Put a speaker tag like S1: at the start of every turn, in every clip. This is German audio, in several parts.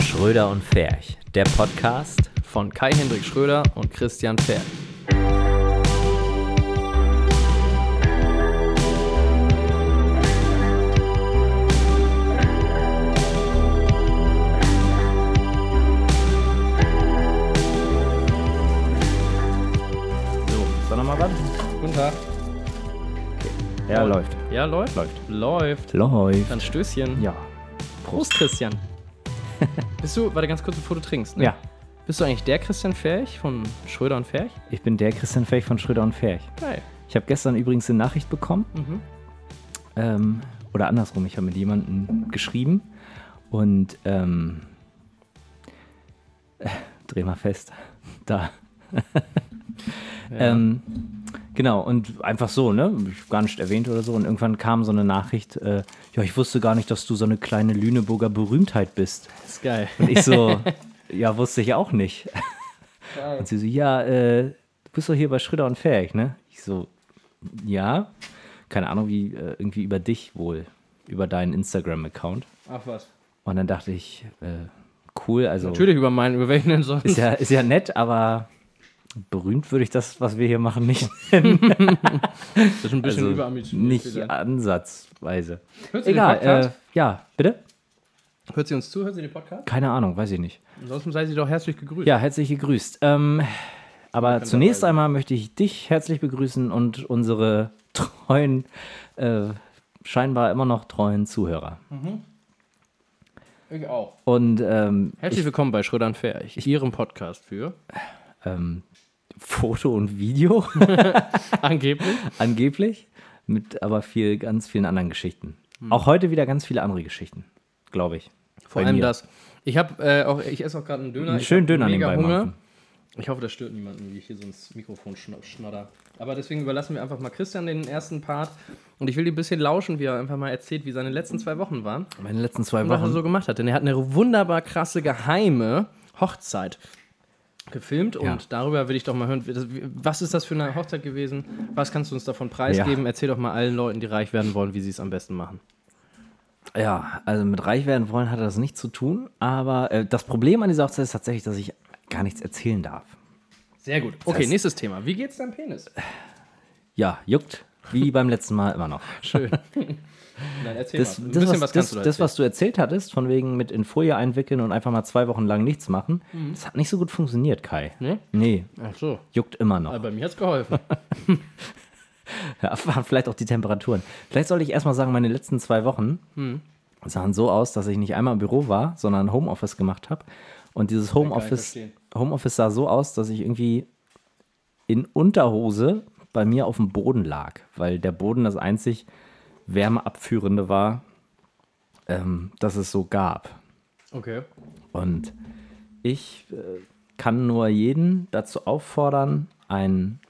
S1: Schröder und Ferch, der Podcast.
S2: Von Kai-Hendrik Schröder und Christian Pferd.
S3: So, ist da nochmal was?
S2: Guten Tag.
S3: Ja,
S2: Und-
S3: läuft.
S2: Ja, läuft.
S3: Läuft.
S2: Läuft.
S3: Läuft.
S2: Dann Stößchen.
S3: Ja.
S2: Prost, Christian. Bist du, warte ganz kurz, bevor du trinkst. Ne?
S3: Ja,
S2: Bist du eigentlich der Christian Ferch von Schröder und Ferch?
S3: ich bin der Christian Ferch von Schröder und Ferch.
S2: Geil.
S3: Ich habe gestern übrigens eine Nachricht bekommen.
S2: Mhm.
S3: Ähm, oder andersrum, ich habe mit jemandem geschrieben und ähm, äh, dreh mal fest. Da. Ähm, genau, und einfach so, ne? Ich gar nicht erwähnt oder so. Und irgendwann kam so eine Nachricht, äh, ja, ich wusste gar nicht, dass du so eine kleine Lüneburger Berühmtheit bist.
S2: Ist geil.
S3: Und ich so, ja, wusste ich auch nicht.
S2: Geil.
S3: Und sie so, ja, äh, du bist doch hier bei Schröder und Ferch, ne? Ich so, ja, keine Ahnung, wie, äh, irgendwie über dich wohl, über deinen Instagram-Account.
S2: Ach was.
S3: Und dann dachte ich, äh, cool, also
S2: Natürlich über meinen, über welchen denn sonst?
S3: ist ja, ist ja nett, aber berühmt würde ich das, was wir hier machen, nicht.
S2: das ist ein bisschen
S3: Also,
S2: überambitioniert.
S3: nicht
S2: vielleicht.
S3: ansatzweise.
S2: Hört sie den
S3: Egal, äh,
S2: Podcast?
S3: ja, bitte?
S2: Hört sie uns zu? Hört sie den Podcast?
S3: Keine Ahnung, weiß ich nicht.
S2: Ansonsten sei sie doch herzlich gegrüßt.
S3: Ja, herzlich gegrüßt. Ähm, aber zunächst einmal möchte ich dich herzlich begrüßen und unsere treuen, äh, scheinbar immer noch treuen Zuhörer.
S2: Ich auch.
S3: Und ähm,
S2: Herzlich willkommen bei Schröder und Ferch, Ihrem Podcast für
S3: ähm, Foto und Video
S2: angeblich.
S3: angeblich, mit aber viel, ganz vielen anderen Geschichten. Auch heute wieder ganz viele andere Geschichten, glaube ich.
S2: Hm. Vor
S3: Bei
S2: allem
S3: mir.
S2: das. Ich habe äh, auch, ich esse auch gerade einen Döner.
S3: Einen
S2: Ich
S3: schönen
S2: hab
S3: Döner
S2: mega
S3: nebenbei
S2: Hunger.
S3: machen.
S2: Ich hoffe, das stört niemanden, wie ich hier so ins Mikrofon schn- schnodder. Aber deswegen überlassen wir einfach mal Christian den ersten Part. Und ich will dir ein bisschen lauschen, wie er einfach mal erzählt, wie seine letzten zwei Wochen waren.
S3: Meine letzten zwei
S2: Und was er
S3: Wochen.
S2: so gemacht hat. Denn er hat eine wunderbar krasse, geheime Hochzeit gefilmt. Und
S3: Ja.
S2: darüber will ich doch mal hören, wie das- wie- was ist das für eine Hochzeit gewesen? Was kannst du uns davon preisgeben? Erzähl doch mal allen Leuten, die reich werden wollen, wie sie es am besten machen.
S3: Ja, also mit reich werden wollen hatte das nichts zu tun. Aber äh, das Problem an dieser Hochzeit ist tatsächlich, dass ich gar nichts erzählen darf.
S2: Sehr gut. Okay, nächstes Thema. Wie geht's deinem Penis?
S3: Ja, juckt. Wie beim letzten Mal immer noch.
S2: Schön. Nein, erzähl
S3: Das,
S2: mal. Ein
S3: das,
S2: bisschen was
S3: was, das,
S2: kannst du da
S3: das, was du erzählt hattest, von wegen mit in Folie einwickeln und einfach mal zwei Wochen lang nichts machen, das hat nicht so gut funktioniert, Kai.
S2: Mhm. Nee?
S3: Nee,
S2: erzählen. Ach so.
S3: juckt immer noch.
S2: Aber bei mir hat's geholfen.
S3: Ja, waren vielleicht auch die Temperaturen. Vielleicht sollte ich erstmal sagen, meine letzten zwei Wochen sahen so aus, dass ich nicht einmal im Büro war, sondern Homeoffice gemacht habe. Und dieses Homeoffice,
S2: verstehen.
S3: Homeoffice sah so aus, dass ich irgendwie in Unterhose bei mir auf dem Boden lag, weil der Boden das einzig Wärmeabführende war, ähm, das es so gab.
S2: Okay.
S3: Und ich äh, kann nur jeden dazu auffordern, einen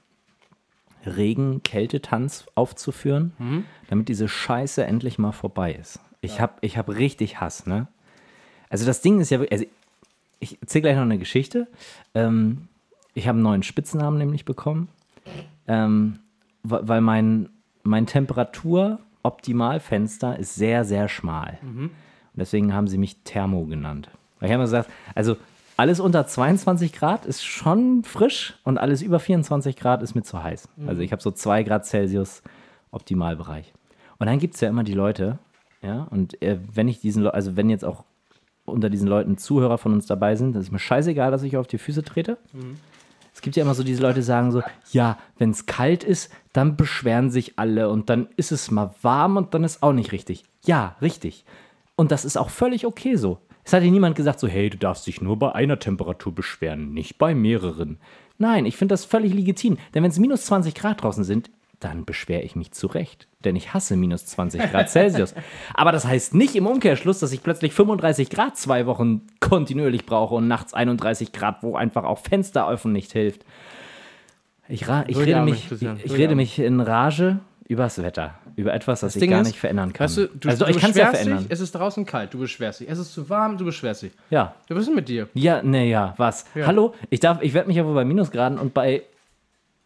S3: regen Kältetanz aufzuführen, damit diese Scheiße endlich mal vorbei ist. Ich habe ich hab richtig Hass, ne? Also das Ding ist ja wirklich, also ich erzähle gleich noch eine Geschichte. Ähm, ich habe einen neuen Spitznamen nämlich bekommen, ähm, wa- weil mein, mein Temperatur-Optimalfenster ist sehr, sehr schmal. Und deswegen haben sie mich Thermo genannt. Weil ich habe gesagt, also alles unter 22 Grad ist schon frisch und alles über 24 Grad ist mir zu heiß. Also ich habe so 2 Grad Celsius Optimalbereich. Und dann gibt es ja immer die Leute, ja, und äh, wenn ich diesen, Leu- also wenn jetzt auch unter diesen Leuten Zuhörer von uns dabei sind, dann ist mir scheißegal, dass ich auf die Füße trete. Es gibt ja immer so diese Leute, die sagen so, ja, wenn es kalt ist, dann beschweren sich alle und dann ist es mal warm und dann ist auch nicht richtig. Ja, richtig. Und das ist auch völlig okay so. Es hat ja niemand gesagt so, hey, du darfst dich nur bei einer Temperatur beschweren, nicht bei mehreren. Nein, ich finde das völlig legitim. Denn wenn es minus 20 Grad draußen sind, dann beschwere ich mich zu Recht. Denn ich hasse minus 20 Grad Celsius. Aber das heißt nicht im Umkehrschluss, dass ich plötzlich 35 Grad zwei Wochen kontinuierlich brauche und nachts 31 Grad, wo einfach auch Fenster offen nicht hilft. Ich, ra ich, rede,
S2: Durchatmen,
S3: mich, ich,
S2: Christian,
S3: ich rede
S2: durchatmen.
S3: mich in Rage übers Wetter. Über etwas, das, ich
S2: Ding
S3: gar
S2: ist,
S3: nicht verändern kann.
S2: Weißt du, du,
S3: also
S2: du
S3: ich kann es ja
S2: beschwerst
S3: verändern.
S2: Dich, es ist draußen kalt, du beschwerst dich. Es ist zu warm, du beschwerst dich.
S3: ja.
S2: Ja, Was ist denn mit dir?
S3: Ja, naja, was?
S2: Ja.
S3: Hallo, ich darf, ich werde mich ja wohl bei Minusgraden und bei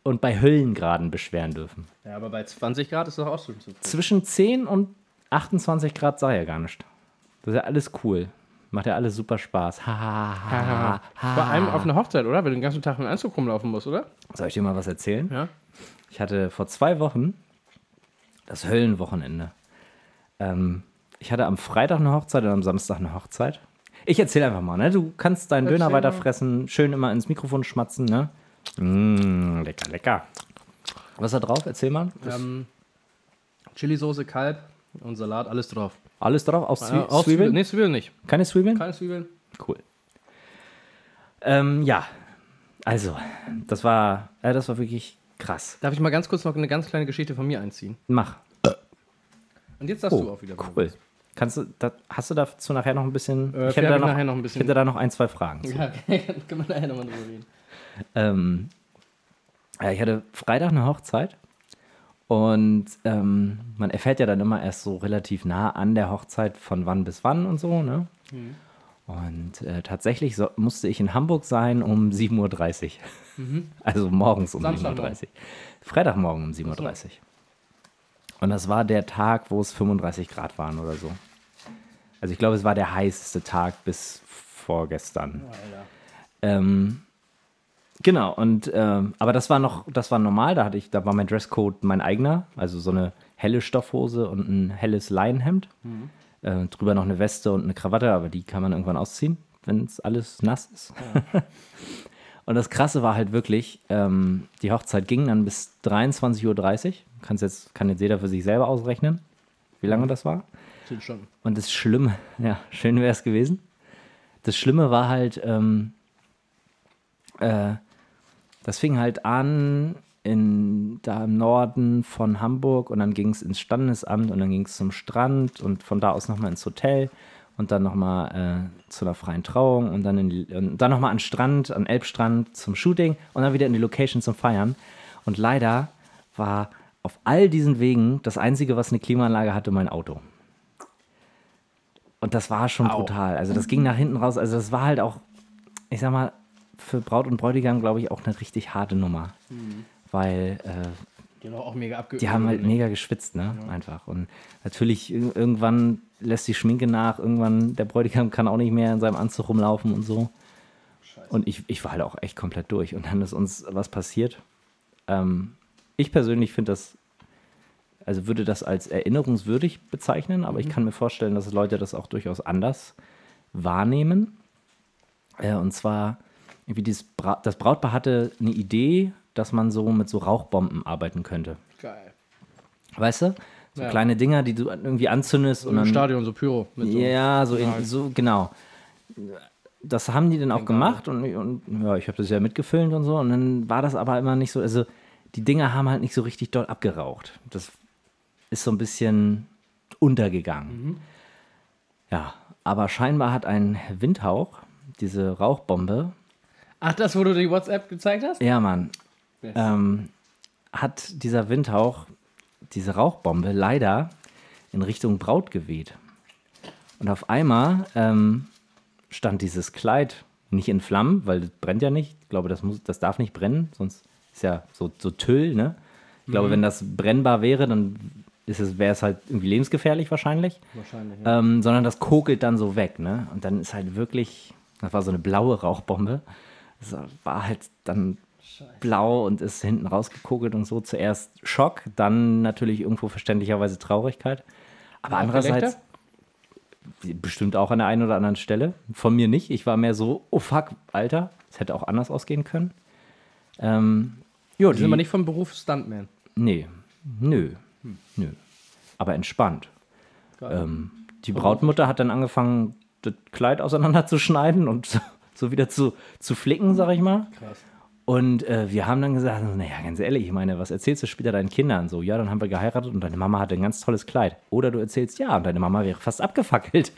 S3: und bei Höllengraden beschweren dürfen.
S2: Ja, aber bei 20 Grad ist doch auch schon zu früh.
S3: Zwischen 10 und 28 Grad sei ja gar nicht. Das ist ja alles cool. Macht ja alles super Spaß. Ha, ha, ha, ha, ha.
S2: Vor allem auf einer Hochzeit, oder? Wenn du den ganzen Tag in einem Anzug rumlaufen musst, oder?
S3: Soll ich dir mal was erzählen?
S2: Ja.
S3: Ich hatte vor zwei Wochen das Höllenwochenende. Ähm, ich hatte am Freitag eine Hochzeit und am Samstag eine Hochzeit. Ich erzähle einfach mal, ne? Du kannst deinen Döner
S2: Erzähl mal.
S3: weiterfressen, schön immer ins Mikrofon schmatzen, ne? Mm, lecker, lecker. Was ist da drauf? Erzähl mal.
S2: Ähm, Chili-Soße, Kalb und Salat, alles drauf.
S3: Alles drauf? Aus Zwie
S2: Ja, auch
S3: Zwiebeln?
S2: Nee, Zwiebeln nicht.
S3: Keine Zwiebeln?
S2: Keine Zwiebeln.
S3: Cool. Ähm, ja, also, das war, äh, das war wirklich krass.
S2: Darf ich mal ganz kurz noch eine ganz kleine Geschichte von mir einziehen?
S3: Mach.
S2: Und jetzt darfst du auch wieder.
S3: Oh, Cool. Kannst du, da, hast du dazu nachher noch ein bisschen?
S2: Äh,
S3: ich
S2: vielleicht
S3: hätte da
S2: hab ich
S3: noch,
S2: nachher noch ein bisschen-
S3: Ich hätte da noch ein, zwei Fragen. zu.
S2: Ja, können wir nachher nochmal drüber reden.
S3: Ähm, ja, ich hatte Freitag eine Hochzeit und ähm, man erfährt ja dann immer erst so relativ nah an der Hochzeit von wann bis wann und so, ne? Und äh, tatsächlich so, musste ich in Hamburg sein um 7.30 Uhr. Also morgens um
S2: Samstagmorgen.
S3: 7.30 Uhr. Freitagmorgen um 7.30 Uhr. Und das war der Tag, wo es 35 Grad waren oder so. Also ich glaube, es war der heißeste Tag bis vorgestern.
S2: Alter.
S3: Ähm, genau, und ähm, aber das war noch, das war normal, da hatte ich, da war mein Dresscode mein eigener, also so eine helle Stoffhose und ein helles Leinenhemd. Äh, drüber noch eine Weste und eine Krawatte, aber die kann man irgendwann ausziehen, wenn es alles nass ist. und das krasse war halt wirklich, ähm, die Hochzeit ging dann bis 23.30 Uhr. Kann's jetzt, kann jetzt jeder für sich selber ausrechnen, wie lange das war.
S2: Sind schon.
S3: Und das Schlimme, ja, schön wäre es gewesen. Das Schlimme war halt, ähm, äh, das fing halt an in, da im Norden von Hamburg und dann ging es ins Standesamt und dann ging es zum Strand und von da aus nochmal ins Hotel und dann nochmal äh, zu einer freien Trauung und dann, in, und dann nochmal an den Strand, an den Elbstrand zum Shooting und dann wieder in die Location zum Feiern. Und leider war auf all diesen Wegen das Einzige, was eine Klimaanlage hatte, mein Auto. Und das war schon brutal. Also das ging nach hinten raus. Also das war halt auch, ich sag mal, für Braut und Bräutigam, glaube ich, auch eine richtig harte Nummer. Weil äh,
S2: Die haben auch mega abgeölt.
S3: die haben halt mega geschwitzt, ne? Einfach. Und natürlich, ir- irgendwann lässt die Schminke nach, irgendwann, der Bräutigam kann auch nicht mehr in seinem Anzug rumlaufen und so. Und ich, ich war halt auch echt komplett durch. Und dann ist uns was passiert. Ähm, ich persönlich finde das, also würde das als erinnerungswürdig bezeichnen, aber ich kann mir vorstellen, dass Leute das auch durchaus anders wahrnehmen. Äh, und zwar, irgendwie dieses Bra das Brautpaar hatte eine Idee, dass man so mit so Rauchbomben arbeiten könnte.
S2: Geil.
S3: Weißt du? So
S2: Ja.
S3: kleine Dinger, die du irgendwie anzündest und
S2: Im
S3: dann.
S2: Stadion, so Pyro. Mit so.
S3: Ja, so, in, so genau. Das haben die dann auch gemacht und, und ja, ich habe das ja mitgefilmt und so. Und dann war das aber immer nicht so. Also, die Dinger haben halt nicht so richtig doll abgeraucht. Das ist so ein bisschen untergegangen.
S2: Mhm.
S3: Ja, aber scheinbar hat ein Windhauch diese Rauchbombe
S2: Ach, das, wo du die WhatsApp gezeigt hast?
S3: ja, Mann.
S2: Yes.
S3: Ähm, hat dieser Windhauch diese Rauchbombe leider in Richtung Braut geweht. Und auf einmal ähm, stand dieses Kleid nicht in Flammen, weil das brennt ja nicht. Ich glaube, das, muss, das darf nicht brennen, sonst ist ja so, so Tüll, ne? Ich glaube,
S2: Mhm.
S3: wenn das brennbar wäre, dann ist es, wäre es halt irgendwie lebensgefährlich wahrscheinlich.
S2: Wahrscheinlich. Ja.
S3: Ähm, sondern das kokelt dann so weg, ne? Und dann ist halt wirklich, das war so eine blaue Rauchbombe. Das war halt dann blau und ist hinten rausgekokelt und so. Zuerst Schock, dann natürlich irgendwo verständlicherweise Traurigkeit. Aber andererseits bestimmt auch an der einen oder anderen Stelle. Von mir nicht. Ich war mehr so, oh fuck, Alter, es hätte auch anders ausgehen können. Ähm, jo,
S2: Die sind aber nicht vom Beruf Stuntman.
S3: Nee, nö,
S2: Hm.
S3: nö. Aber entspannt.
S2: Geil.
S3: Ähm, die Brautmutter hat dann angefangen, das Kleid auseinanderzuschneiden und so wieder zu, zu flicken, sag ich mal.
S2: Krass.
S3: Und äh, wir haben dann gesagt, naja, ganz ehrlich, ich meine, was erzählst du später deinen Kindern? So, ja, dann haben wir geheiratet und deine Mama hatte ein ganz tolles Kleid. Oder du erzählst, ja, und deine Mama wäre fast abgefackelt.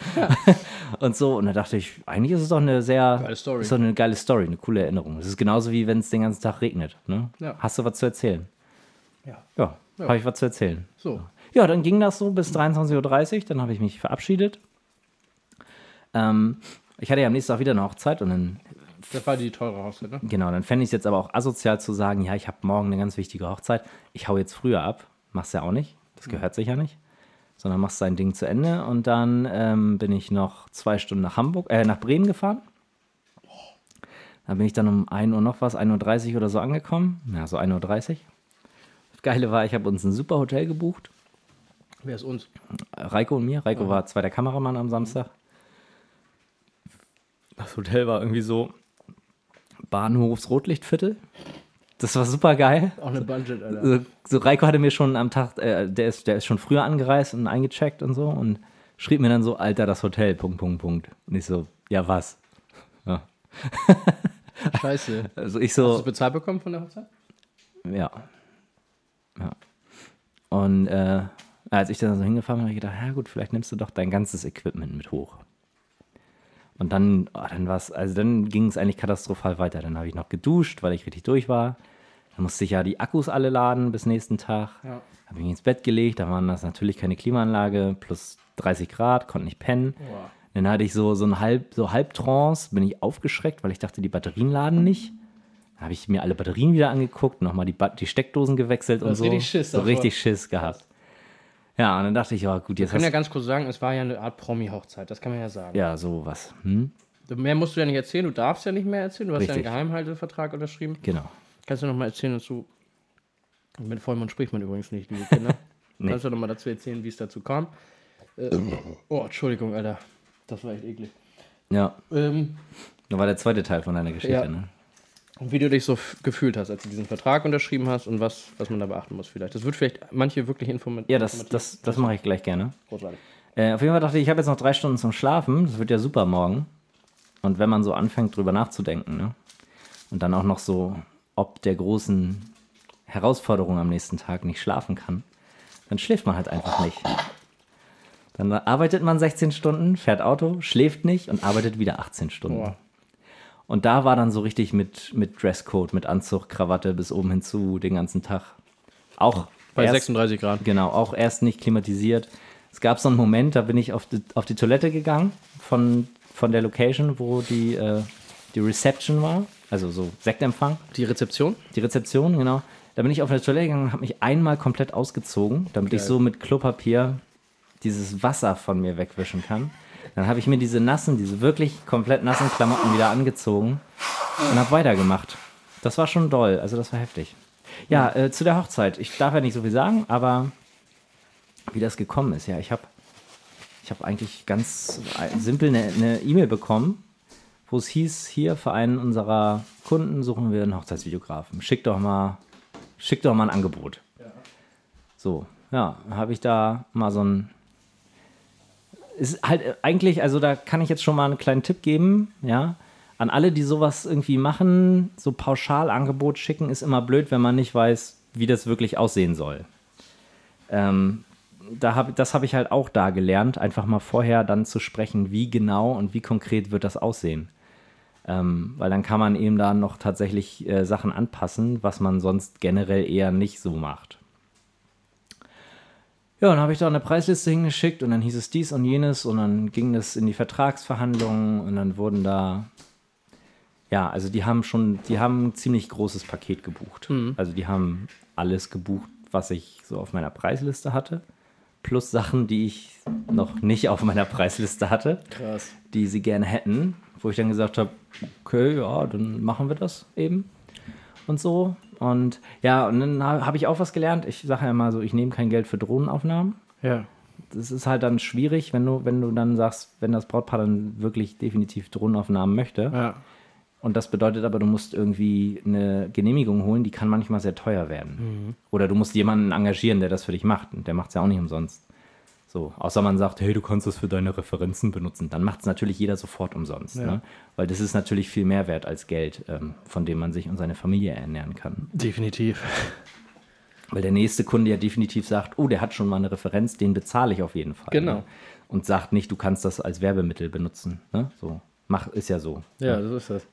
S3: und so, und da dachte ich, eigentlich ist es doch eine sehr,
S2: Geile Story.
S3: Ist doch eine geile Story, eine coole Erinnerung. Es ist genauso wie wenn es den ganzen Tag regnet. Ne?
S2: Ja.
S3: Hast du was zu erzählen?
S2: Ja.
S3: Ja,
S2: Ja.
S3: habe ich was zu erzählen.
S2: So.
S3: Ja, dann ging das so bis 23.30 Uhr, dann habe ich mich verabschiedet. Ähm, ich hatte ja am nächsten Tag wieder eine Hochzeit und dann,
S2: Das war die teure Hochzeit, ne?
S3: genau, dann fände ich es jetzt aber auch asozial zu sagen, ja, ich habe morgen eine ganz wichtige Hochzeit, ich hau jetzt früher ab. Mach's ja auch nicht, das gehört sich ja nicht. sondern machst sein Ding zu Ende. Und dann ähm, bin ich noch zwei Stunden nach Hamburg, äh, nach Bremen gefahren. Da bin ich dann um 1 Uhr noch was, 1.30 Uhr oder so angekommen. Ja, so 1.30 Uhr. Das Geile war, ich habe uns ein super Hotel gebucht.
S2: Wer ist uns?
S3: Reiko und mir. Reiko war zweiter Kameramann am Samstag. Das Hotel war irgendwie so Bahnhofsrotlichtviertel. Das war super geil.
S2: Auch eine Budget, Alter.
S3: So, so Reiko hatte mir schon am Tag, äh, der, ist, der ist schon früher angereist und eingecheckt und so und schrieb mir dann so, Alter, das Hotel, Punkt, Punkt, Punkt. Und ich so, ja, was?
S2: Scheiße. Hast
S3: Also ich
S2: du
S3: so,
S2: es bezahlt bekommen von der Hochzeit?
S3: ja. ja. Und äh, als ich dann so hingefahren bin, habe ich gedacht, ja gut, vielleicht nimmst du doch dein ganzes Equipment mit hoch. Und dann, oh, dann war's, also dann ging es eigentlich katastrophal weiter. Dann habe ich noch geduscht, weil ich richtig durch war. Dann musste ich ja die Akkus alle laden bis nächsten Tag.
S2: Ja.
S3: Habe mich ins Bett gelegt, da waren das natürlich keine Klimaanlage, plus 30 Grad, konnte nicht pennen.
S2: Boah.
S3: Dann hatte ich so, so ein halb, so Halbtrance, bin ich aufgeschreckt, weil ich dachte, die Batterien laden nicht. Dann habe ich mir alle Batterien wieder angeguckt, nochmal die, Ba- die Steckdosen gewechselt und
S2: hast
S3: so.
S2: richtig Schiss
S3: so
S2: davor.
S3: richtig Schiss gehabt. Ja, und dann dachte ich, ja gut, jetzt
S2: Ich kann
S3: hast
S2: ja
S3: du.
S2: ganz kurz sagen, es war ja eine Art Promi-Hochzeit, das kann man ja sagen.
S3: Ja, sowas. Hm?
S2: Mehr musst du ja nicht erzählen, du darfst ja nicht mehr erzählen, du hast ja
S3: Richtig.
S2: einen Geheimhaltevertrag unterschrieben.
S3: Genau.
S2: Kannst du nochmal erzählen dazu? Mit Vollmond spricht man übrigens nicht, liebe Kinder. Kannst du nochmal dazu erzählen, wie es dazu kam? Äh, oh, Entschuldigung, Alter. Das war echt eklig.
S3: Ja,
S2: Ähm,
S3: das war der zweite Teil von deiner Geschichte,
S2: Ja.
S3: ne?
S2: und wie du dich so f- gefühlt hast, als du diesen Vertrag unterschrieben hast und was, was man da beachten muss vielleicht. Das wird vielleicht manche wirklich informieren.
S3: Ja, das, das, das mache ich gleich gerne.
S2: Großartig.
S3: Äh, auf jeden Fall dachte ich, ich habe jetzt noch drei Stunden zum Schlafen. Das wird ja super morgen. Und wenn man so anfängt, drüber nachzudenken, ne? Und dann auch noch so, ob der großen Herausforderung am nächsten Tag nicht schlafen kann, dann schläft man halt einfach nicht. Dann arbeitet man 16 Stunden, fährt Auto, schläft nicht und arbeitet wieder 18 Stunden.
S2: Boah.
S3: Und da war dann so richtig mit, mit Dresscode, mit Anzug, Krawatte bis oben hinzu den ganzen Tag. Auch
S2: Bei
S3: erst-
S2: 36 Grad.
S3: Genau, auch erst nicht klimatisiert. Es gab so einen Moment, da bin ich auf die, auf die Toilette gegangen von, von der Location, wo die, äh, die Reception war, also so Sektempfang,
S2: Die Rezeption?
S3: die Rezeption, genau. Da bin ich auf eine Toilette gegangen und habe mich einmal komplett ausgezogen, damit ich so mit Klopapier dieses Wasser von mir wegwischen kann. Dann habe ich mir diese nassen, diese wirklich komplett nassen Klamotten wieder angezogen und habe weitergemacht. Das war schon doll, also das war heftig. Ja, äh, zu der Hochzeit. Ich darf ja nicht so viel sagen, aber wie das gekommen ist, ja, ich habe ich hab eigentlich ganz äh, simpel eine- eine E-Mail bekommen, wo es hieß, hier für einen unserer Kunden suchen wir einen Hochzeitsvideografen. Schick doch mal, schick doch mal ein Angebot. So, ja, habe ich da mal so ein ist halt äh, eigentlich, also da kann ich jetzt schon mal einen kleinen Tipp geben, ja. An alle, die sowas irgendwie machen, so pauschal Angebot schicken, ist immer blöd, wenn man nicht weiß, wie das wirklich aussehen soll. Ähm, da hab, das habe ich halt auch da gelernt, einfach mal vorher dann zu sprechen, wie genau und wie konkret wird das aussehen. Ähm, weil dann kann man eben da noch tatsächlich äh, Sachen anpassen, was man sonst generell eher nicht so macht. Ja, dann habe ich da eine Preisliste hingeschickt und dann hieß es dies und jenes und dann ging das in die Vertragsverhandlungen und dann wurden da. Ja, also die haben schon, die haben ein ziemlich großes Paket gebucht. Also die haben alles gebucht, was ich so auf meiner Preisliste hatte, plus Sachen, die ich noch nicht auf meiner Preisliste hatte
S2: Krass.
S3: die sie gerne hätten, wo ich dann gesagt habe, okay, ja, dann machen wir das eben und so. Und ja, und dann ha- habe ich auch was gelernt. Ich sage ja immer so, ich nehme kein Geld für Drohnenaufnahmen.
S2: Ja.
S3: Das ist halt dann schwierig, wenn du, wenn du dann sagst, wenn das Brautpaar dann wirklich definitiv Drohnenaufnahmen möchte.
S2: Ja.
S3: Und das bedeutet aber, du musst irgendwie eine Genehmigung holen, die kann manchmal sehr teuer werden. Oder du musst jemanden engagieren, der das für dich macht. Und der macht es ja auch nicht umsonst. So, außer man sagt, hey, du kannst das für deine Referenzen benutzen. Dann macht es natürlich jeder sofort umsonst. Ne? Weil das ist natürlich viel mehr wert als Geld, ähm, von dem man sich und seine Familie ernähren kann.
S2: Definitiv.
S3: Weil der nächste Kunde ja definitiv sagt, oh, der hat schon mal eine Referenz, den bezahle ich auf jeden Fall.
S2: Genau.
S3: Ne? Und sagt nicht, du kannst das als Werbemittel benutzen. Ne? So, mach, ist ja so.
S2: Ja, so ist das.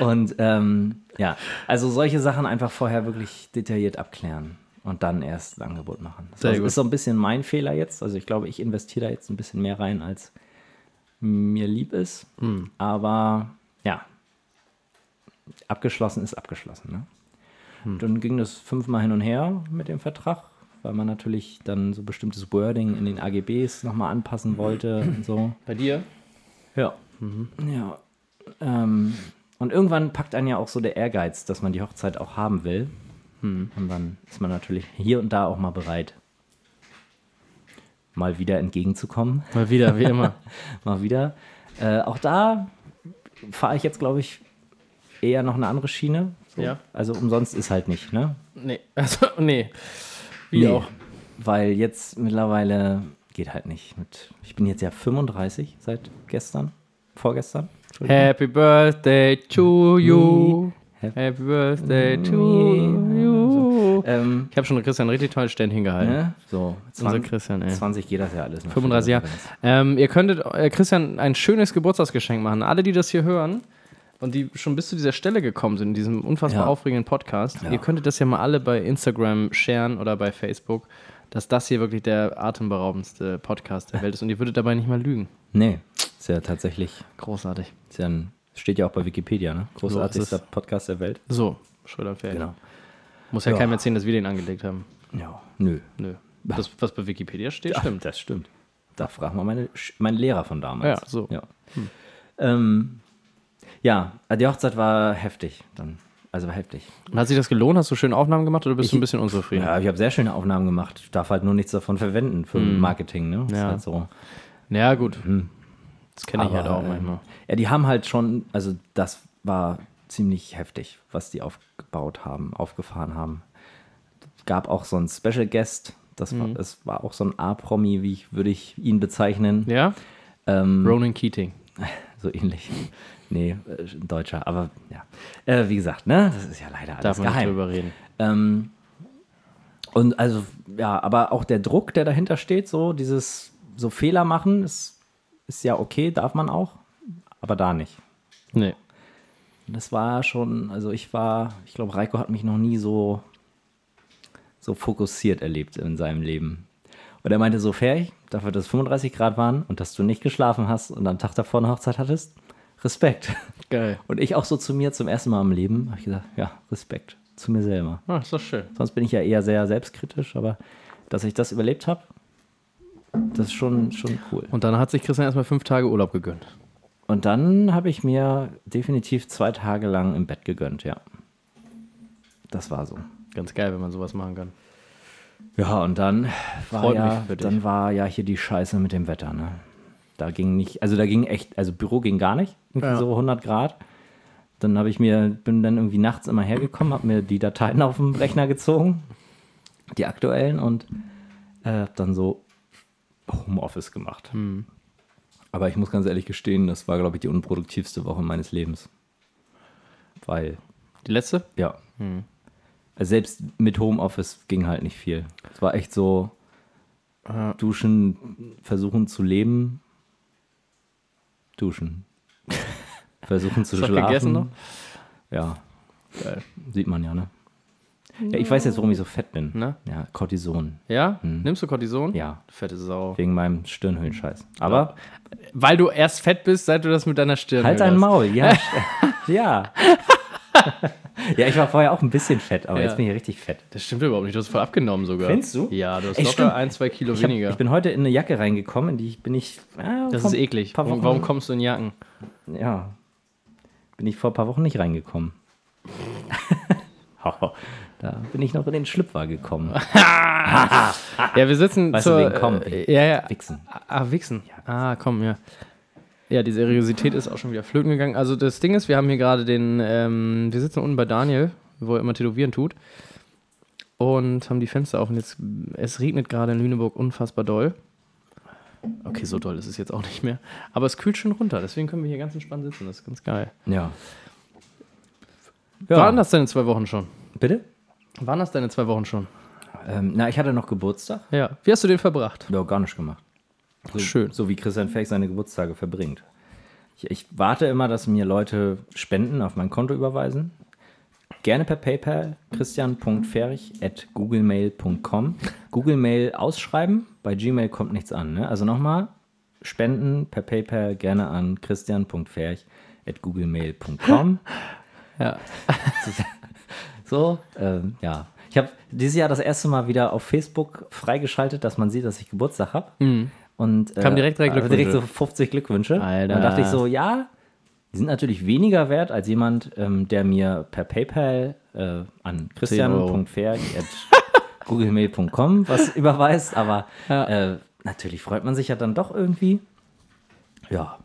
S3: Und ähm, ja, also solche Sachen einfach vorher wirklich detailliert abklären und dann erst ein Angebot machen. Das
S2: Sehr
S3: ist,
S2: gut.
S3: ist so ein bisschen mein Fehler jetzt. Also ich glaube, ich investiere da jetzt ein bisschen mehr rein, als mir lieb ist.
S2: Hm.
S3: Aber ja,
S2: Hm.
S3: abgeschlossen ist abgeschlossen. Ne? Dann ging das fünfmal hin und her mit dem Vertrag. weil man natürlich dann so bestimmtes Wording in den AGBs nochmal anpassen wollte und so.
S2: Bei dir?
S3: Ja. Mhm. Ja. Ähm, und irgendwann packt einen ja auch so der Ehrgeiz, dass man die Hochzeit auch haben will. Und dann ist man natürlich hier und da auch mal bereit, mal wieder entgegenzukommen.
S2: Mal wieder, wie immer.
S3: mal wieder. Äh, auch da fahre ich jetzt, glaube ich, eher noch eine andere Schiene. So.
S2: Ja.
S3: Also umsonst ist halt nicht, ne?
S2: nee, also, nee. Wie
S3: Nee.
S2: auch.
S3: Weil jetzt mittlerweile geht halt nicht. Mit, ich bin jetzt ja 35 seit gestern, vorgestern.
S2: Happy Birthday to you.
S3: Happy-
S2: Mhm. Happy Mhm. Birthday to you.
S3: Ähm,
S2: Ich habe schon Christian richtig tolles Ständchen gehalten.
S3: ne? So,
S2: Unser Christian, ey.
S3: 20 geht das ja alles. noch.
S2: 35 Jahre. Ähm, ihr könntet äh, Christian ein schönes Geburtstagsgeschenk machen. Alle, die das hier hören und die schon bis zu dieser Stelle gekommen sind, in diesem unfassbar
S3: Ja.
S2: aufregenden Podcast,
S3: Ja.
S2: ihr könntet das ja mal alle bei Instagram sharen oder bei Facebook, dass das hier wirklich der atemberaubendste Podcast der Welt ist und ihr würdet dabei nicht mal lügen.
S3: Nee, ist ja tatsächlich,
S2: Großartig.
S3: ist ja ein, steht ja auch bei Wikipedia, ne?
S2: So
S3: Großartigster
S2: ist
S3: Podcast der Welt.
S2: So, Schröder und Ferien. Muss ja,
S3: Genau. Ja.
S2: keinem erzählen, dass wir den angelegt haben.
S3: Ja, nö.
S2: Nö. Das, was bei Wikipedia steht, stimmt.
S3: Das stimmt. Da fragen wir meine, Sch- meinen Lehrer von damals.
S2: Ja, so. Hm.
S3: Ja, ähm, ja die Hochzeit war heftig dann. Also war heftig.
S2: Und hat sich das gelohnt? Hast du schöne Aufnahmen gemacht oder bist du
S3: Ich-
S2: ein bisschen unzufrieden?
S3: Ja, ich habe sehr schöne Aufnahmen gemacht. Ich darf halt nur nichts davon verwenden für Marketing, ne? Ist
S2: Hm. Ja.
S3: Halt so.
S2: Ja, gut. Das kenne ich
S3: Hm. Aber,
S2: halt auch
S3: ähm,
S2: manchmal.
S3: Ja, die haben halt schon, also das war ziemlich heftig, was die aufgebaut haben, aufgefahren haben. Gab auch so einen Special Guest, das
S2: Mhm.
S3: war, es war auch so ein A-Promi, wie ich, würde ich ihn bezeichnen.
S2: Ja?
S3: Ähm,
S2: Ronan Keating.
S3: so ähnlich. Nee, äh, ein Deutscher, aber ja. Äh, wie gesagt, ne, das ist ja leider alles
S2: Darf man nicht
S3: geheim.
S2: drüber reden.
S3: Ähm, und also, ja, aber auch der Druck, der dahinter steht, so dieses so Fehler machen, ist, ist ja okay, darf man auch, aber da nicht.
S2: Nee.
S3: Und Das war schon, also ich war, ich glaube, Reiko hat mich noch nie so, so fokussiert erlebt in seinem Leben. Und er meinte so, Ferch, dafür, dass es 35 Grad waren und dass du nicht geschlafen hast und am Tag davor eine Hochzeit hattest, Respekt.
S2: Geil.
S3: Und ich auch so zu mir zum ersten Mal im Leben, habe ich gesagt, ja, Respekt zu mir selber.
S2: Ah, ist doch schön.
S3: Sonst bin ich ja eher sehr selbstkritisch, aber dass ich das überlebt habe, das ist schon, schon cool.
S2: Und dann hat sich Christian erstmal fünf Tage Urlaub gegönnt.
S3: Und dann habe ich mir definitiv zwei Tage lang im Bett gegönnt, ja. Das war so.
S2: Ganz geil, wenn man sowas machen kann.
S3: Ja, und dann war,
S2: Freut
S3: ja,
S2: mich für dich.
S3: dann war ja hier die Scheiße mit dem Wetter, ne? Da ging nicht, also da ging echt, also Büro ging gar nicht, irgendwie
S2: Ja.
S3: so 100 Grad. Dann habe ich mir, bin dann irgendwie nachts immer hergekommen, habe mir die Dateien auf dem Rechner gezogen, die aktuellen und äh, habe dann so Homeoffice gemacht.
S2: Hm.
S3: Aber ich muss ganz ehrlich gestehen, das war, glaube ich, die unproduktivste Woche meines Lebens. Weil,
S2: Die letzte?
S3: ja.
S2: Hm.
S3: Also selbst mit Homeoffice ging halt nicht viel. Es war echt so duschen, versuchen zu leben, duschen. versuchen zu
S2: Hast du
S3: schlafen.
S2: was gegessen noch?
S3: Ja,
S2: Geil.
S3: sieht man ja, ne? Ja, ich weiß jetzt, warum ich so fett bin.
S2: Ne?
S3: Ja, Cortison.
S2: Ja? Nimmst du Cortison?
S3: Hm. Ja,
S2: Fette Sau.
S3: wegen meinem Stirnhöhlenscheiß. Aber
S2: Weil du erst fett bist, seit du das mit deiner Stirn
S3: halt dein
S2: hörst.
S3: Maul, ja. ja. ja, ich war vorher auch ein bisschen fett, aber
S2: Ja.
S3: jetzt bin ich richtig fett.
S2: Das stimmt überhaupt nicht. Du hast voll abgenommen sogar.
S3: Findest du?
S2: Ja, du hast
S3: Ey,
S2: locker
S3: stimmt.
S2: ein, zwei Kilo
S3: Ich, hab,
S2: weniger.
S3: ich bin heute in eine Jacke reingekommen, in die ich bin ich. äh,
S2: das
S3: vor
S2: ist
S3: ein
S2: eklig.
S3: paar
S2: Warum,
S3: Wochen-
S2: warum kommst du in Jacken?
S3: Ja. Bin ich vor ein paar Wochen nicht reingekommen. da bin ich noch in den Schlüpfer gekommen.
S2: Ja, wir sitzen
S3: Weißt du,
S2: zur,
S3: wegen komm,
S2: äh, ja, ja.
S3: Wichsen.
S2: Ah, Wichsen. Ah, komm, ja. Ja, die Seriosität ist auch schon wieder flöten gegangen. Also das Ding ist, wir haben hier gerade den, ähm, wir sitzen unten bei Daniel, wo er immer tätowieren tut. Und haben die Fenster auf und jetzt, es regnet gerade in Lüneburg unfassbar doll. Okay, so doll ist es jetzt auch nicht mehr. Aber es kühlt schon runter, deswegen können wir hier ganz entspannt sitzen. Das ist ganz geil.
S3: Ja.
S2: Waren das deine zwei Wochen schon?
S3: Bitte?
S2: Waren das deine zwei Wochen schon?
S3: Ähm, na, ich hatte noch Geburtstag.
S2: Ja. Wie hast du den verbracht?
S3: Ja, gar nicht gemacht. So,
S2: Schön.
S3: So wie Christian Fähig seine Geburtstage verbringt. Ich, ich warte immer, dass mir Leute Spenden auf mein Konto überweisen. Gerne per PayPal christian.ferich.googlemail.com. Google Mail ausschreiben, bei Gmail kommt nichts an. Ne? Also nochmal, Spenden per PayPal gerne an christian.ferich.googlemail.com.
S2: Ja.
S3: So, ähm, ja. Ich habe dieses Jahr das erste Mal wieder auf Facebook freigeschaltet, dass man sieht, dass ich Geburtstag habe. Und äh,
S2: Kamen Mhm. direkt drei
S3: äh, direkt
S2: Glückwünsche.
S3: so 50 Glückwünsche.
S2: Alter.
S3: Dann dachte ich so, ja, die sind natürlich weniger wert als jemand, ähm, der mir per PayPal äh, an christian.ferch.googlemail.com was überweist. Aber äh, natürlich freut man sich ja dann doch irgendwie. Ja,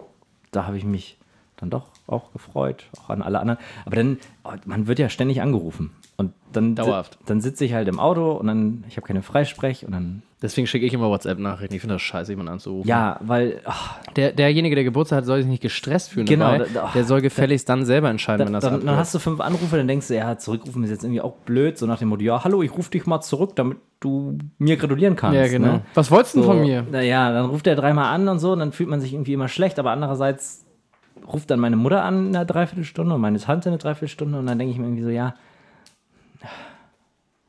S3: da habe ich mich dann doch auch gefreut, auch an alle anderen. Aber dann, oh, man wird ja ständig angerufen. Und dann,
S2: Dauerhaft.
S3: dann sitze ich halt im Auto und dann, ich habe keine Freisprech und dann,
S2: Deswegen schicke ich immer WhatsApp-Nachrichten. Ich finde das scheiße, jemanden anzurufen.
S3: ja, weil, ach,
S2: Der, derjenige, der Geburtstag hat, soll sich nicht gestresst fühlen.
S3: Genau,
S2: Dabei.
S3: da- da-
S2: der soll gefälligst dann selber entscheiden, wenn
S3: dann,
S2: das
S3: dann,
S2: abläuft.
S3: hast du fünf Anrufe, dann denkst du, ja, zurückrufen ist jetzt irgendwie auch blöd, so nach dem Motto, ja, hallo, ich rufe dich mal zurück, damit du mir gratulieren kannst.
S2: Ja, genau.
S3: Ne?
S2: Was wolltest du
S3: So,
S2: denn von mir?
S3: Naja, dann ruft er dreimal an und so, und dann fühlt man sich irgendwie immer schlecht, aber andererseits ruft dann meine Mutter an in einer Dreiviertelstunde und meine Tante in einer Dreiviertelstunde und dann denke ich mir irgendwie so, ja,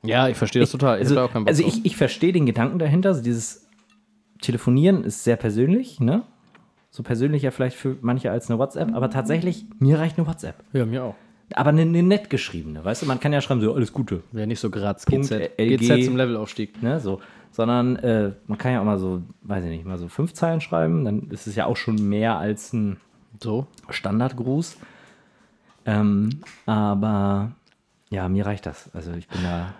S2: Ja, ich verstehe das total. Ich
S3: Also,
S2: hab da auch keinen Bock
S3: also
S2: drauf.
S3: ich, ich verstehe den Gedanken dahinter. Also dieses Telefonieren ist sehr persönlich, ne? So persönlicher vielleicht für manche als eine WhatsApp, aber tatsächlich, mir reicht eine WhatsApp.
S2: Ja, mir auch.
S3: Aber eine, eine nett geschriebene, weißt du? Man kann ja schreiben, so alles Gute,
S2: Wäre nicht so Graz.
S3: Punkt
S2: GZ.
S3: LG.
S2: GZ zum Levelaufstieg.
S3: ne? So. Sondern äh, man kann ja auch mal so, weiß ich nicht, mal so fünf Zeilen schreiben, dann ist es ja auch schon mehr als ein
S2: So.
S3: Standardgruß. Ähm, aber ja, mir reicht das. Also ich bin da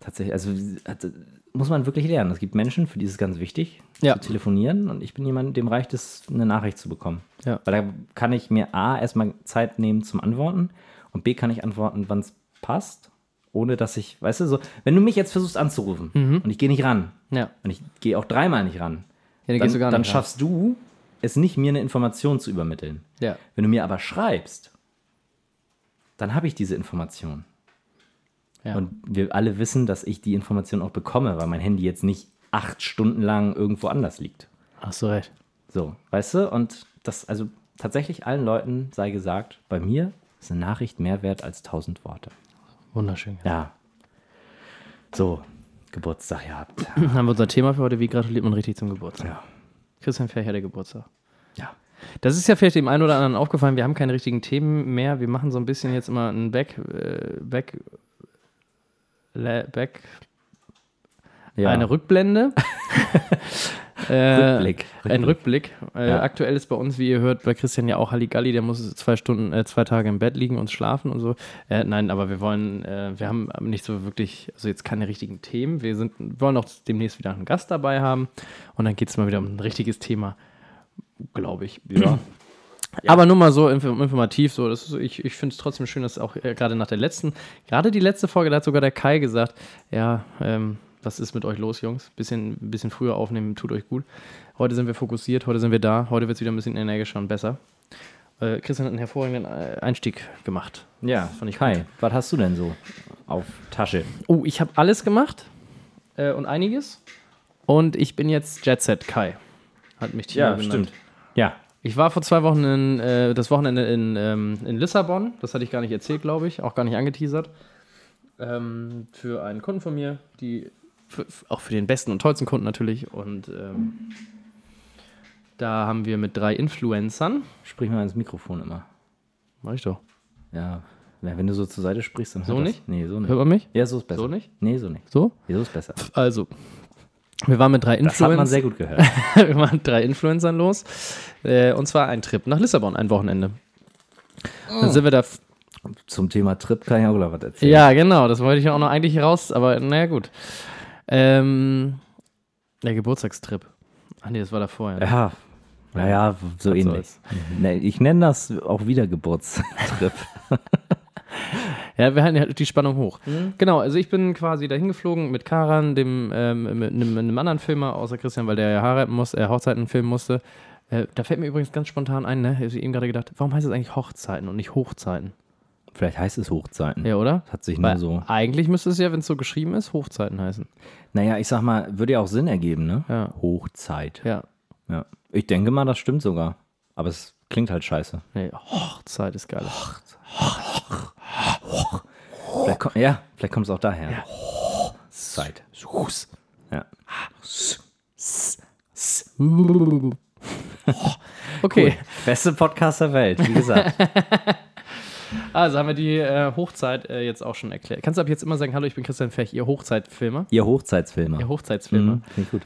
S3: tatsächlich, also hat, muss man wirklich lernen. Es gibt Menschen, für die ist es ganz wichtig,
S2: Ja.
S3: zu telefonieren. Und ich bin jemand, dem reicht es, eine Nachricht zu bekommen.
S2: Ja.
S3: Weil da kann ich mir A, erstmal Zeit nehmen zum Antworten und B, kann ich antworten, wann es passt, ohne dass ich, weißt du, so, wenn du mich jetzt versuchst anzurufen und ich gehe nicht ran
S2: Mhm. Ja.
S3: und ich gehe auch dreimal nicht ran,
S2: Ja, dann
S3: dann,
S2: gehst du gar
S3: dann
S2: nicht ran.
S3: schaffst du es nicht, mir eine Information zu übermitteln.
S2: Ja.
S3: Wenn du mir aber schreibst, dann habe ich diese Information.
S2: Ja.
S3: Und wir alle wissen, dass ich die Information auch bekomme, weil mein Handy jetzt nicht acht Stunden lang irgendwo anders liegt.
S2: Hast du recht.
S3: So, weißt du? Und das, also tatsächlich allen Leuten sei gesagt, bei mir ist eine Nachricht mehr wert als tausend Worte.
S2: Wunderschön.
S3: Ja. So, Geburtstag gehabt.
S2: Dann haben wir unser Thema für heute. Wie gratuliert man richtig zum Geburtstag?
S3: Ja.
S2: Christian Fercher, der Geburtstag.
S3: Ja.
S2: Das ist ja vielleicht dem einen oder anderen aufgefallen. Wir haben keine richtigen Themen mehr. Wir machen so ein bisschen jetzt immer ein Back, äh, Back, Le- Back,
S3: ja.
S2: eine Rückblende. Äh,
S3: Rückblick.
S2: Ein Rückblick. Äh,
S3: Ja.
S2: Aktuell ist bei uns, wie ihr hört, bei Christian ja auch Halligalli, der muss zwei Stunden, äh, zwei Tage im Bett liegen und schlafen und so. Äh, nein, aber wir wollen, äh, wir haben nicht so wirklich, also jetzt keine richtigen Themen. Wir sind, wollen auch demnächst wieder einen Gast dabei haben und dann geht es mal wieder um ein richtiges Thema, glaube ich.
S3: Ja.
S2: Aber nur mal so inf- informativ, so, das ist, so- ich, ich finde es trotzdem schön, dass auch äh, gerade nach der letzten, gerade die letzte Folge, da hat sogar der Kai gesagt, ja, ähm, was ist mit euch los, Jungs? Bisschen, bisschen früher aufnehmen, tut euch gut. Heute sind wir fokussiert, heute sind wir da, heute wird es wieder ein bisschen energischer und besser. Äh, Christian hat einen hervorragenden äh, Einstieg gemacht.
S3: Ja, fand ich Kai, was hast du denn so auf Tasche?
S2: Oh, ich habe alles gemacht äh, und einiges. Und ich bin jetzt Jet Set Kai. Hat mich Timo genannt.
S3: Ja.
S2: Ich war vor zwei Wochen in, äh, das Wochenende in, ähm, in Lissabon. Das hatte ich gar nicht erzählt, glaube ich. Auch gar nicht angeteasert. Ähm, für einen Kunden von mir, die für, f- auch für den besten und tollsten Kunden natürlich. Und ähm, da haben wir mit drei Influencern.
S3: Sprich mal ins Mikrofon immer.
S2: Mach ich doch.
S3: Ja. Na, Wenn du so zur Seite sprichst, dann hört
S2: So
S3: das.
S2: nicht?
S3: Nee, so nicht.
S2: Hört man mich?
S3: Ja, so ist besser.
S2: So nicht?
S3: Nee, so nicht.
S2: So?
S3: Ja, so ist besser.
S2: Also, wir waren mit drei
S3: Das hat man
S2: Influencern.
S3: sehr gut gehört.
S2: wir waren mit drei Influencern los. Äh, und zwar ein Trip nach Lissabon, ein Wochenende.
S3: Oh.
S2: Dann sind wir da
S3: Zum Thema Trip kann ich auch gleich was erzählen.
S2: Ja, genau, das wollte ich auch noch eigentlich raus, aber naja, gut. Ähm, der Geburtstagstrip. Ach nee, das war da vorher.
S3: Ja. Naja, so
S2: Was
S3: ähnlich. Mhm.
S2: soll's.
S3: Nee, Ich nenne das auch Wiedergeburtstrip.
S2: Ja, wir halten halt die Spannung hoch.
S3: Mhm.
S2: Genau, also ich bin quasi dahin geflogen mit Karan, dem, ähm, mit einem, einem anderen Filmer, außer Christian, weil der ja heiraten muss, äh, Hochzeiten filmen musste. Äh, da fällt mir übrigens ganz spontan ein, ne? Hab Ich eben gerade gedacht, warum heißt es eigentlich Hochzeiten und nicht Hochzeiten?
S3: Vielleicht heißt es Hochzeiten.
S2: Ja, oder?
S3: Hat sich nur
S2: Weil
S3: so.
S2: Eigentlich müsste es ja, wenn es so geschrieben ist, Hochzeiten heißen.
S3: Naja, ich sag mal, würde ja auch Sinn ergeben, ne?
S2: Ja.
S3: Hochzeit.
S2: Ja.
S3: Ja. Ich denke mal, das stimmt sogar. Aber es klingt halt scheiße.
S2: Nee, Hochzeit ist geil.
S3: Vielleicht komm, ja, vielleicht kommt es auch daher. Zeit. Ja.
S2: Okay.
S3: Beste Podcast der Welt, wie gesagt.
S2: Also haben wir die äh, Hochzeit äh, jetzt auch schon erklärt. Kannst du ab jetzt immer sagen, hallo, ich bin Christian Fech, ihr Hochzeitfilmer?
S3: Ihr Hochzeitsfilmer.
S2: Ihr Hochzeitsfilmer.
S3: Mhm, Finde ich gut.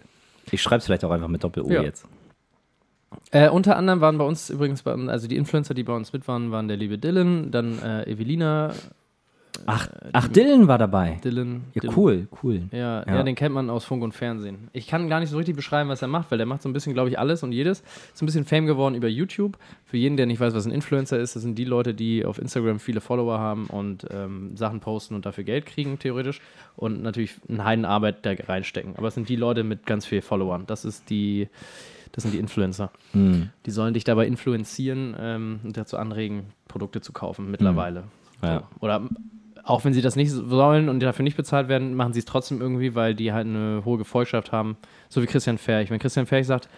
S3: Ich schreibe es vielleicht auch einfach mit Doppel-O
S2: Ja.
S3: jetzt.
S2: Äh, unter anderem waren bei uns übrigens, bei, also die Influencer, die bei uns mit waren, waren der liebe Dylan, dann äh, Evelina,
S3: Ach, ach Dylan war dabei.
S2: Äh, Dylan.
S3: Ja,
S2: Dylan.
S3: cool, cool.
S2: Ja, ja.
S3: Ja.
S2: den kennt man aus Funk und Fernsehen. Ich kann gar nicht so richtig beschreiben, was er macht, weil der macht so ein bisschen, glaube ich, alles und jedes. Ist ein bisschen Fame geworden über YouTube. Für jeden, der nicht weiß, was ein Influencer ist, das sind die Leute, die auf Instagram viele Follower haben und ähm, Sachen posten und dafür Geld kriegen, theoretisch. Und natürlich einen Heidenarbeit da reinstecken. Aber es sind die Leute mit ganz viel Followern. Das ist die, das sind die Influencer.
S3: Hm.
S2: Die sollen dich dabei influenzieren ähm, und dazu anregen, Produkte zu kaufen mittlerweile.
S3: Mhm. Ja.
S2: So. Oder auch wenn sie das nicht sollen und dafür nicht bezahlt werden, machen sie es trotzdem irgendwie, weil die halt eine hohe Gefolgschaft haben. So wie Christian Ferch. Wenn Christian Ferch sagt,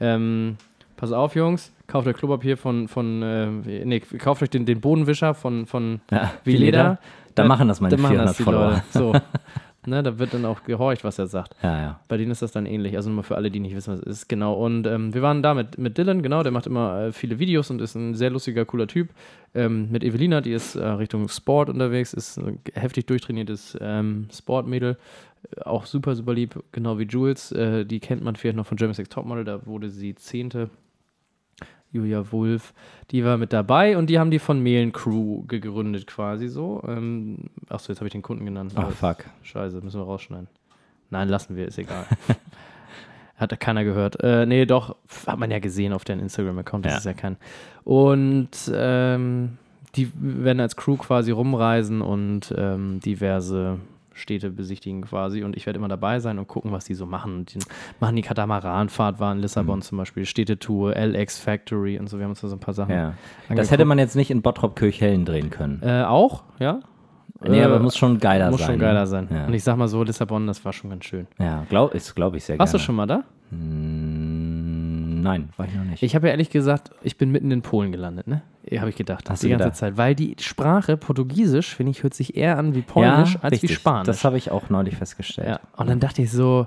S2: ähm, pass auf, Jungs, kauft euch Klopapier von, von äh, nee, kauft euch den, den Bodenwischer von, von
S3: Ja,
S2: wie Leder.
S3: Da machen das meine
S2: dann machen
S3: 400
S2: das die
S3: Follower.
S2: Leute. So. ne, da wird dann auch gehorcht, was er sagt.
S3: Ja, ja.
S2: Bei denen ist das dann ähnlich. Also nur mal für alle, die nicht wissen, was es ist. Genau. Und ähm, wir waren da mit, mit Dylan, genau. Der macht immer äh, viele Videos und ist ein sehr lustiger, cooler Typ. Ähm, mit Evelina, die ist äh, Richtung Sport unterwegs, ist ein heftig durchtrainiertes ähm, Sportmädel. Äh, Auch super, super lieb. Genau wie Jules. Äh, die kennt man vielleicht noch von German Sex Topmodel. Da wurde sie Zehnte. Julia Wulff, die war mit dabei und die haben die von Mehlen Crew gegründet quasi so. Ähm, Achso, jetzt habe ich den Kunden genannt.
S3: Ach,
S2: Aber-
S3: Oh, fuck.
S2: Scheiße, müssen wir rausschneiden. Nein, lassen wir, ist egal. Hat da keiner gehört. Äh, nee, doch, pf, hat man ja gesehen auf deren Instagram-Account, das
S3: Ja.
S2: ist ja kein. Und ähm, die werden als Crew quasi rumreisen und ähm, diverse Städte besichtigen quasi. Und ich werde immer dabei sein und gucken, was die so machen. Und Die machen die Katamaranfahrt, war in Lissabon
S3: Mhm.
S2: zum Beispiel, Städtetour, LX Factory und so. Wir haben uns da so ein paar Sachen.
S3: ja. Das
S2: angeguckt.
S3: hätte man jetzt nicht in Bottrop-Kirchhellen drehen können.
S2: Äh, auch, ja?
S3: nee,
S2: äh,
S3: aber muss schon geiler
S2: Muss
S3: sein.
S2: schon
S3: ne?
S2: geiler sein.
S3: Ja,
S2: Und ich sag mal so, Lissabon, das war schon ganz schön.
S3: ja glaub, ist, glaube ich, sehr
S2: Warst du
S3: gerne.
S2: schon mal da?
S3: schon? Nein, war ich noch nicht.
S2: Ich habe ja ehrlich gesagt, ich bin mitten in Polen gelandet, ne? Habe ich gedacht.
S3: Hast
S2: die
S3: du
S2: ganze
S3: gedacht?
S2: Zeit. Weil die Sprache, Portugiesisch, finde ich, hört sich eher an wie Polnisch als
S3: richtig.
S2: wie Spanisch.
S3: Das habe ich auch neulich festgestellt.
S2: ja. Und dann dachte ich so,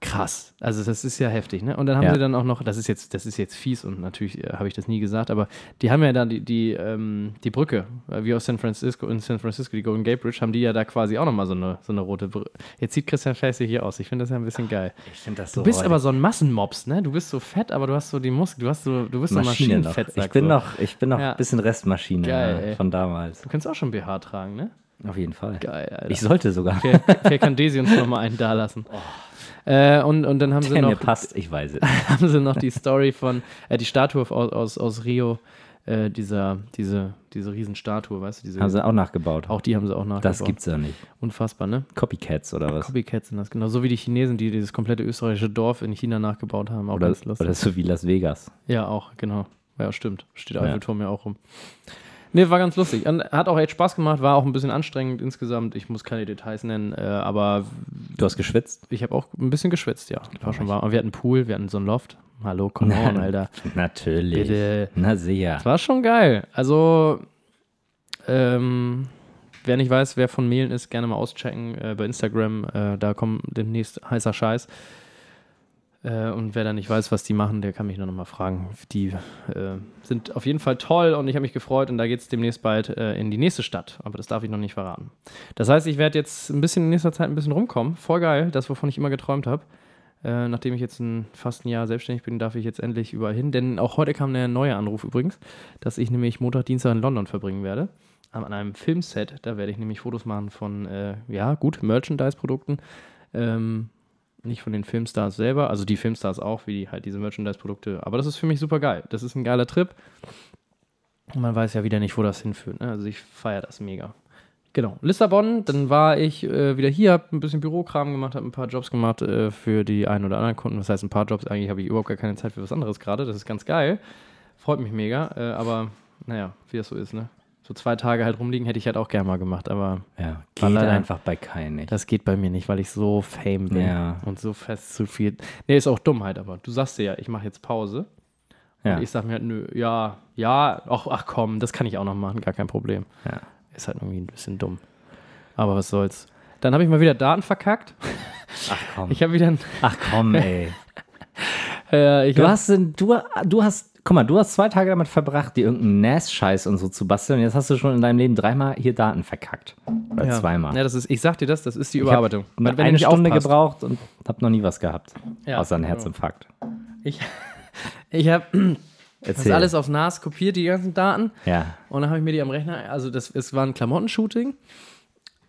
S2: krass. Also das ist ja heftig, ne? Und dann haben
S3: Ja.
S2: sie dann auch noch, das ist jetzt, das ist jetzt fies und natürlich äh, habe ich das nie gesagt, aber die haben ja dann die, die, ähm, die Brücke, äh, wie aus San Francisco, in San Francisco, die Golden Gate Bridge, haben die ja da quasi auch nochmal so eine, so eine rote Brücke. Jetzt sieht Christian Fässer hier aus. Ich finde das ja ein bisschen geil.
S3: Ich finde das so.
S2: Du bist aber so ein Massenmops, ne? Du bist so fett, aber du hast so die Muskeln, du hast so, du bist so ein
S3: Maschine noch.
S2: Maschinenfett.
S3: Ich bin
S2: so.
S3: noch, ich bin noch
S2: Ja.
S3: ein bisschen Restmaschine
S2: Geil,
S3: äh,
S2: ey.
S3: von damals.
S2: Du kannst auch schon BH tragen, ne?
S3: Auf jeden Fall.
S2: Geil, Alter.
S3: Ich sollte sogar.
S2: Vielleicht- Vielleicht kann Daisy uns nochmal einen da lassen.
S3: Oh.
S2: Äh, und, und dann haben sie,
S3: Der mir
S2: noch,
S3: passt, ich weiß es.
S2: haben sie noch die Story von, äh, die Statue aus, aus, aus Rio, äh, dieser, diese, diese Riesenstatue, weißt du? Diese,
S3: Haben sie auch nachgebaut.
S2: auch die haben sie auch nachgebaut.
S3: das gibt's ja nicht.
S2: Unfassbar, ne?
S3: Copycats oder was?
S2: Copycats sind das, genau. So wie die Chinesen, die dieses komplette österreichische Dorf in China nachgebaut haben. Auch
S3: Oder,
S2: ganz lustig.
S3: oder so wie Las Vegas.
S2: Ja, auch, genau. Ja, stimmt. Steht
S3: Ja.
S2: Eiffelturm ja auch rum. Nee, war ganz lustig. Und hat auch echt Spaß gemacht, war auch ein bisschen anstrengend insgesamt. Ich muss keine Details nennen, äh, aber
S3: Du hast geschwitzt?
S2: ich habe auch ein bisschen geschwitzt, ja. War schon warm. Und Wir hatten einen Pool, wir hatten so einen Loft. Hallo, come on, Alter.
S3: Natürlich.
S2: Bitte.
S3: Na sicher.
S2: War schon geil. Also, ähm, wer nicht weiß, wer von Mehlen ist, gerne mal auschecken äh, bei Instagram. Äh, da kommt demnächst heißer Scheiß. Äh, und wer da nicht weiß, was die machen, der kann mich nur noch mal fragen. Die äh, sind auf jeden Fall toll und ich habe mich gefreut und da geht es demnächst bald äh, in die nächste Stadt. Aber das darf ich noch nicht verraten. Das heißt, ich werde jetzt ein bisschen in nächster Zeit ein bisschen rumkommen. Voll geil, das, wovon ich immer geträumt habe. Äh, nachdem ich jetzt ein, fast ein Jahr selbstständig bin, darf ich jetzt endlich überall hin. Denn auch heute kam der neue Anruf übrigens, dass ich nämlich Montag, Dienstag in London verbringen werde. An einem Filmset. Da werde ich nämlich Fotos machen von, äh, ja, gut, Merchandise-Produkten. Ähm, nicht von den Filmstars selber, also die Filmstars auch, wie die, halt diese Merchandise-Produkte. Aber das ist für mich super geil. Das ist ein geiler Trip. Und man weiß ja wieder nicht, wo das hinführt. Ne? Also ich feiere das mega. Genau. Lissabon, dann war ich äh, wieder hier, habe ein bisschen Bürokram gemacht, habe ein paar Jobs gemacht äh, für die einen oder anderen Kunden. Das heißt, ein paar Jobs, eigentlich habe ich überhaupt gar keine Zeit für was anderes gerade. Das ist ganz geil. Freut mich mega. Äh, aber naja, wie das so ist, ne? So zwei Tage halt rumliegen hätte ich halt auch gerne mal gemacht, aber
S3: Ja,
S2: War
S3: geht
S2: leider-
S3: einfach bei Kai nicht.
S2: das geht bei mir nicht, weil ich so fame bin
S3: Ja.
S2: und so fest zu viel. Nee, ist auch Dummheit, aber du sagst dir ja, ich mache jetzt Pause.
S3: Ja.
S2: Und ich sag mir halt, nö, ja, ja, ach, ach komm, das kann ich auch noch machen, gar kein Problem.
S3: Ja.
S2: Ist halt irgendwie ein bisschen dumm. Aber was soll's. Dann habe ich mal wieder Daten verkackt.
S3: Ach komm.
S2: Ich habe wieder ein,
S3: Ach komm, ey.
S2: äh, ich
S3: Du
S2: hab-
S3: hast, den- du, du hast Guck mal, du hast zwei Tage damit verbracht, dir irgendeinen NAS-Scheiß und so zu basteln. Jetzt hast du schon in deinem Leben dreimal hier Daten verkackt. Oder
S2: Ja.
S3: zweimal.
S2: Ja, das ist, ich sag dir das, das ist die
S3: Ich hab
S2: Überarbeitung.
S3: nur
S2: der
S3: eine
S2: Stoff
S3: Stunde
S2: passt.
S3: gebraucht und habe noch nie was gehabt.
S2: Ja,
S3: außer einen
S2: genau.
S3: Herzinfarkt.
S2: Ich, ich habe das
S3: Erzähl.
S2: alles auf NAS kopiert, die ganzen Daten.
S3: ja.
S2: Und dann habe ich mir die am Rechner, also das, es war ein Klamottenshooting,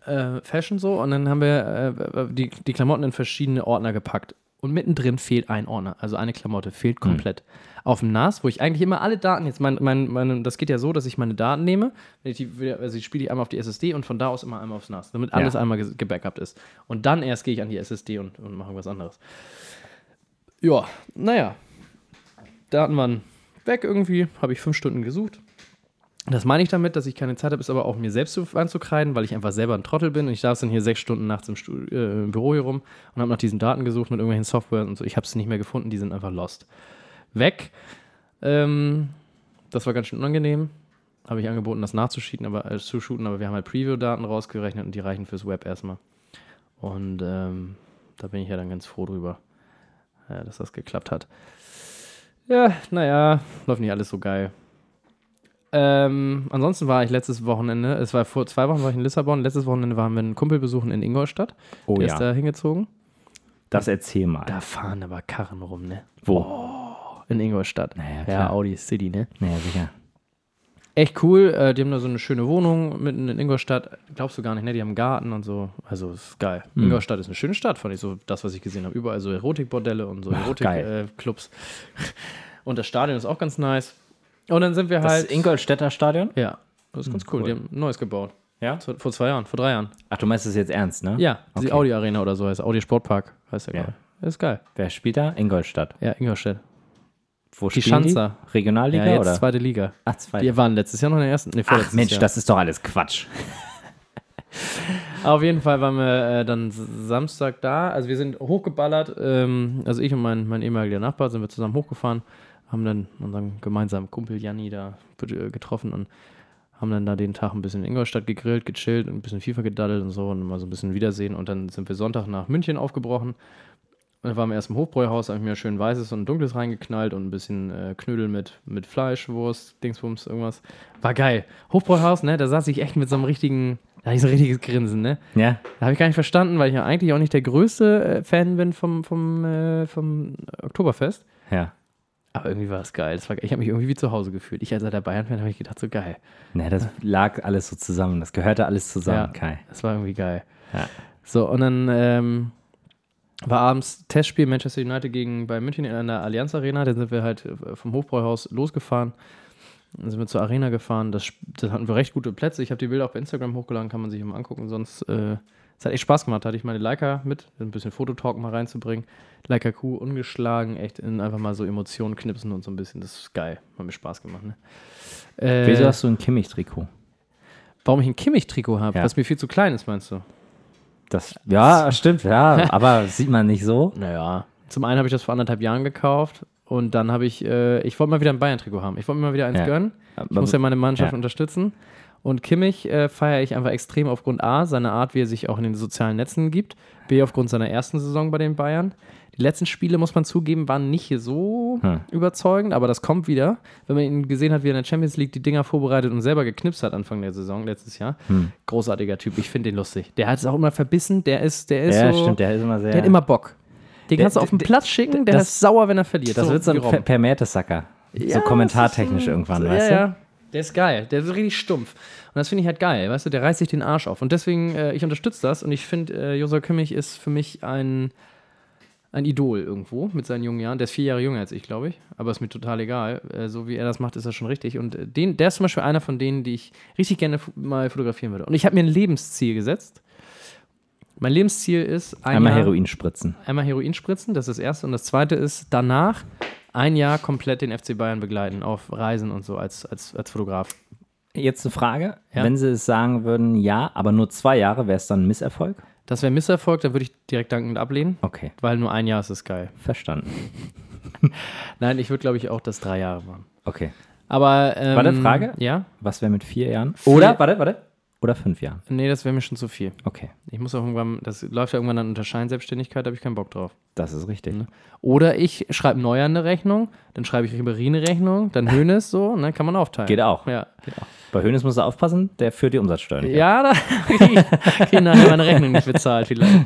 S2: äh, Fashion so, und dann haben wir äh, die, die Klamotten in verschiedene Ordner gepackt. Und mittendrin fehlt ein Ordner, also eine Klamotte, fehlt komplett. Auf dem NAS, wo ich eigentlich immer alle Daten, jetzt mein, mein, mein, das geht ja so, dass ich meine Daten nehme, wenn ich die, wieder- also ich spiele die einmal auf die SSD und von da aus immer einmal aufs NAS, damit alles einmal ge- gebackupt ist. Und dann erst gehe ich an die SSD und, und mache was anderes. Ja, naja. Daten waren weg irgendwie, habe ich fünf Stunden gesucht. Das meine ich damit, dass ich keine Zeit habe, es aber auch mir selbst zu- anzukreiden, weil ich einfach selber ein Trottel bin. Und ich saß dann hier sechs Stunden nachts im, Stu äh, im Büro hier rum und habe nach diesen Daten gesucht mit irgendwelchen Software und so. Ich habe es nicht mehr gefunden, die sind einfach lost. Weg. Ähm, das war ganz schön unangenehm. Habe ich angeboten, das nachzuschießen, aber, äh, zu shooten, aber wir haben halt Preview-Daten rausgerechnet und die reichen fürs Web erstmal. Und ähm, da bin ich ja dann ganz froh drüber, äh, dass das geklappt hat. Ja, naja, läuft nicht alles so geil. Ähm, ansonsten war ich letztes Wochenende, es war vor zwei Wochen war ich in Lissabon, letztes Wochenende waren wir einen Kumpel besuchen in Ingolstadt.
S3: Oh
S2: der
S3: ja.
S2: ist da hingezogen.
S3: Das erzähl mal.
S2: Da fahren aber Karren rum, ne?
S3: Wo?
S2: In Ingolstadt.
S3: Naja,
S2: ja,
S3: Oh, klar.
S2: Audi City, ne?
S3: Naja, sicher.
S2: Echt cool. Äh, die haben da so eine schöne Wohnung mitten in Ingolstadt. Glaubst du gar nicht, ne? Die haben einen Garten und so. Also ist geil.
S3: Hm.
S2: Ingolstadt ist eine schöne Stadt, fand ich so das, was ich gesehen habe. Überall so Erotikbordelle und so
S3: geil.
S2: Erotikclubs. und das Stadion ist auch ganz nice. Und dann sind wir
S3: Das Hm,
S2: halt.
S3: Ingolstädter Stadion?
S2: ja, das ist ganz cool. Die haben ein neues gebaut.
S3: Ja.
S2: Vor vor zwei Jahren, vor drei Jahren.
S3: Ach, du meinst es jetzt ernst, ne?
S2: Ja, die
S3: Okay.
S2: Audi Arena oder so heißt. Audi Sportpark heißt der,
S3: Ja.
S2: glaube ich. Ist geil.
S3: Wer spielt da? Ingolstadt.
S2: Ja, Ingolstadt.
S3: Wo
S2: Die
S3: spielen
S2: Schanzer.
S3: die? Regionalliga
S2: ja, jetzt
S3: oder?
S2: zweite Liga.
S3: Ach, zwei.
S2: Die waren letztes Jahr noch in der ersten. Nee,
S3: Ach
S2: vorletztes
S3: Mensch,
S2: Jahr.
S3: das ist doch alles Quatsch.
S2: Auf jeden Fall waren wir äh, dann S- Samstag da. Also wir sind hochgeballert. Ähm, also ich und mein, mein ehemaliger Nachbar sind wir zusammen hochgefahren, haben dann unseren gemeinsamen Kumpel Janni da be- äh, getroffen und haben dann da den Tag ein bisschen in Ingolstadt gegrillt, gechillt, ein bisschen FIFA gedaddelt und so und mal so ein bisschen Wiedersehen. Und dann sind wir Sonntag nach München aufgebrochen. Und dann waren wir erst im Hofbräuhaus, habe ich mir schön weißes und dunkles reingeknallt und ein bisschen äh, Knödel mit, mit Fleisch, Wurst, Dingsbums, irgendwas. War geil. Hofbräuhaus, ne, da saß ich echt mit so einem richtigen, da hatte ich so ein richtiges Grinsen, ne.
S3: Ja.
S2: Da habe ich gar nicht verstanden, weil ich ja eigentlich auch nicht der größte äh, Fan bin vom, vom, äh, vom Oktoberfest.
S3: Ja.
S2: Aber irgendwie war es geil. Das war, ich habe mich irgendwie wie zu Hause gefühlt. Ich als alter Bayern-Fan habe ich gedacht, so geil.
S3: Ne, das lag alles so zusammen. Das gehörte alles zusammen,
S2: Ja.
S3: Kai.
S2: Das war irgendwie geil.
S3: Ja.
S2: So, und dann ähm, war abends Testspiel Manchester United gegen Bayern München in einer Allianz Arena. Dann sind wir halt äh, vom Hofbräuhaus losgefahren. Dann sind wir zur Arena gefahren. Das, sp- das hatten wir recht gute Plätze. Ich habe die Bilder auch bei Instagram hochgeladen, kann man sich immer angucken. Sonst, äh, es hat echt Spaß gemacht. Da hatte ich meine Leica mit, um ein bisschen Fototalk mal reinzubringen. Leica Q ungeschlagen, echt in einfach mal so Emotionen knipsen und so ein bisschen. Das ist geil. Hat mir Spaß gemacht, ne? Äh,
S3: Wieso hast du ein Kimmich-Trikot?
S2: warum ich ein Kimmich-Trikot habe,
S3: Ja.
S2: was mir viel zu klein ist, meinst du?
S3: Das, ja, stimmt, ja. aber sieht man nicht so.
S2: Naja, zum einen habe ich das vor anderthalb Jahren gekauft und dann habe ich, äh, ich wollte mal wieder ein Bayern-Trikot haben. Ich wollte mir mal wieder eins
S3: Ja.
S2: gönnen. Ich muss ja meine Mannschaft
S3: ja.
S2: unterstützen. Und Kimmich äh, feiere ich einfach extrem aufgrund A, seiner Art, wie er sich auch in den sozialen Netzen gibt. B, aufgrund seiner ersten Saison bei den Bayern. Die letzten Spiele, muss man zugeben, waren nicht so
S3: Hm.
S2: überzeugend, aber das kommt wieder. Wenn man ihn gesehen hat, wie er in der Champions League die Dinger vorbereitet und selber geknipst hat Anfang der Saison letztes Jahr.
S3: Hm.
S2: Großartiger Typ, ich finde den lustig. Der hat es auch immer verbissen, der ist, der ist
S3: ja,
S2: so...
S3: stimmt, der ist immer sehr.
S2: Der hat immer Bock. Den
S3: Der-
S2: kannst du auf den
S3: der-
S2: Platz schicken, der
S3: das-
S2: ist sauer, wenn er verliert.
S3: das
S2: so
S3: wird so
S2: wie
S3: ein
S2: Robben.
S3: per, Permertesacker.
S2: Ja,
S3: so kommentartechnisch
S2: das ist ein-
S3: irgendwann,
S2: so,
S3: weißt
S2: ja,
S3: du?
S2: Ja. Der ist geil, der ist richtig stumpf. Und das finde ich halt geil, weißt du, der reißt sich den Arsch auf. Und deswegen, äh, ich unterstütze das und ich finde, äh, Josua Kimmich ist für mich ein, ein Idol irgendwo mit seinen jungen Jahren. Der ist vier Jahre jünger als ich, glaube ich, aber ist mir total egal. Äh, so wie er das macht, ist das schon richtig. Und äh, den, der ist zum Beispiel einer von denen, die ich richtig gerne fu- mal fotografieren würde. Und ich habe mir ein Lebensziel gesetzt. Mein Lebensziel ist, ein
S3: Einmal
S2: Jahr,
S3: Heroin spritzen.
S2: einmal Heroin spritzen, das ist das erste. Und das zweite ist, danach ein Jahr komplett den FC Bayern begleiten, auf Reisen und so als, als, als Fotograf.
S3: Jetzt eine Frage.
S2: Ja.
S3: Wenn sie es sagen würden, ja, aber nur zwei Jahre, wäre es dann ein Misserfolg?
S2: Das wäre ein Misserfolg, da würde ich direkt dankend ablehnen,
S3: Okay,
S2: weil nur ein Jahr ist es geil.
S3: verstanden.
S2: Nein, ich würde, glaube ich, auch das drei Jahre machen.
S3: Okay.
S2: Aber. Ähm,
S3: Warte, Frage?
S2: Ja.
S3: Was wäre mit vier Jahren? Oder, warte, warte. Oder fünf Jahren?
S2: Nee, das wäre mir schon zu viel.
S3: Okay,
S2: Ich muss auch irgendwann, das läuft ja irgendwann dann unter Scheinselbstständigkeit, da habe ich keinen Bock drauf.
S3: das ist richtig.
S2: Oder ich schreibe Neuer eine Rechnung, dann schreibe ich Ribéry eine Rechnung, dann Hönes so, ne, kann man aufteilen.
S3: Geht auch.
S2: Ja,
S3: Bei Hönes musst du aufpassen, der führt die Umsatzsteuer nicht. ab.
S2: ja da kriege ich nachher meine Rechnung nicht bezahlt vielleicht.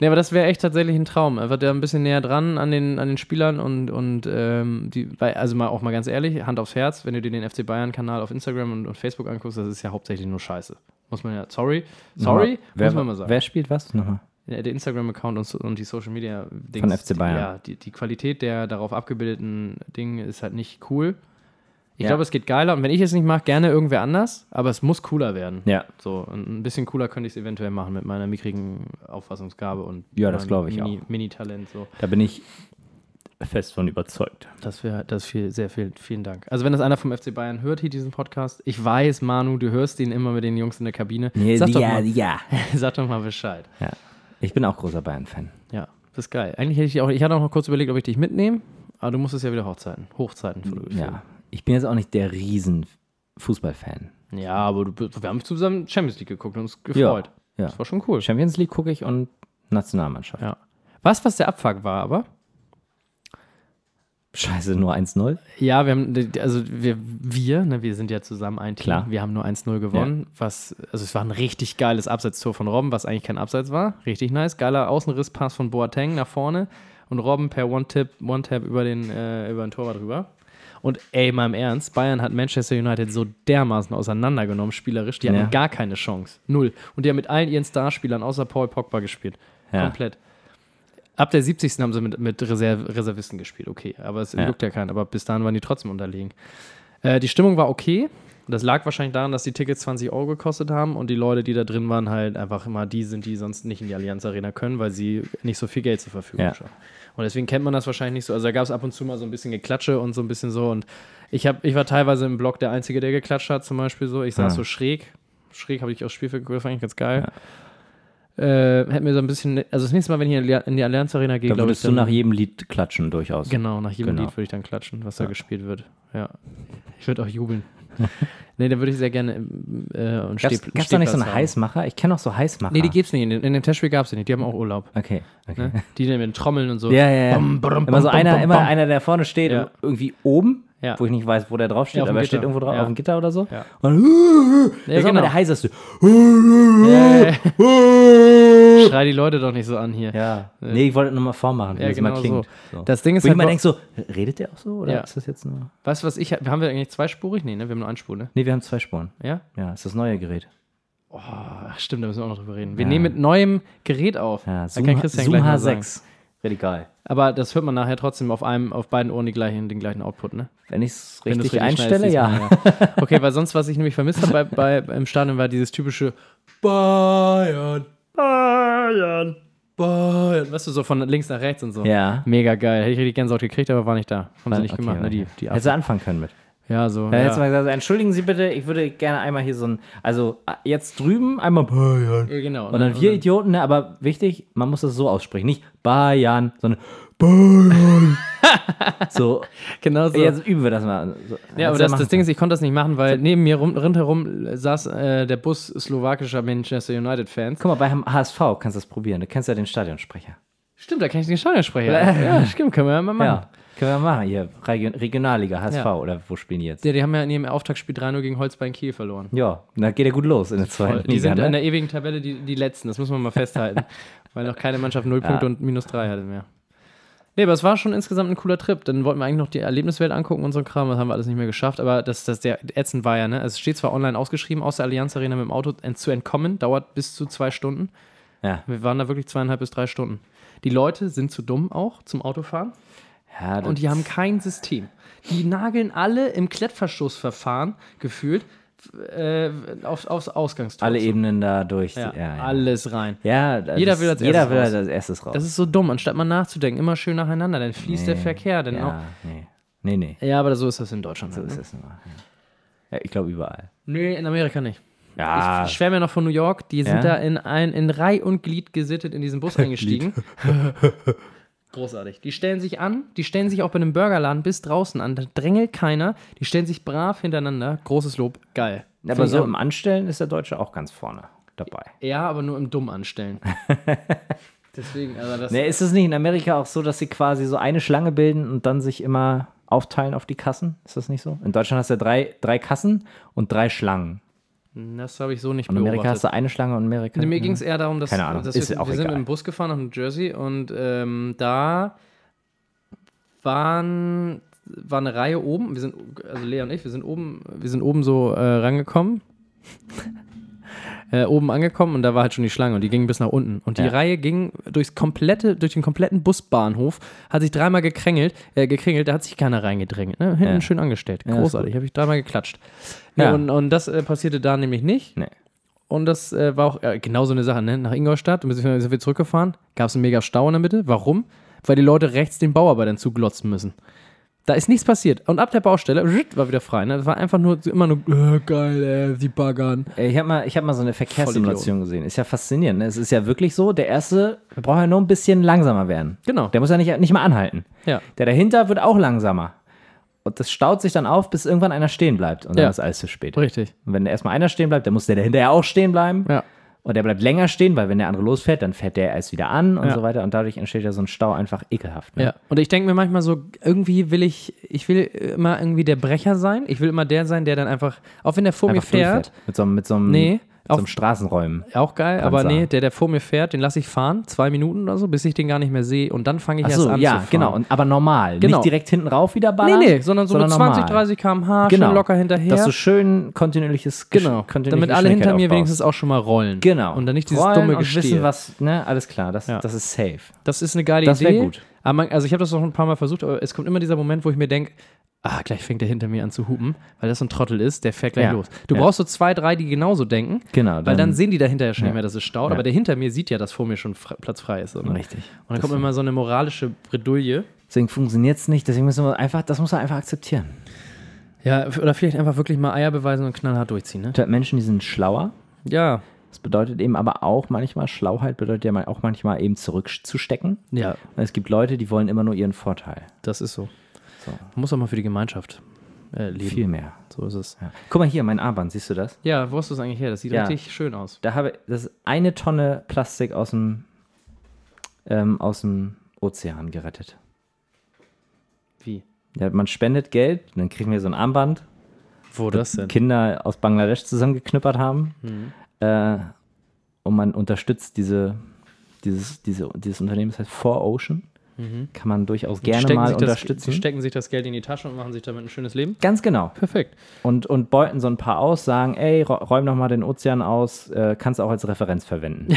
S2: Nee, aber das wäre echt tatsächlich ein Traum. Einfach da ein bisschen näher dran an den, an den Spielern und, und ähm, die, weil, also mal auch mal ganz ehrlich, Hand aufs Herz, wenn du dir den FC Bayern-Kanal auf Instagram und, und Facebook anguckst, das ist ja hauptsächlich nur Scheiße. Muss man ja, sorry, sorry,
S3: wer,
S2: muss man mal sagen.
S3: Wer spielt was? Nochmal.
S2: Ja, der Instagram-Account und, so- und die Social Media Dings,
S3: Von FC Bayern.
S2: Ja, die, die Qualität der darauf abgebildeten Dinge ist halt nicht cool. Ich
S3: Ja.
S2: glaube, es geht geiler und wenn ich es nicht mache, gerne irgendwer anders, aber es muss cooler werden.
S3: Ja,
S2: So, und ein bisschen cooler könnte ich es eventuell machen mit meiner mickrigen Auffassungsgabe und
S3: Ja, das
S2: meinem
S3: glaube ich
S2: Mini, Mini-Talent. So.
S3: da bin ich fest von überzeugt.
S2: Das wäre das viel, sehr viel, vielen Dank. Also, wenn das einer vom FC Bayern hört, hier diesen Podcast, ich weiß, Manu, du hörst ihn immer mit den Jungs in der Kabine. sag, doch mal,
S3: ja.
S2: sag doch mal Bescheid.
S3: ja. Ich bin auch großer Bayern-Fan.
S2: Ja, das ist geil. Eigentlich hätte ich auch, ich hatte auch noch kurz überlegt, ob ich dich mitnehme, aber du musstest ja wieder Hochzeiten, Hochzeiten fotografieren.
S3: Ja. Ich bin jetzt auch nicht der riesen Fußballfan.
S2: Ja, ja aber du, bist- wir haben zusammen Champions League geguckt und uns gefreut.
S3: Ja.
S2: Das war schon cool.
S3: Champions League gucke ich und Nationalmannschaft.
S2: Ja. Was, was der Abfuck war, aber?
S3: Scheiße, nur 1-0.
S2: Ja, wir haben, also wir, wir, ne, wir sind ja zusammen ein Team.
S3: Klar.
S2: Wir haben nur 1-0 gewonnen, was, also es war ein richtig geiles Abseitstor von Robben, was eigentlich kein Abseits war. Richtig nice. Geiler Außenrisspass von Boateng nach vorne und Robben per One-Tap One -Tap über, den, äh, über den Torwart rüber. Und ey, mal im Ernst, Bayern hat Manchester United so dermaßen auseinandergenommen, spielerisch. Die hatten
S3: Ja.
S2: gar keine Chance. Null. Und die haben mit allen ihren Starspielern außer Paul Pogba gespielt.
S3: Ja.
S2: Komplett. Ab der 70. haben sie mit, mit Reserv Reservisten gespielt, okay. Aber es
S3: Ja.
S2: juckt ja keinen. Aber bis dahin waren die trotzdem unterlegen. Äh, die Stimmung war okay. Das lag wahrscheinlich daran, dass die Tickets 20 Euro gekostet haben und die Leute, die da drin waren, halt einfach immer die sind, die sonst nicht in die Allianz Arena können, weil sie nicht so viel Geld zur Verfügung
S3: Ja.
S2: haben. Und deswegen kennt man das wahrscheinlich nicht so. Also da gab es ab und zu mal so ein bisschen Geklatsche und so ein bisschen so. Und ich, hab, ich war teilweise im Block der Einzige, der geklatscht hat, zum Beispiel so. Ich saß
S3: Ah.
S2: so schräg. Schräg habe ich aufs Spielfeld geguckt, fand ich ganz geil. Äh, hätte mir so ein bisschen, also das nächste Mal, wenn ich in die Alli- in die Allianz Arena gehe,
S3: Da
S2: glaube ich,
S3: würdest du
S2: dann-
S3: nach jedem Lied klatschen, durchaus.
S2: Genau, nach jedem
S3: Genau.
S2: Lied würde ich dann klatschen, was da gespielt wird. Ja. Ich würde auch jubeln. nee, da würde ich sehr gerne ähm, äh, einen
S3: Gab's,
S2: Steh-
S3: gab's da nicht
S2: Stehplatz
S3: so einen
S2: haben.
S3: Heißmacher? Ich kenne auch so Heißmacher.
S2: Nee, die gibt's nicht. In, dem- in dem Testspiel gab es nicht. Die haben auch Urlaub.
S3: Okay, okay.
S2: Ne? Die dann mit den Trommeln und so.
S3: Ja, ja, ja.
S2: Bum, brum,
S3: immer so
S2: bum,
S3: einer,
S2: bum,
S3: immer
S2: bum.
S3: einer, der vorne steht,
S2: Ja.
S3: und irgendwie oben,
S2: Ja.
S3: wo ich nicht weiß, wo der drauf steht,
S2: Ja, auf dem
S3: aber er steht
S2: Gitter.
S3: irgendwo drauf,
S2: Ja.
S3: auf dem Gitter oder so.
S2: Ja.
S3: Und dann
S2: Ja,
S3: ist auch
S2: genau.
S3: immer der heißeste.
S2: Äh, Schrei die Leute doch nicht so an hier.
S3: Ja. Nee, ich wollte nur mal vormachen, wie
S2: Ja,
S3: das mal
S2: genau
S3: klingt.
S2: so.
S3: So.
S2: Das Ding ist
S3: wo ich
S2: halt
S3: immer
S2: wa-
S3: denke so, redet der auch so? Oder
S2: Ja.
S3: ist das jetzt nur.
S2: Weißt du, was ich. Haben wir eigentlich zweispurig? Nee, ne? Wir haben nur eine Spur, ne?
S3: Nee, wir haben zwei Spuren.
S2: Ja?
S3: Ja, ist das neue Gerät.
S2: Ach, stimmt, da müssen wir auch noch drüber reden. Wir
S3: Ja.
S2: nehmen mit neuem Gerät auf.
S3: Ja,
S2: da kann Christian gleich mal sagen.
S3: H6. Richtig geil.
S2: Aber das hört man nachher trotzdem auf einem, auf beiden Ohren die gleichen, den gleichen Output, ne?
S3: Wenn ich es
S2: Wenn
S3: richtig
S2: du's richtig
S3: einstelle,
S2: schneidest
S3: ja.
S2: diesmal, ja. Okay, weil sonst, was ich nämlich vermisst habe bei, bei, im Stadion, war dieses typische Bayern, Bayern, Bayern. Weißt du, so von links nach rechts und so.
S3: Ja.
S2: Mega geil. Hätte ich richtig Gänsehaut gekriegt, aber war nicht da. Haben sie nicht
S3: Okay,
S2: gemacht, ne? Die,
S3: okay. Also,
S2: die
S3: Hättest du anfangen können mit.
S2: Ja, so.
S3: Dann hättest du
S2: ja.
S3: mal gesagt, entschuldigen Sie bitte, ich würde gerne einmal hier so ein, also äh, jetzt drüben einmal Bayern.
S2: Ja, genau.
S3: Und dann
S2: ne?
S3: wir Idioten, ne, aber wichtig, man muss das so aussprechen, nicht Bayern, sondern Bayern. so,
S2: Genau so.
S3: jetzt üben wir das mal. So,
S2: Ja, aber
S3: hättest du
S2: das,
S3: machen
S2: das Ding ist, ich konnte das nicht machen, weil neben mir rum, rundherum saß äh, der Bus slowakischer Manchester United-Fans.
S3: Guck mal, bei HSV kannst du das probieren, du kennst ja den Stadionsprecher.
S2: Stimmt, da kann ich den Stadionsprecher. ja, stimmt, können wir ja mal machen.
S3: Ja, können wir machen hier, Region, Regionalliga, HSV
S2: Ja.
S3: oder wo spielen die jetzt?
S2: Ja, die haben ja in ihrem Auftaktspiel 3-0 gegen Holzbein Kiel verloren.
S3: Ja, da geht ja gut los in der zweiten
S2: Voll. Die sind
S3: Liga,
S2: in
S3: ne?
S2: der ewigen Tabelle die, die Letzten, das muss man mal festhalten. weil noch keine Mannschaft 0 Punkte und minus 3 hatte mehr. Nee, aber es war schon insgesamt ein cooler Trip. Dann wollten wir eigentlich noch die Erlebniswelt angucken und so ein Kram, das haben wir alles nicht mehr geschafft. Aber das, das der ätzend war ja, ne? Also es steht zwar online ausgeschrieben, aus der Allianz Arena mit dem Auto ent, zu entkommen, dauert bis zu zwei Stunden.
S3: Ja.
S2: Wir waren da wirklich zweieinhalb bis drei Stunden. Die Leute sind zu dumm auch zum Autofahren
S3: Ja, das-
S2: und die haben kein System. Die nageln alle im Klettverschlussverfahren gefühlt äh, auf, aufs Ausgangstor.
S3: alle
S2: zu.
S3: Ebenen da durch.
S2: Ja,
S3: ja.
S2: alles rein.
S3: Ja, das
S2: Jeder
S3: ist-
S2: will als
S3: jeder
S2: erstes
S3: will
S2: raus.
S3: als erstes raus.
S2: Das ist so dumm, anstatt mal nachzudenken, immer schön nacheinander, dann fließt der Verkehr. Dann
S3: ja, nee. Nee, nee.
S2: auch. ja, aber so ist das in Deutschland.
S3: So
S2: halt,
S3: ist
S2: ne?
S3: es immer. Ja. Ja, ich glaube überall.
S2: Nee, in Amerika nicht.
S3: Ja,
S2: Ich schwärme ja noch von New York, die
S3: Ja?
S2: sind da in, ein, in Reih und Glied gesittet in diesen Bus eingestiegen. Großartig. Die stellen sich an, die stellen sich auch bei einem Burgerladen bis draußen an, da drängelt keiner, die stellen sich brav hintereinander. Großes Lob, geil.
S3: Na,
S2: Find
S3: aber
S2: ich
S3: so
S2: auch.
S3: im Anstellen ist der Deutsche auch ganz vorne dabei.
S2: Ja, aber nur im Dumm anstellen. Deswegen, also das.
S3: Ne, ist es nicht in Amerika auch so, dass sie quasi so eine Schlange bilden und dann sich immer aufteilen auf die Kassen? Ist das nicht so? In Deutschland hast du ja drei, drei Kassen und drei Schlangen.
S2: Das habe ich so nicht
S3: In
S2: beobachtet.
S3: Amerika hast du eine Schlange und Mhm. in Amerika.
S2: Nee, mir ging es eher darum, dass,
S3: Keine Ahnung,
S2: dass
S3: ist
S2: wir,
S3: auch
S2: wir sind
S3: egal.
S2: mit dem Bus gefahren nach New Jersey und ähm, da waren, war eine Reihe oben. Wir sind, also Lea und ich, wir sind oben, wir sind oben so äh, rangekommen. Äh, oben angekommen und da war halt schon die Schlange und die ging bis nach unten. Und die
S3: Ja.
S2: Reihe ging durchs komplette, durch den kompletten Busbahnhof, hat sich dreimal gekrängelt, äh, gekringelt, da hat sich keiner reingedrängelt. Ne? Hinten
S3: Ja.
S2: schön angestellt.
S3: ist
S2: Großartig, habe ich dreimal geklatscht.
S3: Ja.
S2: Ja. Und, und das äh, passierte da nämlich nicht.
S3: Nee.
S2: Und das äh, war auch äh, genau so eine Sache, ne? Nach Ingolstadt, und sind wir zurückgefahren, gab es einen mega Stau in der Mitte. Warum? Weil die Leute rechts den Bauarbeitern zuglotzen müssen. Da ist nichts passiert. Und ab der Baustelle rütt, war wieder frei. Ne? Das war einfach nur immer nur, äh, geil, äh, die baggern.
S3: Äh, Ich habe mal, ich hab mal so eine Verkehrssimulation gesehen. Ist ja faszinierend. Ne? Es ist ja wirklich so, der erste der braucht ja nur ein bisschen langsamer werden.
S2: Genau.
S3: Der muss ja nicht, nicht mal anhalten.
S2: Ja.
S3: Der dahinter wird auch langsamer. Und das staut sich dann auf, bis irgendwann einer stehen bleibt. Und dann
S2: Ja.
S3: ist alles zu spät.
S2: Richtig.
S3: Und wenn erstmal einer stehen bleibt, dann muss der dahinter ja auch stehen bleiben.
S2: Ja.
S3: Und der bleibt länger stehen, weil wenn der andere losfährt, dann fährt der erst wieder an und
S2: Ja.
S3: so weiter. Und dadurch entsteht ja so ein Stau einfach ekelhaft. Ne?
S2: Ja. Und ich denke mir manchmal so, irgendwie will ich, ich will immer irgendwie der Brecher sein. Ich will immer der sein, der dann einfach, auch wenn der vor
S3: Einfach
S2: mir fährt,
S3: durchfährt. Mit so, einem- mit so einem,
S2: Nee,
S3: mit so einem
S2: auf-
S3: Straßenräumen.
S2: Auch geil, aber
S3: Panzer.
S2: nee, der, der vor mir fährt, den lasse ich fahren, zwei Minuten oder so, bis ich den gar nicht mehr sehe und dann fange ich erst
S3: Achso,
S2: an zu
S3: ja,
S2: fahren.
S3: genau. Und, aber normal.
S2: Genau.
S3: Nicht direkt hinten rauf wieder
S2: Nee,
S3: ballern.
S2: nee, sondern so mit 20,
S3: normal.
S2: 30 km/h,
S3: genau.
S2: schön locker hinterher.
S3: Dass du schön kontinuierliches Gesch-
S2: genau,
S3: kontinuierliche
S2: damit alle hinter
S3: Geschwindigkeit
S2: mir
S3: aufbaust.
S2: wenigstens auch schon mal rollen.
S3: genau.
S2: Und dann nicht dieses
S3: Rollen
S2: dumme
S3: und
S2: Gestehe.
S3: wissen, was, ne, alles klar, das,
S2: Ja.
S3: das ist safe.
S2: Das ist eine geile
S3: Das wär
S2: Idee.
S3: gut.
S2: Aber man, also ich habe das noch ein paar Mal versucht, aber es kommt immer dieser Moment, wo ich mir denke, ah, gleich fängt der hinter mir an zu hupen, weil das so ein Trottel ist, der fährt gleich
S3: Ja.
S2: los. Du
S3: Ja.
S2: brauchst so zwei, drei, die genauso denken,
S3: Genau,
S2: weil dann
S3: dann-
S2: sehen die dahinter ja schon nicht
S3: Ja.
S2: mehr, dass es staut,
S3: Ja.
S2: aber der hinter mir sieht ja, dass vor mir schon fre- Platz frei ist. Oder?
S3: Richtig.
S2: Und dann kommt immer so eine moralische Bredouille.
S3: Deswegen funktioniert es nicht, deswegen müssen wir einfach, das muss man einfach akzeptieren.
S2: Ja, f- oder vielleicht einfach wirklich mal Eier beweisen und knallhart durchziehen, ne?
S3: Es gibt Menschen, die sind schlauer.
S2: Ja.
S3: Das bedeutet eben aber auch manchmal, Schlauheit bedeutet ja mal- auch manchmal eben zurückzustecken.
S2: Ja,
S3: Es gibt Leute, die wollen immer nur ihren Vorteil.
S2: das ist so.
S3: So.
S2: Man muss auch mal für die Gemeinschaft äh, leben.
S3: Viel mehr.
S2: So ist es.
S3: Ja. Guck mal hier, mein Armband, siehst du das?
S2: Ja, wo hast du es eigentlich her? Das sieht
S3: Ja.
S2: richtig schön aus.
S3: Da habe das ist eine Tonne Plastik aus dem, ähm, aus dem Ozean gerettet.
S2: Wie?
S3: Ja, man spendet Geld, dann kriegen wir so ein Armband,
S2: Wo das denn? Hm.
S3: Kinder aus Bangladesch zusammengeknüppert haben. Äh, und man unterstützt diese, dieses, diese, dieses Unternehmen, das heißt Four Ocean. Kann man durchaus gerne
S2: Mhm. stecken
S3: mal
S2: sich das,
S3: unterstützen.
S2: Die stecken sich das Geld in die Tasche und machen sich damit ein schönes Leben.
S3: Ganz genau.
S2: Perfekt.
S3: Und, und beuten so ein paar aus, sagen, ey, rä- räum doch mal den Ozean aus, äh, kannst du auch als Referenz verwenden.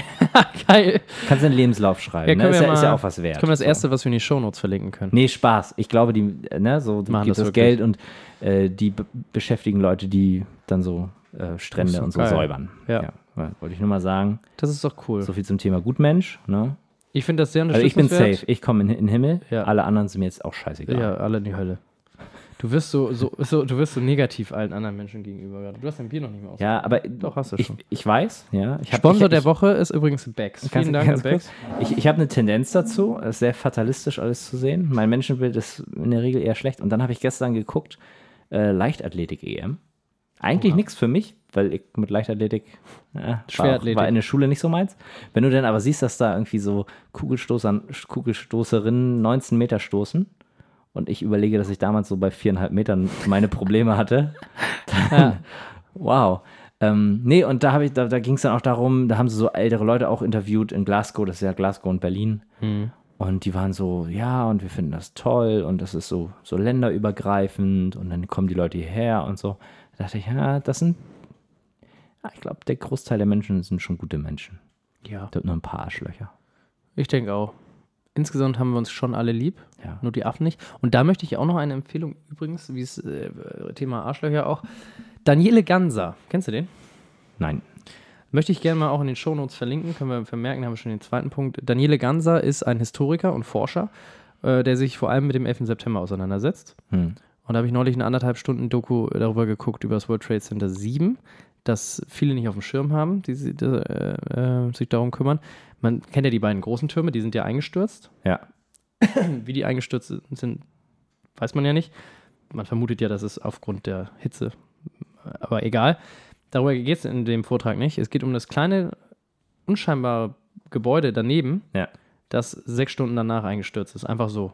S2: Geil.
S3: kannst du einen Lebenslauf schreiben, ne?
S2: können
S3: ist,
S2: wir
S3: ja, ist ja
S2: mal-
S3: auch was wert.
S2: Können wir das erste, was wir in die Shownotes verlinken können?
S3: Nee, Spaß. Ich glaube, die, äh, ne, so die
S2: Machen
S3: gibt
S2: das
S3: das
S2: wirklich.
S3: Geld und äh, die be- beschäftigen Leute, die dann so äh, Strände
S2: Ist doch
S3: und so
S2: geil.
S3: säubern.
S2: Ja.
S3: ja, Wollte ich nur mal sagen.
S2: Das ist doch cool.
S3: So viel zum Thema Gutmensch. Ne?
S2: Ich finde das sehr
S3: Also ich bin
S2: unterstützenswert.
S3: safe. Ich komme in, in den Himmel.
S2: Ja.
S3: Alle anderen sind mir jetzt auch scheißegal.
S2: Ja, alle in die Hölle. Du wirst so, so, so, du wirst so negativ allen anderen Menschen gegenüber. gerade. Du hast dein Bier noch nicht mehr aus.
S3: Ja, aber
S2: Doch, hast du
S3: ich,
S2: schon.
S3: ich weiß. Ja, ich hab,
S2: Sponsor
S3: ich,
S2: der Woche ist übrigens Becks.
S3: ich, ganz,
S2: Vielen Dank, an
S3: ganz
S2: Becks.
S3: kurz. Ich, ich habe eine Tendenz dazu, es ist sehr fatalistisch alles zu sehen. Mein Menschenbild ist in der Regel eher schlecht. Und dann habe ich gestern geguckt, äh, Leichtathletik-EM. Eigentlich nichts für mich, weil ich mit Leichtathletik äh,
S2: Schwerathletik.
S3: War, war in der Schule nicht so meins. Wenn du dann aber siehst, dass da irgendwie so Kugelstoßer, Kugelstoßerinnen 19 Meter stoßen und ich überlege, dass ich damals so bei viereinhalb Metern meine Probleme hatte, dann, wow. Ähm, nee, und da, hab ich- da, da ging es dann auch darum, da haben sie so ältere Leute auch interviewt in Glasgow, das ist ja Glasgow und Berlin. Und die waren so, ja, und wir finden das toll und das ist so, so länderübergreifend und dann kommen die Leute hierher und so. Da dachte ich, ja, das sind, ja, ich glaube, der Großteil der Menschen sind schon gute Menschen.
S2: Ja,
S3: Es gibt nur ein paar Arschlöcher.
S2: ich denke auch. Insgesamt haben wir uns schon alle lieb,
S3: Ja.
S2: nur die Affen nicht. Und da möchte ich auch noch eine Empfehlung übrigens, wie es äh, Thema Arschlöcher auch. Daniele Ganser, kennst du den?
S3: Nein.
S2: Möchte ich gerne mal auch in den Shownotes verlinken, können wir vermerken, da haben wir schon den zweiten Punkt. Daniele Ganser ist ein Historiker und Forscher, äh, der sich vor allem mit dem 11. September auseinandersetzt.
S3: Hm.
S2: Und da habe ich neulich eine anderthalb Stunden Doku darüber geguckt, über das World Trade Center 7, das viele nicht auf dem Schirm haben, die, sie- die äh, äh, sich darum kümmern. Man kennt ja die beiden großen Türme, die sind ja eingestürzt.
S3: Ja.
S2: Wie die eingestürzt sind, weiß man ja nicht. Man vermutet ja, dass es aufgrund der Hitze, aber egal. Darüber geht es in dem Vortrag nicht. Es geht um das kleine, unscheinbare Gebäude daneben,
S3: Ja.
S2: das sechs Stunden danach eingestürzt ist. Einfach so.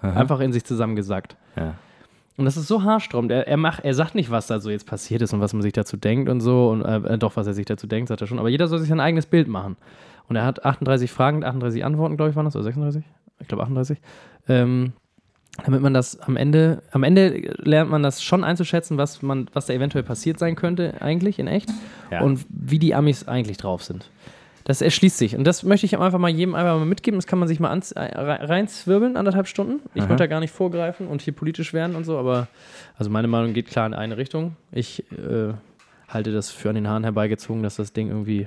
S2: Einfach in sich zusammengesackt.
S3: Ja.
S2: Und das ist so haarsträubend. Er, er, macht, er sagt nicht, was da so jetzt passiert ist und was man sich dazu denkt und so. Und äh, äh, doch, was er sich dazu denkt, sagt er schon. Aber jeder soll sich sein eigenes Bild machen. Und er hat 38 Fragen, 38 Antworten, glaube ich, waren das, oder 36? Ich glaube 38. Ähm, damit man das am Ende, am Ende lernt man das schon einzuschätzen, was man, was da eventuell passiert sein könnte, eigentlich in echt.
S3: Ja.
S2: Und wie die Amis eigentlich drauf sind. Das erschließt sich. Und das möchte ich einfach mal jedem einfach mal mitgeben. Das kann man sich mal ans- äh, rei- reinzwirbeln, anderthalb Stunden. Ich wollte da gar nicht vorgreifen und hier politisch werden und so, aber also meine Meinung geht klar in eine Richtung. Ich äh, halte das für an den Haaren herbeigezogen, dass das Ding irgendwie.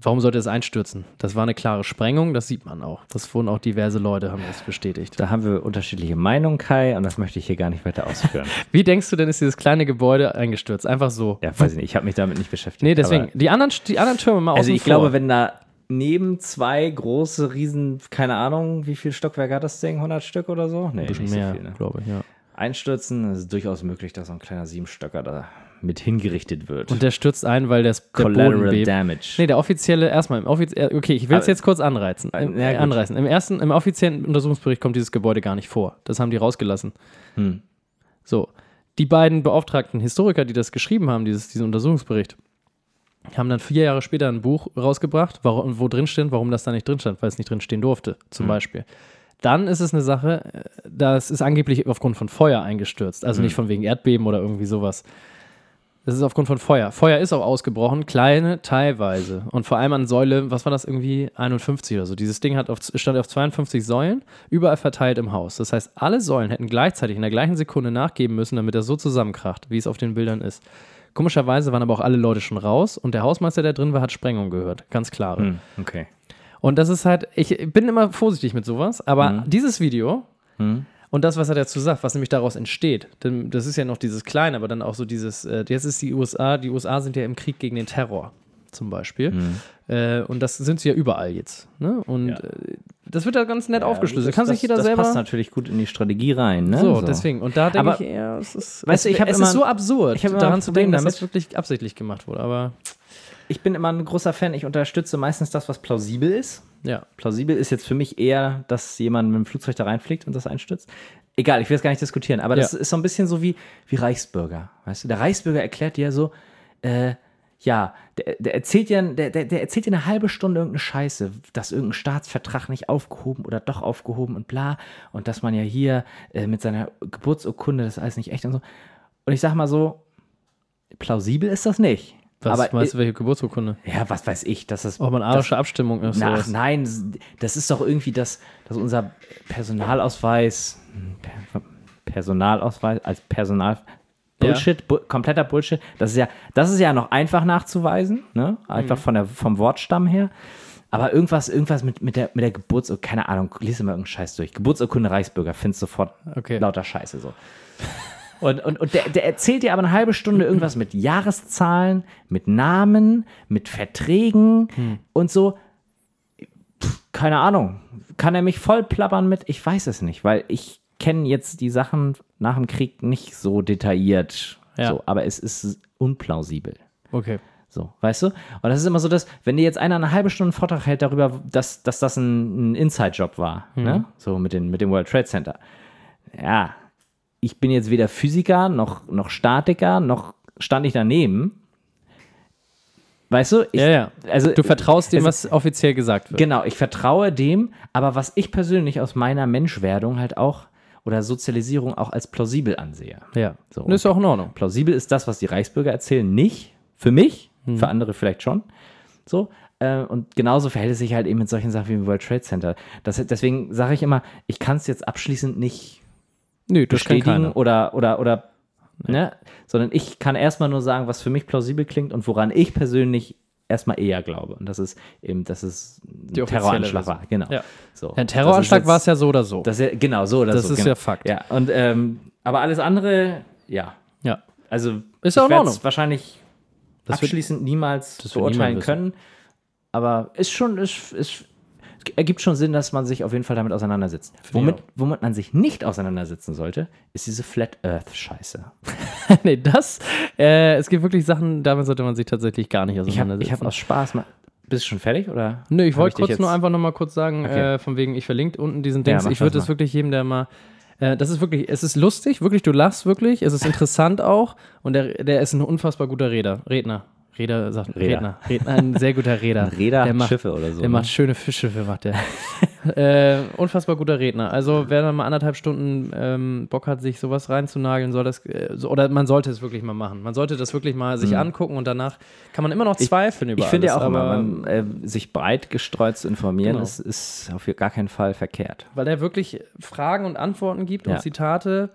S2: Warum sollte es einstürzen? Das war eine klare Sprengung, das sieht man auch. Das wurden auch diverse Leute, haben das bestätigt.
S3: Da haben wir unterschiedliche Meinungen, Kai, und das möchte ich hier gar nicht weiter ausführen.
S2: Wie denkst du denn, ist dieses kleine Gebäude eingestürzt? Einfach so.
S3: ja, weiß ich nicht, ich habe mich damit nicht beschäftigt.
S2: nee, deswegen.
S3: aber-
S2: Die anderen, die anderen Türme mal
S3: Also
S2: außen
S3: ich glaube,
S2: vor.
S3: wenn da neben zwei große Riesen, keine Ahnung, wie viel Stockwerke hat das Ding? 100 Stück oder so? Nee,
S2: ein bisschen
S3: nicht so
S2: mehr,
S3: viel, ne?
S2: glaube ich, ja.
S3: Einstürzen, es ist durchaus möglich, dass so ein kleiner Siebenstöcker da mit hingerichtet wird.
S2: Und der stürzt ein, weil das der Boden
S3: Collateral
S2: bebt.
S3: Damage.
S2: Nee, der offizielle, erstmal, im offiziellen, okay, ich will es
S3: Aber-
S2: jetzt kurz anreizen. Im,
S3: Ja,
S2: äh,
S3: gut.
S2: anreißen. Im ersten, im offiziellen Untersuchungsbericht kommt dieses Gebäude gar nicht vor. Das haben die rausgelassen.
S3: Hm.
S2: So, die beiden beauftragten Historiker, die das geschrieben haben, dieses, diesen Untersuchungsbericht, haben dann vier Jahre später ein Buch rausgebracht, warum, wo drin stand, warum das da nicht drin stand, weil es nicht drin stehen durfte, zum
S3: Hm.
S2: Beispiel. Dann ist es eine Sache, äh, das ist angeblich aufgrund von Feuer eingestürzt, also nicht von wegen Erdbeben oder irgendwie sowas. Das ist aufgrund von Feuer. Feuer ist auch ausgebrochen, kleine teilweise. Und vor allem an Säule, was war das irgendwie? 51 oder so. Dieses Ding hat auf, stand auf 52 Säulen, überall verteilt im Haus. Das heißt, alle Säulen hätten gleichzeitig in der gleichen Sekunde nachgeben müssen, damit das so zusammenkracht, wie es auf den Bildern ist. Komischerweise waren aber auch alle Leute schon raus und der Hausmeister, der drin war, hat Sprengung gehört. Ganz klare.
S3: Hm, okay.
S2: Und das ist halt, ich bin immer vorsichtig mit sowas, aber
S3: Mhm.
S2: dieses Video und das, was er dazu sagt, was nämlich daraus entsteht, denn das ist ja noch dieses Kleine, aber dann auch so dieses, äh, jetzt ist die USA, die USA sind ja im Krieg gegen den Terror zum Beispiel. Äh, und das sind sie ja überall jetzt. Ne? Und
S3: Mhm. Ja.
S2: äh, das wird da ganz nett aufgeschlüsselt.
S3: Das-
S2: Kann sich
S3: das-
S2: jeder
S3: das
S2: selber.
S3: passt natürlich gut in die Strategie rein, ne?
S2: so, deswegen. Und da denke
S3: Aber-
S2: ich eher, es ist,
S3: Weißt du,
S2: es,
S3: ich hab
S2: es
S3: immer
S2: ist
S3: ein-
S2: so absurd,
S3: ich hab immer ein
S2: daran zu denken,
S3: Problem
S2: dass das wirklich absichtlich gemacht wurde. Aber
S3: Ich bin immer ein großer Fan, ich unterstütze meistens das, was plausibel ist.
S2: ja.
S3: Plausibel ist jetzt für mich eher, dass jemand mit dem Flugzeug da reinfliegt und das einstürzt. Egal, ich will es gar nicht diskutieren, aber das
S2: Ja.
S3: ist so ein bisschen so wie, wie Reichsbürger. Weißt du, der Reichsbürger erklärt dir so, äh, ja, der, der, erzählt dir, der, der, der erzählt dir eine halbe Stunde irgendeine Scheiße, dass irgendein Staatsvertrag nicht aufgehoben oder doch aufgehoben und bla. Und dass man ja hier äh, mit seiner Geburtsurkunde das ist alles nicht echt und so. Und ich sag mal so, plausibel ist das nicht.
S2: Was
S3: aber äh,
S2: meinst du, welche Geburtsurkunde?
S3: ja, was weiß ich, dass das.
S2: Ob man arische Abstimmung ist.
S3: Ach
S2: sowas.
S3: nein, das- das ist doch irgendwie das, dass unser Personalausweis, hm, Per- Personalausweis als Personal Bullshit, bu kompletter Bullshit. Das ist ja, das ist ja noch einfach nachzuweisen, ne? Einfach
S2: Mhm.
S3: von der, vom Wortstamm her. Aber irgendwas, irgendwas mit, mit der, mit der Geburtsurkunde, keine Ahnung, lies immer irgendeinen Scheiß durch. Geburtsurkunde Reichsbürger, findest sofort
S2: Okay.
S3: lauter Scheiße so. Und, und, und der, der erzählt dir aber eine halbe Stunde irgendwas mit Jahreszahlen, mit Namen, mit Verträgen
S2: Hm.
S3: und so. Pff, keine Ahnung. Kann er mich voll plappern mit? Ich weiß es nicht, weil ich kenne jetzt die Sachen nach dem Krieg nicht so detailliert.
S2: Ja.
S3: So, aber es ist unplausibel.
S2: Okay.
S3: So, weißt du? Und das ist immer so, dass, wenn dir jetzt einer eine halbe Stunde einen Vortrag hält darüber, dass, dass das ein, ein Inside-Job war,
S2: Mhm.
S3: ne? So mit, den, mit dem World Trade Center. Ja, ich bin jetzt weder Physiker noch, noch Statiker, noch stand ich daneben. Weißt du? Ich,
S2: Ja, ja.
S3: Also,
S2: Du vertraust dem,
S3: es-
S2: was offiziell gesagt wird.
S3: Genau, ich vertraue dem, aber was ich persönlich aus meiner Menschwerdung halt auch oder Sozialisierung auch als plausibel ansehe.
S2: Ja.
S3: So.
S2: Und ist ja auch in Ordnung.
S3: Plausibel ist das, was die Reichsbürger erzählen, nicht für mich, für andere vielleicht schon. So. äh, Und genauso verhält es sich halt eben mit solchen Sachen wie dem World Trade Center. Das, deswegen sage ich immer, ich kann es jetzt abschließend nicht
S2: Nö, das kann
S3: bestätigen
S2: keiner.
S3: oder, oder, oder, ne? Sondern ich kann erstmal nur sagen, was für mich plausibel klingt und woran ich persönlich erstmal eher glaube. Und das ist eben, dass es ein
S2: Die offizielle
S3: Terroranschlag war. Genau.
S2: Ja.
S3: So.
S2: Ein Terroranschlag war es
S3: ja.
S2: ja so oder so.
S3: Also Das ist ja, genau, so oder
S2: Das
S3: so.
S2: ist
S3: genau.
S2: ja Fakt.
S3: Ja, und, ähm, aber alles andere, ja.
S2: ja.
S3: Also,
S2: Ist
S3: ich
S2: auch in
S3: werd's
S2: Ordnung.
S3: wahrscheinlich
S2: Das wird-
S3: abschließend niemals
S2: Das wird
S3: beurteilen
S2: niemand
S3: können. Aber ist schon, ist, ist, ergibt schon Sinn, dass man sich auf jeden Fall damit auseinandersetzt. Womit,
S2: auch.
S3: womit man sich nicht auseinandersetzen sollte, ist diese Flat Earth Scheiße.
S2: nee, das, Äh, es gibt wirklich Sachen, damit sollte man sich tatsächlich gar nicht
S3: Ich habe
S2: auseinandersetzen.
S3: ich hab aus Spaß mal. Bist du schon fertig oder?
S2: Nö, ich
S3: Hab
S2: wollte
S3: dich
S2: kurz nur
S3: jetzt-
S2: einfach nochmal kurz sagen,
S3: Okay.
S2: äh, von wegen, ich verlinke unten diesen Dings.
S3: mach
S2: ich würde
S3: das
S2: das
S3: mal.
S2: wirklich jedem, der mal. Äh, das ist wirklich, es ist lustig, wirklich, du lachst wirklich, es ist interessant auch und der, der ist ein unfassbar guter Redner. Redner. Redner sagt
S1: Räder.
S2: Redner. Redner, ein sehr guter Redner.
S1: Räder
S2: der
S1: hat
S2: macht,
S1: Schiffe oder so. ne?
S2: Der macht schöne Fischschiffe, macht der. äh, unfassbar guter Redner. Also, wer da mal anderthalb Stunden ähm, Bock hat, sich sowas reinzunageln, soll das, äh, so, oder man sollte es wirklich mal machen. Man sollte das wirklich mal sich angucken und danach kann man immer noch zweifeln über
S3: Mhm. Ich finde ja
S2: alles,
S3: auch immer,
S2: aber-
S3: man, äh, sich breit gestreut zu informieren,
S2: Genau.
S3: ist, ist auf gar keinen Fall verkehrt.
S2: weil er wirklich Fragen und Antworten gibt
S3: Ja.
S2: und Zitate.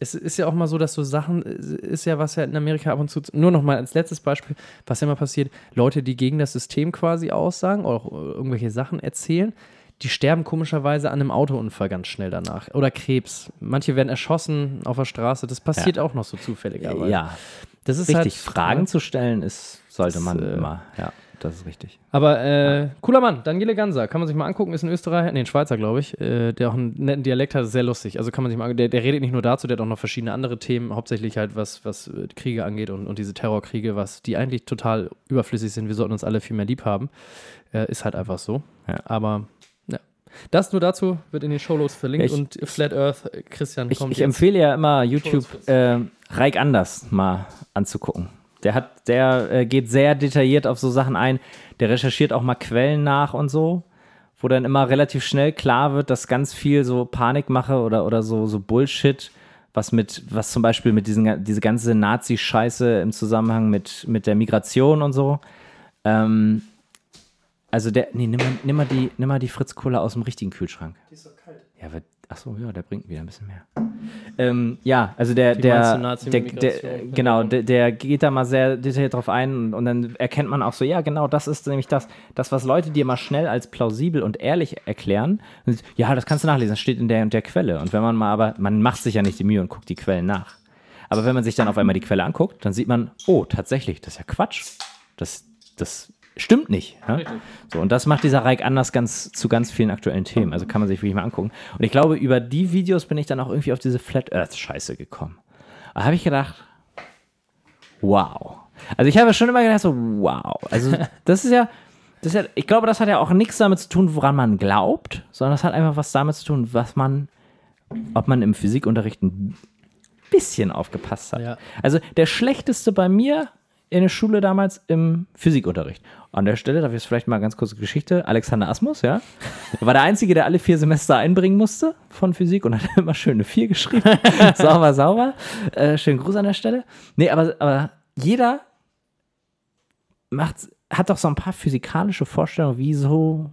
S2: Es ist ja auch mal so, dass so Sachen, es ist ja was ja in Amerika ab und zu, nur nochmal als letztes Beispiel, was ja immer passiert, Leute, die gegen das System quasi aussagen oder auch äh, irgendwelche Sachen erzählen, die sterben komischerweise an einem Autounfall ganz schnell danach. Oder Krebs. Manche werden erschossen auf der Straße. Das passiert auch noch so zufälligerweise.
S3: ja,
S2: das ist
S3: richtig.
S2: Halt,
S3: Fragen zu stellen, ist, sollte
S2: Das,
S3: man
S2: äh,
S3: immer. Ja, das ist richtig.
S2: Aber äh, cooler Mann, Daniele Ganser, kann man sich mal angucken, ist ein Österreicher, nee, ein Schweizer, glaube ich, äh, der auch einen netten Dialekt hat, ist sehr lustig. Also kann man sich mal angucken, der, der redet nicht nur dazu, der hat auch noch verschiedene andere Themen, hauptsächlich halt was, was äh, Kriege angeht und, und diese Terrorkriege, was die eigentlich total überflüssig sind. Wir sollten uns alle viel mehr lieb haben. Äh, ist halt einfach so.
S3: Ja.
S2: Aber ja. Das nur dazu wird in den Showlos verlinkt
S3: Ich-
S2: und Flat Earth, äh, Christian
S3: Ich,
S2: kommt
S3: ich
S2: jetzt.
S3: empfehle ja immer YouTube
S2: Entschuldigung.
S3: äh, Reik Anders mal anzugucken. Der hat, der äh, geht sehr detailliert auf so Sachen ein. Der recherchiert auch mal Quellen nach und so, wo dann immer relativ schnell klar wird, dass ganz viel so Panikmache oder oder so so Bullshit, was mit was zum Beispiel mit diesen ga- diese ganze Nazi-Scheiße im Zusammenhang mit mit der Migration und so. Ähm, also der, nee, nimm mal, nimm mal die, nimm mal die Fritz Cola aus dem richtigen Kühlschrank. Die ist doch kalt. Ja, aber, ach so, ja, der bringt wieder ein bisschen mehr. Ähm, ja, also der,
S2: meinst du,
S3: der,
S2: Nazi
S3: der,
S2: mit
S3: der
S2: Migration?
S3: genau, der, der geht da mal sehr detailliert drauf ein und, und dann erkennt man auch so, ja, genau, das ist nämlich das, das, was Leute dir mal schnell als plausibel und ehrlich erklären. Und, ja, das kannst du nachlesen, das steht in der und der Quelle. Und wenn man mal aber, man macht sich ja nicht die Mühe und guckt die Quellen nach. Aber wenn man sich dann auf einmal die Quelle anguckt, dann sieht man, oh, tatsächlich, das ist ja Quatsch. Das, das stimmt nicht. Ne? So, und das macht dieser Reich anders ganz, zu ganz vielen aktuellen Themen. Also kann man sich wirklich mal angucken. Und ich glaube, über die Videos bin ich dann auch irgendwie auf diese Flat Earth-Scheiße gekommen. Da habe ich gedacht, wow. Also ich habe schon immer gedacht, so, wow. Also das ist ja. Das ist ja, ich glaube, das hat ja auch nichts damit zu tun, woran man glaubt, sondern das hat einfach was damit zu tun, was man, ob man im Physikunterricht ein bisschen aufgepasst hat.
S2: Ja.
S3: Also der schlechteste bei mir in der Schule damals im Physikunterricht. An der Stelle darf ich jetzt vielleicht mal ganz kurze Geschichte. Alexander Asmus, ja, war der Einzige, der alle vier Semester einbringen musste von Physik und hat immer schöne vier geschrieben. sauber, sauber. Äh, schönen Gruß an der Stelle. Nee, aber, aber jeder macht, hat doch so ein paar physikalische Vorstellungen, wie so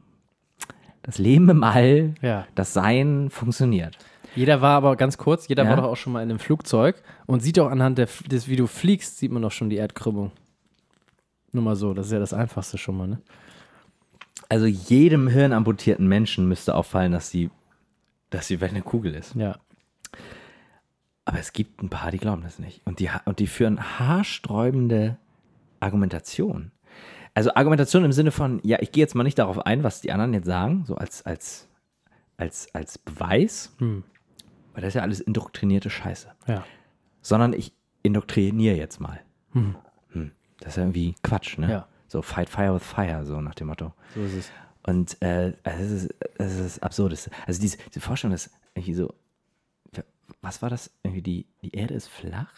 S3: das Leben im All,
S2: Ja.
S3: das Sein funktioniert.
S2: Jeder war aber ganz kurz, jeder
S3: Ja.
S2: war doch auch schon mal in einem Flugzeug und sieht doch anhand der, des, wie du fliegst, sieht man doch schon die Erdkrümmung. Nur mal so, das ist ja das Einfachste schon mal, ne?
S3: Also jedem hirnamputierten Menschen müsste auffallen, dass die, dass die Welt eine Kugel ist.
S2: Ja.
S3: Aber es gibt ein paar, die glauben das nicht. Und die, ha- und die führen haarsträubende Argumentation. Also Argumentation im Sinne von, ja, ich gehe jetzt mal nicht darauf ein, was die anderen jetzt sagen, so als, als, als, als Beweis, weil das ist ja alles indoktrinierte Scheiße.
S2: Ja.
S3: sondern ich indoktriniere jetzt mal. Hm. Das ist ja irgendwie Quatsch, ne?
S2: Ja.
S3: So fight fire with fire, so nach dem Motto.
S2: So ist es.
S3: Und äh, also das, ist, das ist das Absurdeste. Also diese, diese Vorstellung ist irgendwie so, was war das? Irgendwie die, die Erde ist flach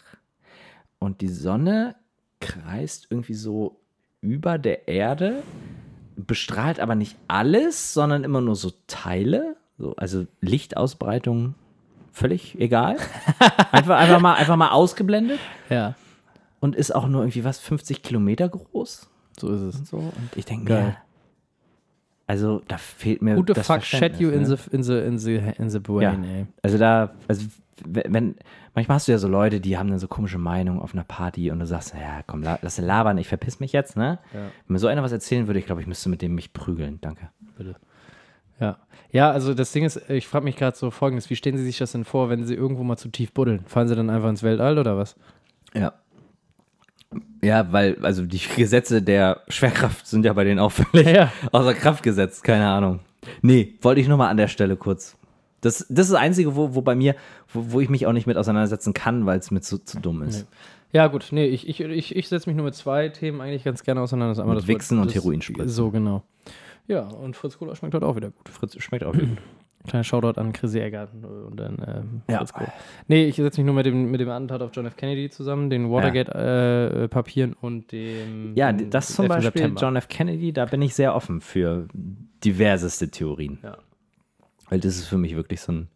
S3: und die Sonne kreist irgendwie so über der Erde, bestrahlt aber nicht alles, sondern immer nur so Teile. So, also Lichtausbreitung völlig egal. einfach, einfach, mal, einfach mal ausgeblendet
S2: Ja,
S3: und ist auch nur irgendwie was, 50 Kilometer groß.
S2: so ist es.
S3: So, und ich denke
S2: Geil.
S3: mir, also da fehlt mir
S2: Who the
S3: das
S2: fuck shat
S3: Verständnis,
S2: you in
S3: ne?
S2: the, in the, in the, in the brain,
S3: ja.
S2: ey?
S3: Also da, also wenn, wenn- manchmal hast du ja so Leute, die haben dann so komische Meinungen auf einer Party und du sagst, ja komm, la- lass sie labern, ich verpiss mich jetzt, ne? Wenn mir so einer was erzählen würde, ich glaube, ich müsste mit dem mich prügeln, danke.
S2: Ja. Ja, also das Ding ist, ich frage mich gerade so folgendes: Wie stellen Sie sich das denn vor, wenn Sie irgendwo mal zu tief buddeln? Fahren Sie dann einfach ins Weltall oder was?
S3: Ja. Ja, weil, also die Gesetze der Schwerkraft sind ja bei denen auch völlig
S2: Ja.
S3: außer Kraft gesetzt, keine Ahnung. Nee, wollte ich nur mal an der Stelle kurz. Das, das ist das Einzige, wo, wo bei mir, wo, wo ich mich auch nicht mit auseinandersetzen kann, weil es mir zu, zu dumm ist.
S2: Ja, gut, nee, ich, ich, ich, ich setze mich nur mit zwei Themen eigentlich ganz gerne auseinander. Das ist einmal
S3: Mit
S2: das
S3: Wichsen
S2: Wort-
S3: und
S2: das-
S3: Heroinspritzen.
S2: So, genau. Ja, und Fritz Cola schmeckt heute auch wieder gut.
S3: Fritz schmeckt auch gut.
S2: Kleiner Shoutout an Chrissy Eggert und dann ähm,
S3: Ja.
S2: Fritz Cola. Nee, ich setze mich nur mit dem, mit dem Attentat auf John F. Kennedy zusammen, den Watergate-Papieren und dem.
S3: Ja, d- das zum
S2: 11.
S3: Beispiel
S2: September.
S3: John F. Kennedy, da bin ich sehr offen für diverseste Theorien.
S2: Ja.
S3: Weil das ist für mich wirklich so ein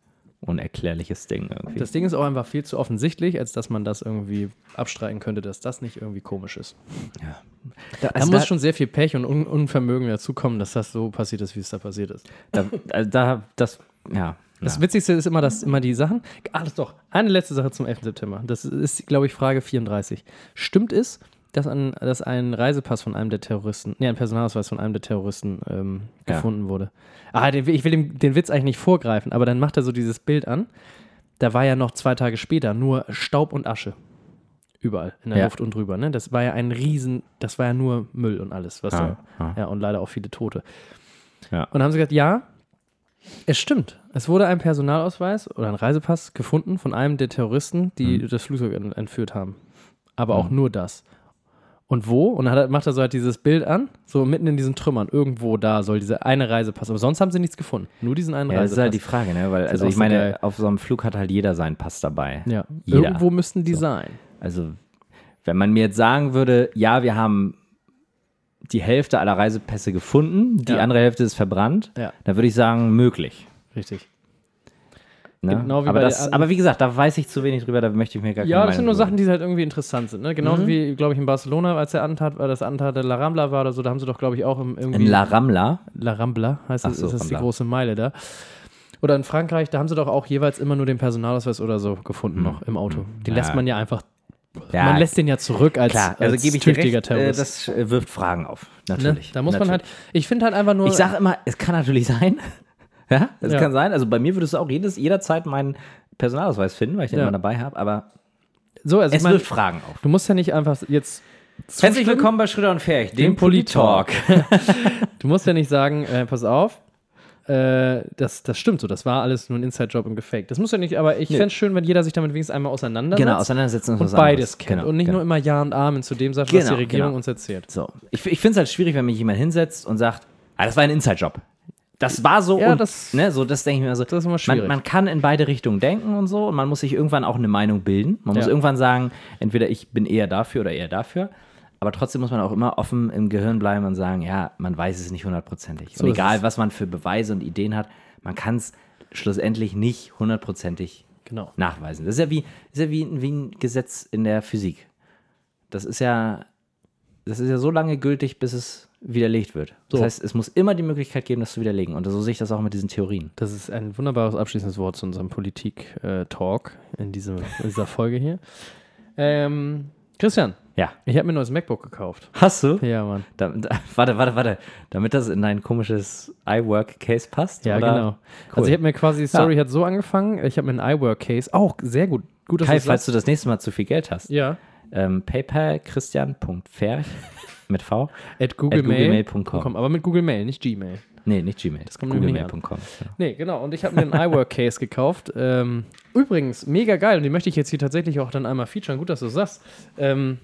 S3: unerklärliches Ding irgendwie.
S2: Das Ding ist auch einfach viel zu offensichtlich, als dass man das irgendwie abstreiten könnte, dass das nicht irgendwie komisch ist.
S3: da,
S2: Da
S3: also
S2: muss
S3: da-
S2: schon sehr viel Pech und Un Unvermögen dazukommen, dass das so passiert ist, wie es da passiert ist.
S3: da, also da, das, ja.
S2: Das
S3: ja.
S2: Witzigste ist immer, dass immer die Sachen. Ah, das doch. Eine letzte Sache zum 11. September. Das ist, glaube ich, Frage 34. Stimmt es, dass ein, dass ein Reisepass von einem der Terroristen, nee, ein Personalausweis von einem der Terroristen ähm,
S3: Ja.
S2: gefunden wurde? Ah, den, ich will dem, den Witz eigentlich nicht vorgreifen, aber dann macht er so dieses Bild an. Da war ja noch zwei Tage später nur Staub und Asche. Überall in der
S3: Ja.
S2: Luft und drüber, ne? Das war ja ein Riesen, das war ja nur Müll und alles, was
S3: Ja,
S2: da,
S3: ja.
S2: ja, und leider auch viele Tote.
S3: Ja.
S2: Und dann haben sie gesagt, ja, es stimmt. Es wurde ein Personalausweis oder ein Reisepass gefunden von einem der Terroristen, die
S3: Mhm.
S2: das Flugzeug en- entführt haben. Aber auch nur das. Und wo? Und dann hat er- macht er so halt dieses Bild an, so mitten in diesen Trümmern. Irgendwo da soll dieser eine Reisepass. Aber sonst haben sie nichts gefunden. Nur diesen einen
S3: Ja, das ist
S2: Reisepass.
S3: halt die Frage, ne? Weil,
S2: ist
S3: also
S2: auch
S3: ich
S2: so
S3: meine,
S2: geil.
S3: auf so einem Flug hat halt jeder seinen Pass dabei.
S2: ja.
S3: Jeder.
S2: Irgendwo müssten die sein.
S3: Also, wenn man mir jetzt sagen würde, ja, wir haben die Hälfte aller Reisepässe gefunden, die
S2: Ja.
S3: andere Hälfte ist verbrannt,
S2: Ja.
S3: dann würde ich sagen, möglich.
S2: Richtig.
S3: Ne?
S2: Genau wie
S3: aber,
S2: bei
S3: das,
S2: der-
S3: aber wie gesagt, da weiß ich zu wenig drüber, da möchte ich mir gar keine
S2: Ja, das sind
S3: Meinung
S2: nur
S3: drüber
S2: Sachen, die halt irgendwie interessant sind. Ne?
S3: Mhm.
S2: Genauso wie, glaube ich, in Barcelona, als der Attentat, äh, das Attentat der La Rambla war oder so, da haben sie doch, glaube ich, auch im, irgendwie.
S3: In La Ramla,
S2: La Rambla heißt
S3: Ach
S2: es,
S3: so,
S2: ist das die
S3: Rambla.
S2: große Meile da. Oder in Frankreich, da haben sie doch auch jeweils immer nur den Personalausweis oder so gefunden noch im Auto. Den lässt man ja einfach,
S3: Hm, Ja,
S2: man lässt den ja zurück als,
S3: klar, also
S2: als
S3: gebe ich dir
S2: tüchtiger
S3: recht, äh,
S2: Terrorist.
S3: das äh, wirft Fragen auf,
S2: ne?
S3: natürlich.
S2: Da muss man halt,
S3: natürlich.
S2: ich finde halt einfach nur,
S3: Ich sage immer, es kann natürlich sein. ja, es
S2: Ja.
S3: kann sein. Also bei mir würdest du auch jedes, jederzeit meinen Personalausweis finden, weil ich den
S2: Ja.
S3: immer dabei habe, aber
S2: so, also ich
S3: es
S2: mein,
S3: wirft Fragen auf.
S2: du musst ja nicht einfach jetzt,
S3: Herzlich willkommen bei Schröder und Ferch, dem,
S2: Dem Polit-Talk.
S3: Politalk.
S2: du musst ja nicht sagen, äh, pass auf, äh, das, das stimmt so, das war alles nur ein Inside-Job und gefaked. Das muss ja nicht, aber ich fänd's schön, wenn jeder sich damit wenigstens einmal auseinandersetzt
S3: Genau, auseinandersetzen
S2: und beides kennt und nicht nur immer Ja und Amen zu dem sagt, was die
S3: Genau,
S2: Regierung
S3: genau.
S2: uns erzählt.
S3: So. Ich, ich finde es halt schwierig, wenn mich jemand hinsetzt und sagt, ah, das war ein Inside-Job. Das war so
S2: Ja,
S3: und
S2: das-
S3: ne, so, das denke ich mir also.
S2: Das ist immer schwierig.
S3: man, man kann in beide Richtungen denken und so und man muss sich irgendwann auch eine Meinung bilden. Man muss
S2: Ja.
S3: irgendwann sagen, entweder ich bin eher dafür oder eher dafür. Aber trotzdem muss man auch immer offen im Gehirn bleiben und sagen, ja, man weiß es nicht hundertprozentig.
S2: So
S3: und
S2: ist
S3: egal,
S2: es.
S3: was man für Beweise und Ideen hat, man kann es schlussendlich nicht hundertprozentig
S2: Genau.
S3: nachweisen. Das ist ja wie, das ist ja wie, wie ein Gesetz in der Physik. Das ist ja, das ist ja so lange gültig, bis es widerlegt wird. Das
S2: So.
S3: heißt, es muss immer die Möglichkeit geben, das zu widerlegen. Und so sehe ich das auch mit diesen Theorien.
S2: Das ist ein wunderbares abschließendes Wort zu unserem Politik-Talk in, diesem- in dieser Folge hier. Ähm, Christian,
S3: Ja.
S2: ich habe mir ein neues MacBook gekauft.
S3: Hast du?
S2: Ja, Mann.
S3: Da, da, warte, warte, warte. Damit das in dein komisches iWork-Case passt?
S2: Ja,
S3: oder?
S2: genau.
S3: Cool.
S2: Also ich habe mir quasi, die Story hat so angefangen, ich habe mir einen iWork-Case, auch sehr gut. Gut, dass
S3: Kai,
S2: du's
S3: falls
S2: sagst.
S3: du das nächste Mal zu viel Geld hast,
S2: Ja,
S3: ähm, paypal.christian.ferch mit V.
S2: at googlemail.com.
S3: googlemail.com.
S2: Aber mit Google Mail, nicht Gmail.
S3: Nee, nicht Gmail. Das
S2: kommt nämlich nicht an.
S3: Googlemail.com.
S2: Nee, genau. Und ich habe mir einen iWork-Case gekauft. Ähm, übrigens, mega geil. Und die möchte ich jetzt hier tatsächlich auch dann einmal featuren. Gut, dass du es sagst. Ähm,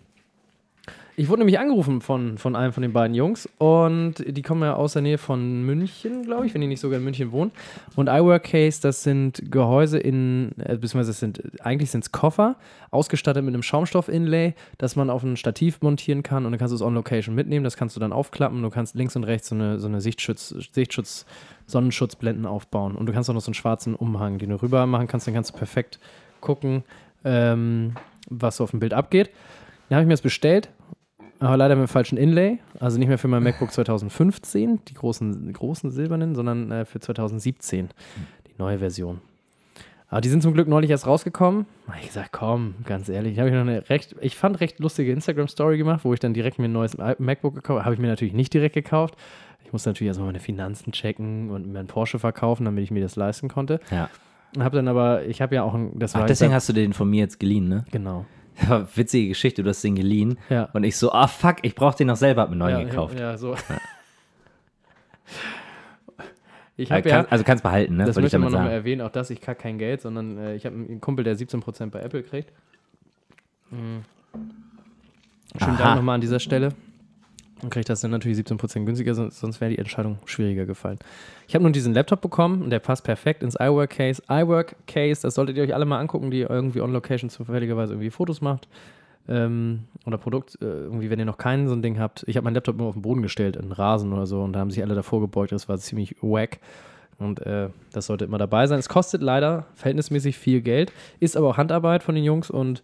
S2: ich wurde nämlich angerufen von, von einem von den beiden Jungs. Und die kommen ja aus der Nähe von München, glaube ich, wenn die nicht sogar in München wohnen. Und iWork-Case, das sind Gehäuse in, äh, beziehungsweise es sind, eigentlich sind es Koffer, ausgestattet mit einem Schaumstoff-Inlay, das man auf ein Stativ montieren kann. Und dann kannst du es on-location mitnehmen. Das kannst du dann aufklappen. Du kannst links und rechts so eine, so eine Sichtschutz, Sichtschutz Sonnenschutzblenden aufbauen. Und du kannst auch noch so einen schwarzen Umhang, den du rüber machen kannst, dann kannst du perfekt gucken, ähm, was so auf dem Bild abgeht. Dann habe ich mir das bestellt, aber leider mit dem falschen Inlay. Also nicht mehr für mein MacBook 2015, die großen, großen silbernen, sondern äh, für 2017, die neue Version. Aber die sind zum Glück neulich erst rausgekommen. Da hab ich gesagt, komm, ganz ehrlich, habe ich noch eine recht, ich fand recht lustige Instagram-Story gemacht, wo ich dann direkt mir ein neues I- MacBook gekauft habe. Habe ich mir natürlich nicht direkt gekauft. Ich musste natürlich erstmal meine Finanzen checken und mir einen Porsche verkaufen, damit ich mir das leisten konnte.
S3: Ja.
S2: Und habe dann aber, ich habe ja auch ein, das war
S3: Ach, deswegen hast du den von mir jetzt geliehen, ne?
S2: genau.
S3: Ja, witzige Geschichte, du hast den geliehen.
S2: Ja.
S3: Und ich so, ah fuck, ich brauch den noch selber, hab mir einen neuen
S2: ja,
S3: gekauft.
S2: Ja, so. Ich
S3: Äh,
S2: habe ja,
S3: kann, also kannst behalten, ne?
S2: das
S3: Wollte ich
S2: möchte man
S3: damit
S2: nochmal
S3: sagen.
S2: erwähnen, auch das, ich kack kein Geld, sondern äh, ich habe einen Kumpel, der 17% bei Apple kriegt. Mm. Schönen
S3: Aha.
S2: Dank nochmal an dieser Stelle. Dann kriege ich das dann natürlich 17% günstiger, sonst, sonst wäre die Entscheidung schwieriger gefallen. Ich habe nun diesen Laptop bekommen und der passt perfekt ins iWork Case. iWork Case, das solltet ihr euch alle mal angucken, die irgendwie on Location zufälligerweise irgendwie Fotos macht. Ähm, oder Produkt, äh, irgendwie, wenn ihr noch keinen so ein Ding habt. Ich habe meinen Laptop nur auf den Boden gestellt, in den Rasen oder so, und da haben sich alle davor gebeugt. Das war ziemlich wack. Und äh, das sollte immer dabei sein. Es kostet leider verhältnismäßig viel Geld, ist aber auch Handarbeit von den Jungs und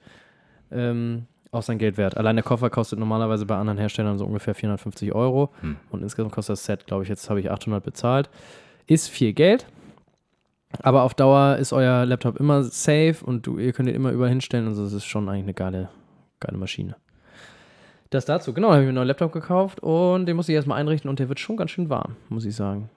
S2: ähm, auch sein Geld wert. Allein der Koffer kostet normalerweise bei anderen Herstellern so ungefähr 450 Euro
S3: Hm.
S2: und insgesamt kostet das Set, glaube ich, jetzt habe ich 800 bezahlt. Ist viel Geld, aber auf Dauer ist euer Laptop immer safe und du, ihr könnt ihn immer überall hinstellen. Also es ist schon eigentlich eine geile, geile Maschine. Das dazu, genau, da habe ich mir einen neuen Laptop gekauft und den muss ich erstmal einrichten und der wird schon ganz schön warm, muss ich sagen.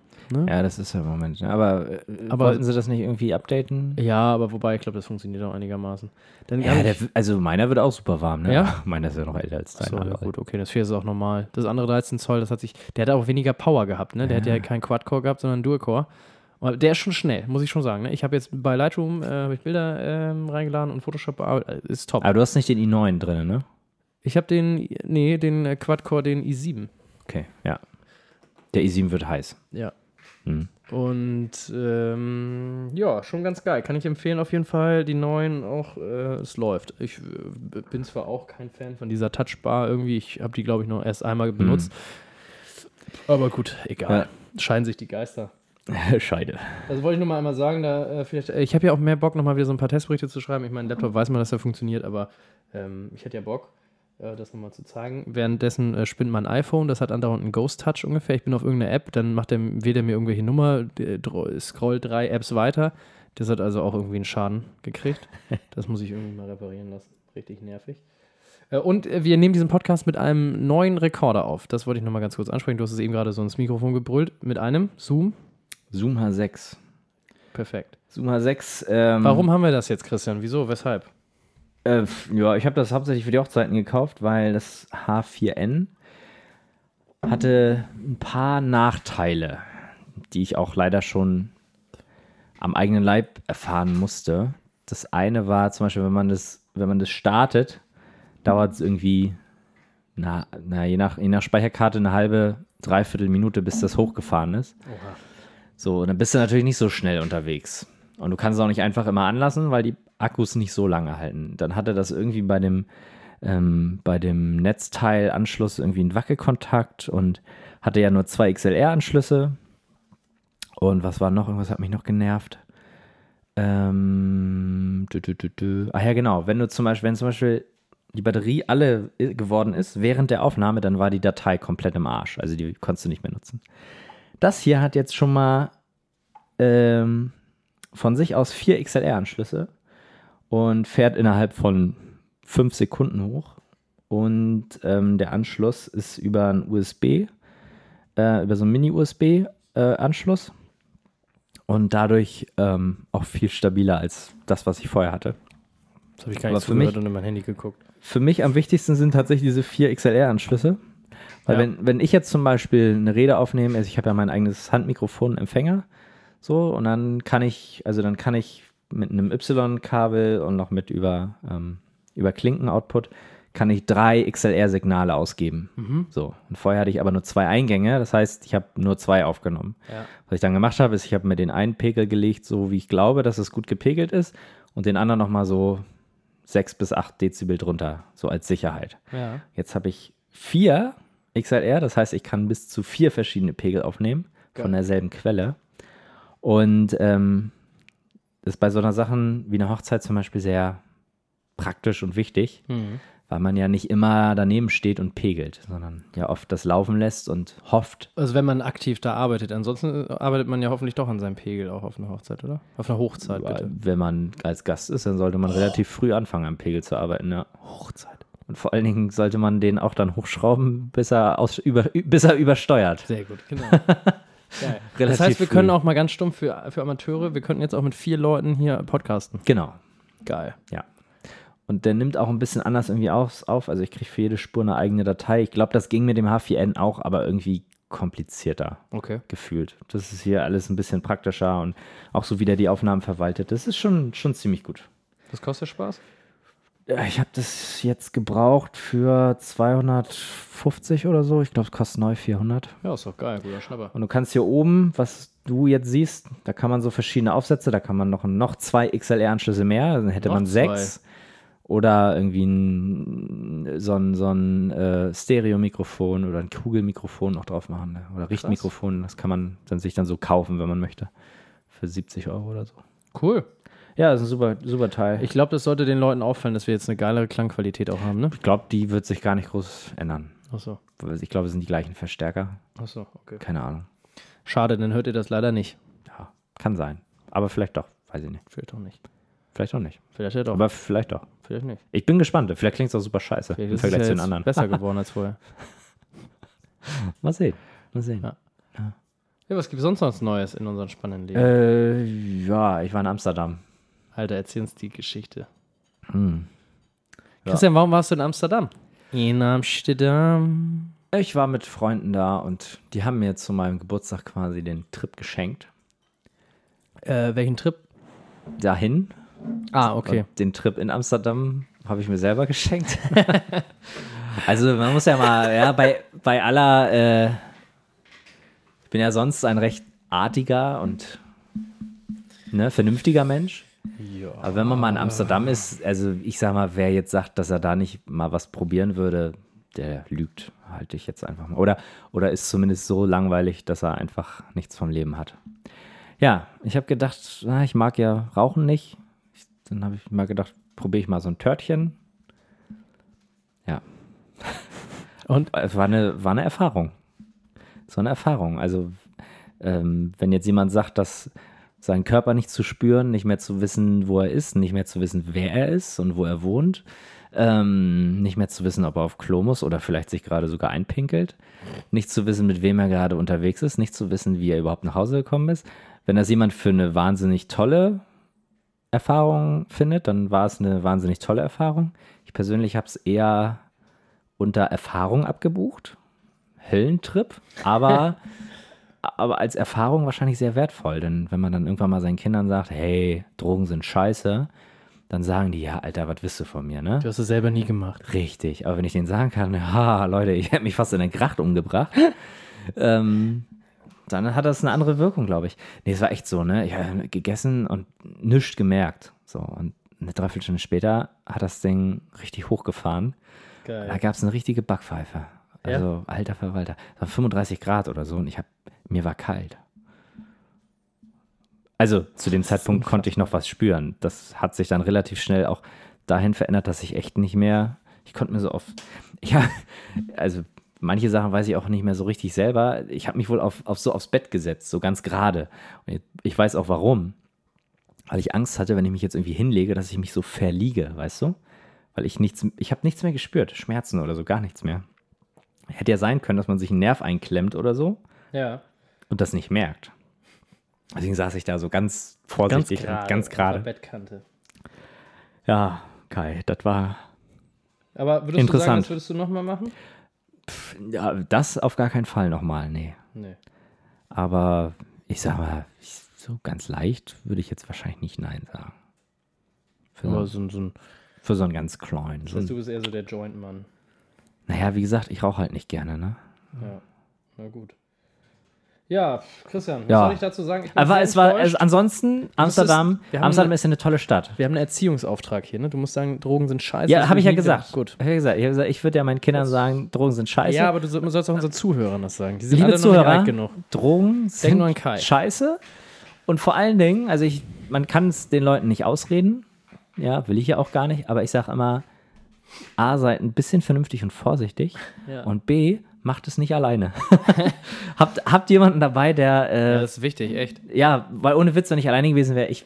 S3: Ja, das ist ja im Moment. Aber, äh,
S2: Aber-
S3: wollten sie das nicht irgendwie updaten?
S2: Ja, aber wobei, ich glaube, das funktioniert auch einigermaßen. Dann
S3: Ja, der, also meiner wird auch super warm, ne?
S2: Ja?
S3: Meiner ist ja noch älter als deiner.
S2: So, ja,
S3: aber-
S2: gut, okay, das 4 ist auch normal. Das andere 13 Zoll, das hat sich, der hat auch weniger Power gehabt, ne? Der hat ja keinen Quad-Core gehabt, sondern einen Dual-Core. Aber der ist schon schnell, muss ich schon sagen. Ne? Ich habe jetzt bei Lightroom äh, hab ich Bilder ähm, reingeladen und Photoshop bearbeitet. Äh, Ist top.
S3: Aber du hast nicht den i9 drin, ne?
S2: Ich habe den, nee, den äh, Quad-Core, den i7.
S3: Okay, ja. Der i7 wird heiß.
S2: Ja.
S3: Mhm.
S2: Und ähm, ja, schon ganz geil. Kann ich empfehlen auf jeden Fall. Die neuen auch, äh, es läuft. Ich äh, b- bin zwar auch kein Fan von dieser Touchbar irgendwie. Ich habe die, glaube ich, noch erst einmal benutzt. Aber gut, egal. Scheinen sich die Geister.
S3: Scheide.
S2: Also wollte ich nur mal einmal sagen, da äh, vielleicht, äh, ich habe ja auch mehr Bock, nochmal wieder so ein paar Testberichte zu schreiben. Ich meine, Laptop weiß man, dass er funktioniert, aber ähm, ich hätte ja Bock, äh, das nochmal zu zeigen. Währenddessen äh, spinnt mein iPhone, das hat andauernd einen Ghost-Touch ungefähr. Ich bin auf irgendeiner App, dann macht er, wählt er mir irgendwelche Nummer, äh, dro- scrollt drei Apps weiter. Das hat also auch irgendwie einen Schaden gekriegt. Das muss ich irgendwie mal reparieren lassen. Richtig nervig. Äh, Und äh, wir nehmen diesen Podcast mit einem neuen Rekorder auf. Das wollte ich nochmal ganz kurz ansprechen. Du hast es eben gerade so ins Mikrofon gebrüllt. Mit einem Zoom.
S3: Zoom H6.
S2: Perfekt.
S3: Zoom H6. Ähm,
S2: Warum haben wir das jetzt, Christian? Wieso? Weshalb?
S3: Äh, f- ja, ich habe das hauptsächlich für die Hochzeiten gekauft, weil das H4N hatte ein paar Nachteile, die ich auch leider schon am eigenen Leib erfahren musste. Das eine war zum Beispiel, wenn man das, wenn man das startet, dauert es irgendwie, na, na je, nach, je nach Speicherkarte, eine halbe, dreiviertel Minute, bis das hochgefahren ist. So, und dann bist du natürlich nicht so schnell unterwegs. Und du kannst es auch nicht einfach immer anlassen, weil die Akkus nicht so lange halten. Dann hatte das irgendwie bei dem, ähm, bei dem Netzteilanschluss irgendwie einen Wackelkontakt und hatte ja nur zwei XLR-Anschlüsse. Und was war noch? Irgendwas hat mich noch genervt. Ähm, dü, dü, dü, dü. Ach ja, genau. Wenn du zum Beispiel, wenn zum Beispiel die Batterie alle i- geworden ist während der Aufnahme, dann war die Datei komplett im Arsch. Also die konntest du nicht mehr nutzen. Das hier hat jetzt schon mal ähm, von sich aus vier XLR-Anschlüsse und fährt innerhalb von fünf Sekunden hoch. Und ähm, der Anschluss ist über ein USB, äh, über so einen Mini-USB-Anschluss. äh, und dadurch ähm, auch viel stabiler als das, was ich vorher hatte.
S2: Das habe ich gar
S3: Aber
S2: nicht
S3: für
S2: zugehört
S3: mich-
S2: und in mein Handy geguckt.
S3: Für mich am wichtigsten sind tatsächlich diese vier XLR-Anschlüsse. Weil
S2: Ja.
S3: wenn, wenn ich jetzt zum Beispiel eine Rede aufnehme, also ich habe ja mein eigenes Handmikrofon, einen Empfänger, so, und dann kann ich, also dann kann ich mit einem Y-Kabel und noch mit über, ähm, über Klinken-Output, kann ich drei XLR-Signale ausgeben. So. Und vorher hatte ich aber nur zwei Eingänge, das heißt, ich habe nur zwei aufgenommen.
S2: Ja.
S3: Was ich dann gemacht habe, ist, ich habe mir den einen Pegel gelegt, so wie ich glaube, dass es gut gepegelt ist, und den anderen nochmal so sechs bis acht Dezibel drunter, so als Sicherheit.
S2: Ja.
S3: Jetzt habe ich vier XLR, das heißt, ich kann bis zu vier verschiedene Pegel aufnehmen von
S2: Geil.
S3: derselben Quelle. Und ähm, das ist bei so einer Sachen wie einer Hochzeit zum Beispiel sehr praktisch und wichtig, weil man ja nicht immer daneben steht und pegelt, sondern ja oft das laufen lässt und hofft.
S2: Also wenn man aktiv da arbeitet. Ansonsten äh, arbeitet man ja hoffentlich doch an seinem Pegel auch auf einer Hochzeit, oder? Auf einer Hochzeit, bitte. Oh.
S3: Wenn man als Gast ist, dann sollte man relativ früh anfangen, am Pegel zu arbeiten. Ja. Hochzeit. Und vor allen Dingen sollte man den auch dann hochschrauben, bis er, aus, über, ü- bis er übersteuert.
S2: Sehr gut, genau. Geil. das
S3: Relativ
S2: heißt, wir
S3: früh.
S2: können auch mal ganz stumpf für, für Amateure, wir könnten jetzt auch mit vier Leuten hier podcasten.
S3: Genau,
S2: Geil.
S3: ja. Und der nimmt auch ein bisschen anders irgendwie aus, auf. Also ich kriege für jede Spur eine eigene Datei. Ich glaube, das ging mit dem H4N auch, aber irgendwie komplizierter
S2: Okay.
S3: gefühlt. Das ist hier alles ein bisschen praktischer und auch so, wie der die Aufnahmen verwaltet. Das ist schon, schon ziemlich gut.
S2: Das kostet Spaß?
S3: Ja, Ich habe das jetzt gebraucht für 250 oder so. Ich glaube, es kostet neu 400.
S2: Ja, ist doch geil, guter Schnapper.
S3: Und du kannst hier oben, was du jetzt siehst, da kann man so verschiedene Aufsätze, da kann man noch, noch zwei XLR-Anschlüsse mehr, also dann hätte
S2: Noch
S3: man
S2: zwei.
S3: sechs. Oder irgendwie ein, so ein, so ein äh, Stereo-Mikrofon oder ein Kugelmikrofon noch drauf machen. Ne? Oder Richtmikrofon, das kann man dann sich dann so kaufen, wenn man möchte. Für 70 Euro oder so.
S2: Cool.
S3: Ja, das ist ein super, super Teil.
S2: Ich glaube, das sollte den Leuten auffallen, dass wir jetzt eine geilere Klangqualität auch haben, ne?
S3: Ich glaube, die wird sich gar nicht groß ändern.
S2: Achso,
S3: Also Ich glaube, es sind die gleichen Verstärker.
S2: achso, okay.
S3: Keine Ahnung.
S2: Schade, dann hört ihr das leider nicht.
S3: Ja, kann sein. Aber vielleicht doch. Weiß ich nicht.
S2: Vielleicht auch nicht.
S3: Vielleicht auch nicht.
S2: Vielleicht ja doch,
S3: Aber vielleicht doch.
S2: vielleicht nicht.
S3: Ich bin gespannt. Vielleicht klingt es auch super scheiße
S2: Vielleicht
S3: im
S2: ist es ja
S3: Vergleich zu den
S2: jetzt
S3: anderen.
S2: besser geworden als vorher.
S3: Mal sehen. Mal sehen.
S2: Ja. Ja, was gibt es sonst noch Neues in unserem spannenden Leben?
S3: Äh, ja, ich war in Amsterdam.
S2: Alter, erzähl uns die Geschichte.
S3: Hm.
S2: Christian, warum warst du in Amsterdam? In Amsterdam.
S3: Ich war mit Freunden da und die haben mir zu meinem Geburtstag quasi den Trip geschenkt.
S2: Äh, welchen Trip?
S3: Dahin.
S2: Ah, okay.
S3: Und den Trip in Amsterdam habe ich mir selber geschenkt. also man muss ja mal, ja, bei, bei aller, äh, ich bin ja sonst ein recht artiger und ne, vernünftiger Mensch. Aber wenn man mal in Amsterdam ist, also ich sag mal, wer jetzt sagt, dass er da nicht mal was probieren würde, der lügt, halte ich jetzt einfach mal. Oder, oder ist zumindest so langweilig, dass er einfach nichts vom Leben hat. Ja, ich habe gedacht, na, ich mag ja Rauchen nicht. Ich, dann habe ich mal gedacht, probiere ich mal so ein Törtchen. Ja,
S2: Und?
S3: es war eine, war eine Erfahrung. So eine Erfahrung. Also, ähm, wenn jetzt jemand sagt, dass sein Körper nicht zu spüren, nicht mehr zu wissen, wo er ist, nicht mehr zu wissen, wer er ist und wo er wohnt, ähm, nicht mehr zu wissen, ob er auf Klo muss oder vielleicht sich gerade sogar einpinkelt, nicht zu wissen, mit wem er gerade unterwegs ist, nicht zu wissen, wie er überhaupt nach Hause gekommen ist. Wenn das jemand für eine wahnsinnig tolle Erfahrung findet, dann war es eine wahnsinnig tolle Erfahrung. Ich persönlich habe es eher unter Erfahrung abgebucht. Höllentrip, aber, aber als Erfahrung wahrscheinlich sehr wertvoll. Denn wenn man dann irgendwann mal seinen Kindern sagt, hey, Drogen sind scheiße, dann sagen die, ja, Alter, was willst du von mir, ne?
S2: Du hast es selber nie gemacht.
S3: Richtig, aber wenn ich denen sagen kann, ha, Leute, ich hätte mich fast in den Gracht umgebracht, ähm, dann hat das eine andere Wirkung, glaube ich. Nee, es war echt so, ne? Ich habe gegessen und nichts gemerkt. So, und eine Dreiviertelstunde später hat das Ding richtig hochgefahren. Da
S2: Geil.
S3: gab es eine richtige Backpfeife.
S2: Ja?
S3: Also, alter Verwalter. Es war 35 Grad oder so und ich habe, mir war kalt. Also, zu dem Zeitpunkt konnte ich noch was spüren. Das hat sich dann relativ schnell auch dahin verändert, dass ich echt nicht mehr, ich konnte mir so oft, ja, also manche Sachen weiß ich auch nicht mehr so richtig selber. Ich habe mich wohl auf, auf so aufs Bett gesetzt, so ganz gerade. Und ich- ich weiß auch warum. Weil ich Angst hatte, wenn ich mich jetzt irgendwie hinlege, dass ich mich so verliege, weißt du? weil ich nichts, ich habe nichts mehr gespürt, Schmerzen oder so, gar nichts mehr. Hätte ja sein können, dass man sich einen Nerv einklemmt oder so
S2: Ja.
S3: und das nicht merkt. Deswegen saß ich da so ganz vorsichtig und ganz
S2: auf der
S3: gerade.
S2: Bettkante.
S3: Ja, Kai, das war
S2: Aber würdest du sagen,
S3: Interessant.
S2: das würdest du nochmal machen?
S3: ja, das auf gar keinen Fall nochmal, nee.
S2: Nee.
S3: Aber ich sag mal, ich, so ganz leicht würde ich jetzt wahrscheinlich nicht Nein sagen. Für,
S2: Aber
S3: so,
S2: so, ein- so ein.
S3: für so einen ganz kleinen. So
S2: Also, du
S3: ein,
S2: bist eher so der Joint-Mann.
S3: naja, wie gesagt, ich rauche halt nicht gerne, ne?
S2: Ja. Na gut. Ja, Christian, was
S3: Ja.
S2: soll ich dazu sagen? Ich bin
S3: Aber
S2: sehr
S3: es war,
S2: enttäuscht.
S3: also ansonsten, Amsterdam,
S2: wir haben
S3: Amsterdam
S2: eine-
S3: ist ja eine tolle Stadt.
S2: Wir haben einen Erziehungsauftrag hier, ne? Du musst sagen, Drogen sind scheiße.
S3: Ja,
S2: das
S3: habe
S2: will
S3: ich ja
S2: nie wieder-
S3: gesagt.
S2: Gut.
S3: Hab Ich, ja gesagt. ich, hab gesagt, ich würde ja meinen Kindern sagen, Drogen sind scheiße.
S2: Ja, aber du so- sollst auch unseren Zuhörern das sagen. Die sind
S3: Liebe
S2: alle noch nicht
S3: Zuhörer,
S2: alt genug.
S3: Drogen
S2: nur an
S3: sind
S2: Kai.
S3: scheiße. Und vor allen Dingen, also ich, man kann es den Leuten nicht ausreden. Ja, will ich ja auch gar nicht. Aber ich sage immer, A, seid ein bisschen vernünftig und vorsichtig.
S2: Ja.
S3: Und B, macht es nicht alleine. habt, habt jemanden dabei, der... Äh,
S2: Ja, das ist wichtig, echt.
S3: ja, weil ohne Witz, wenn ich alleine gewesen wäre, ich...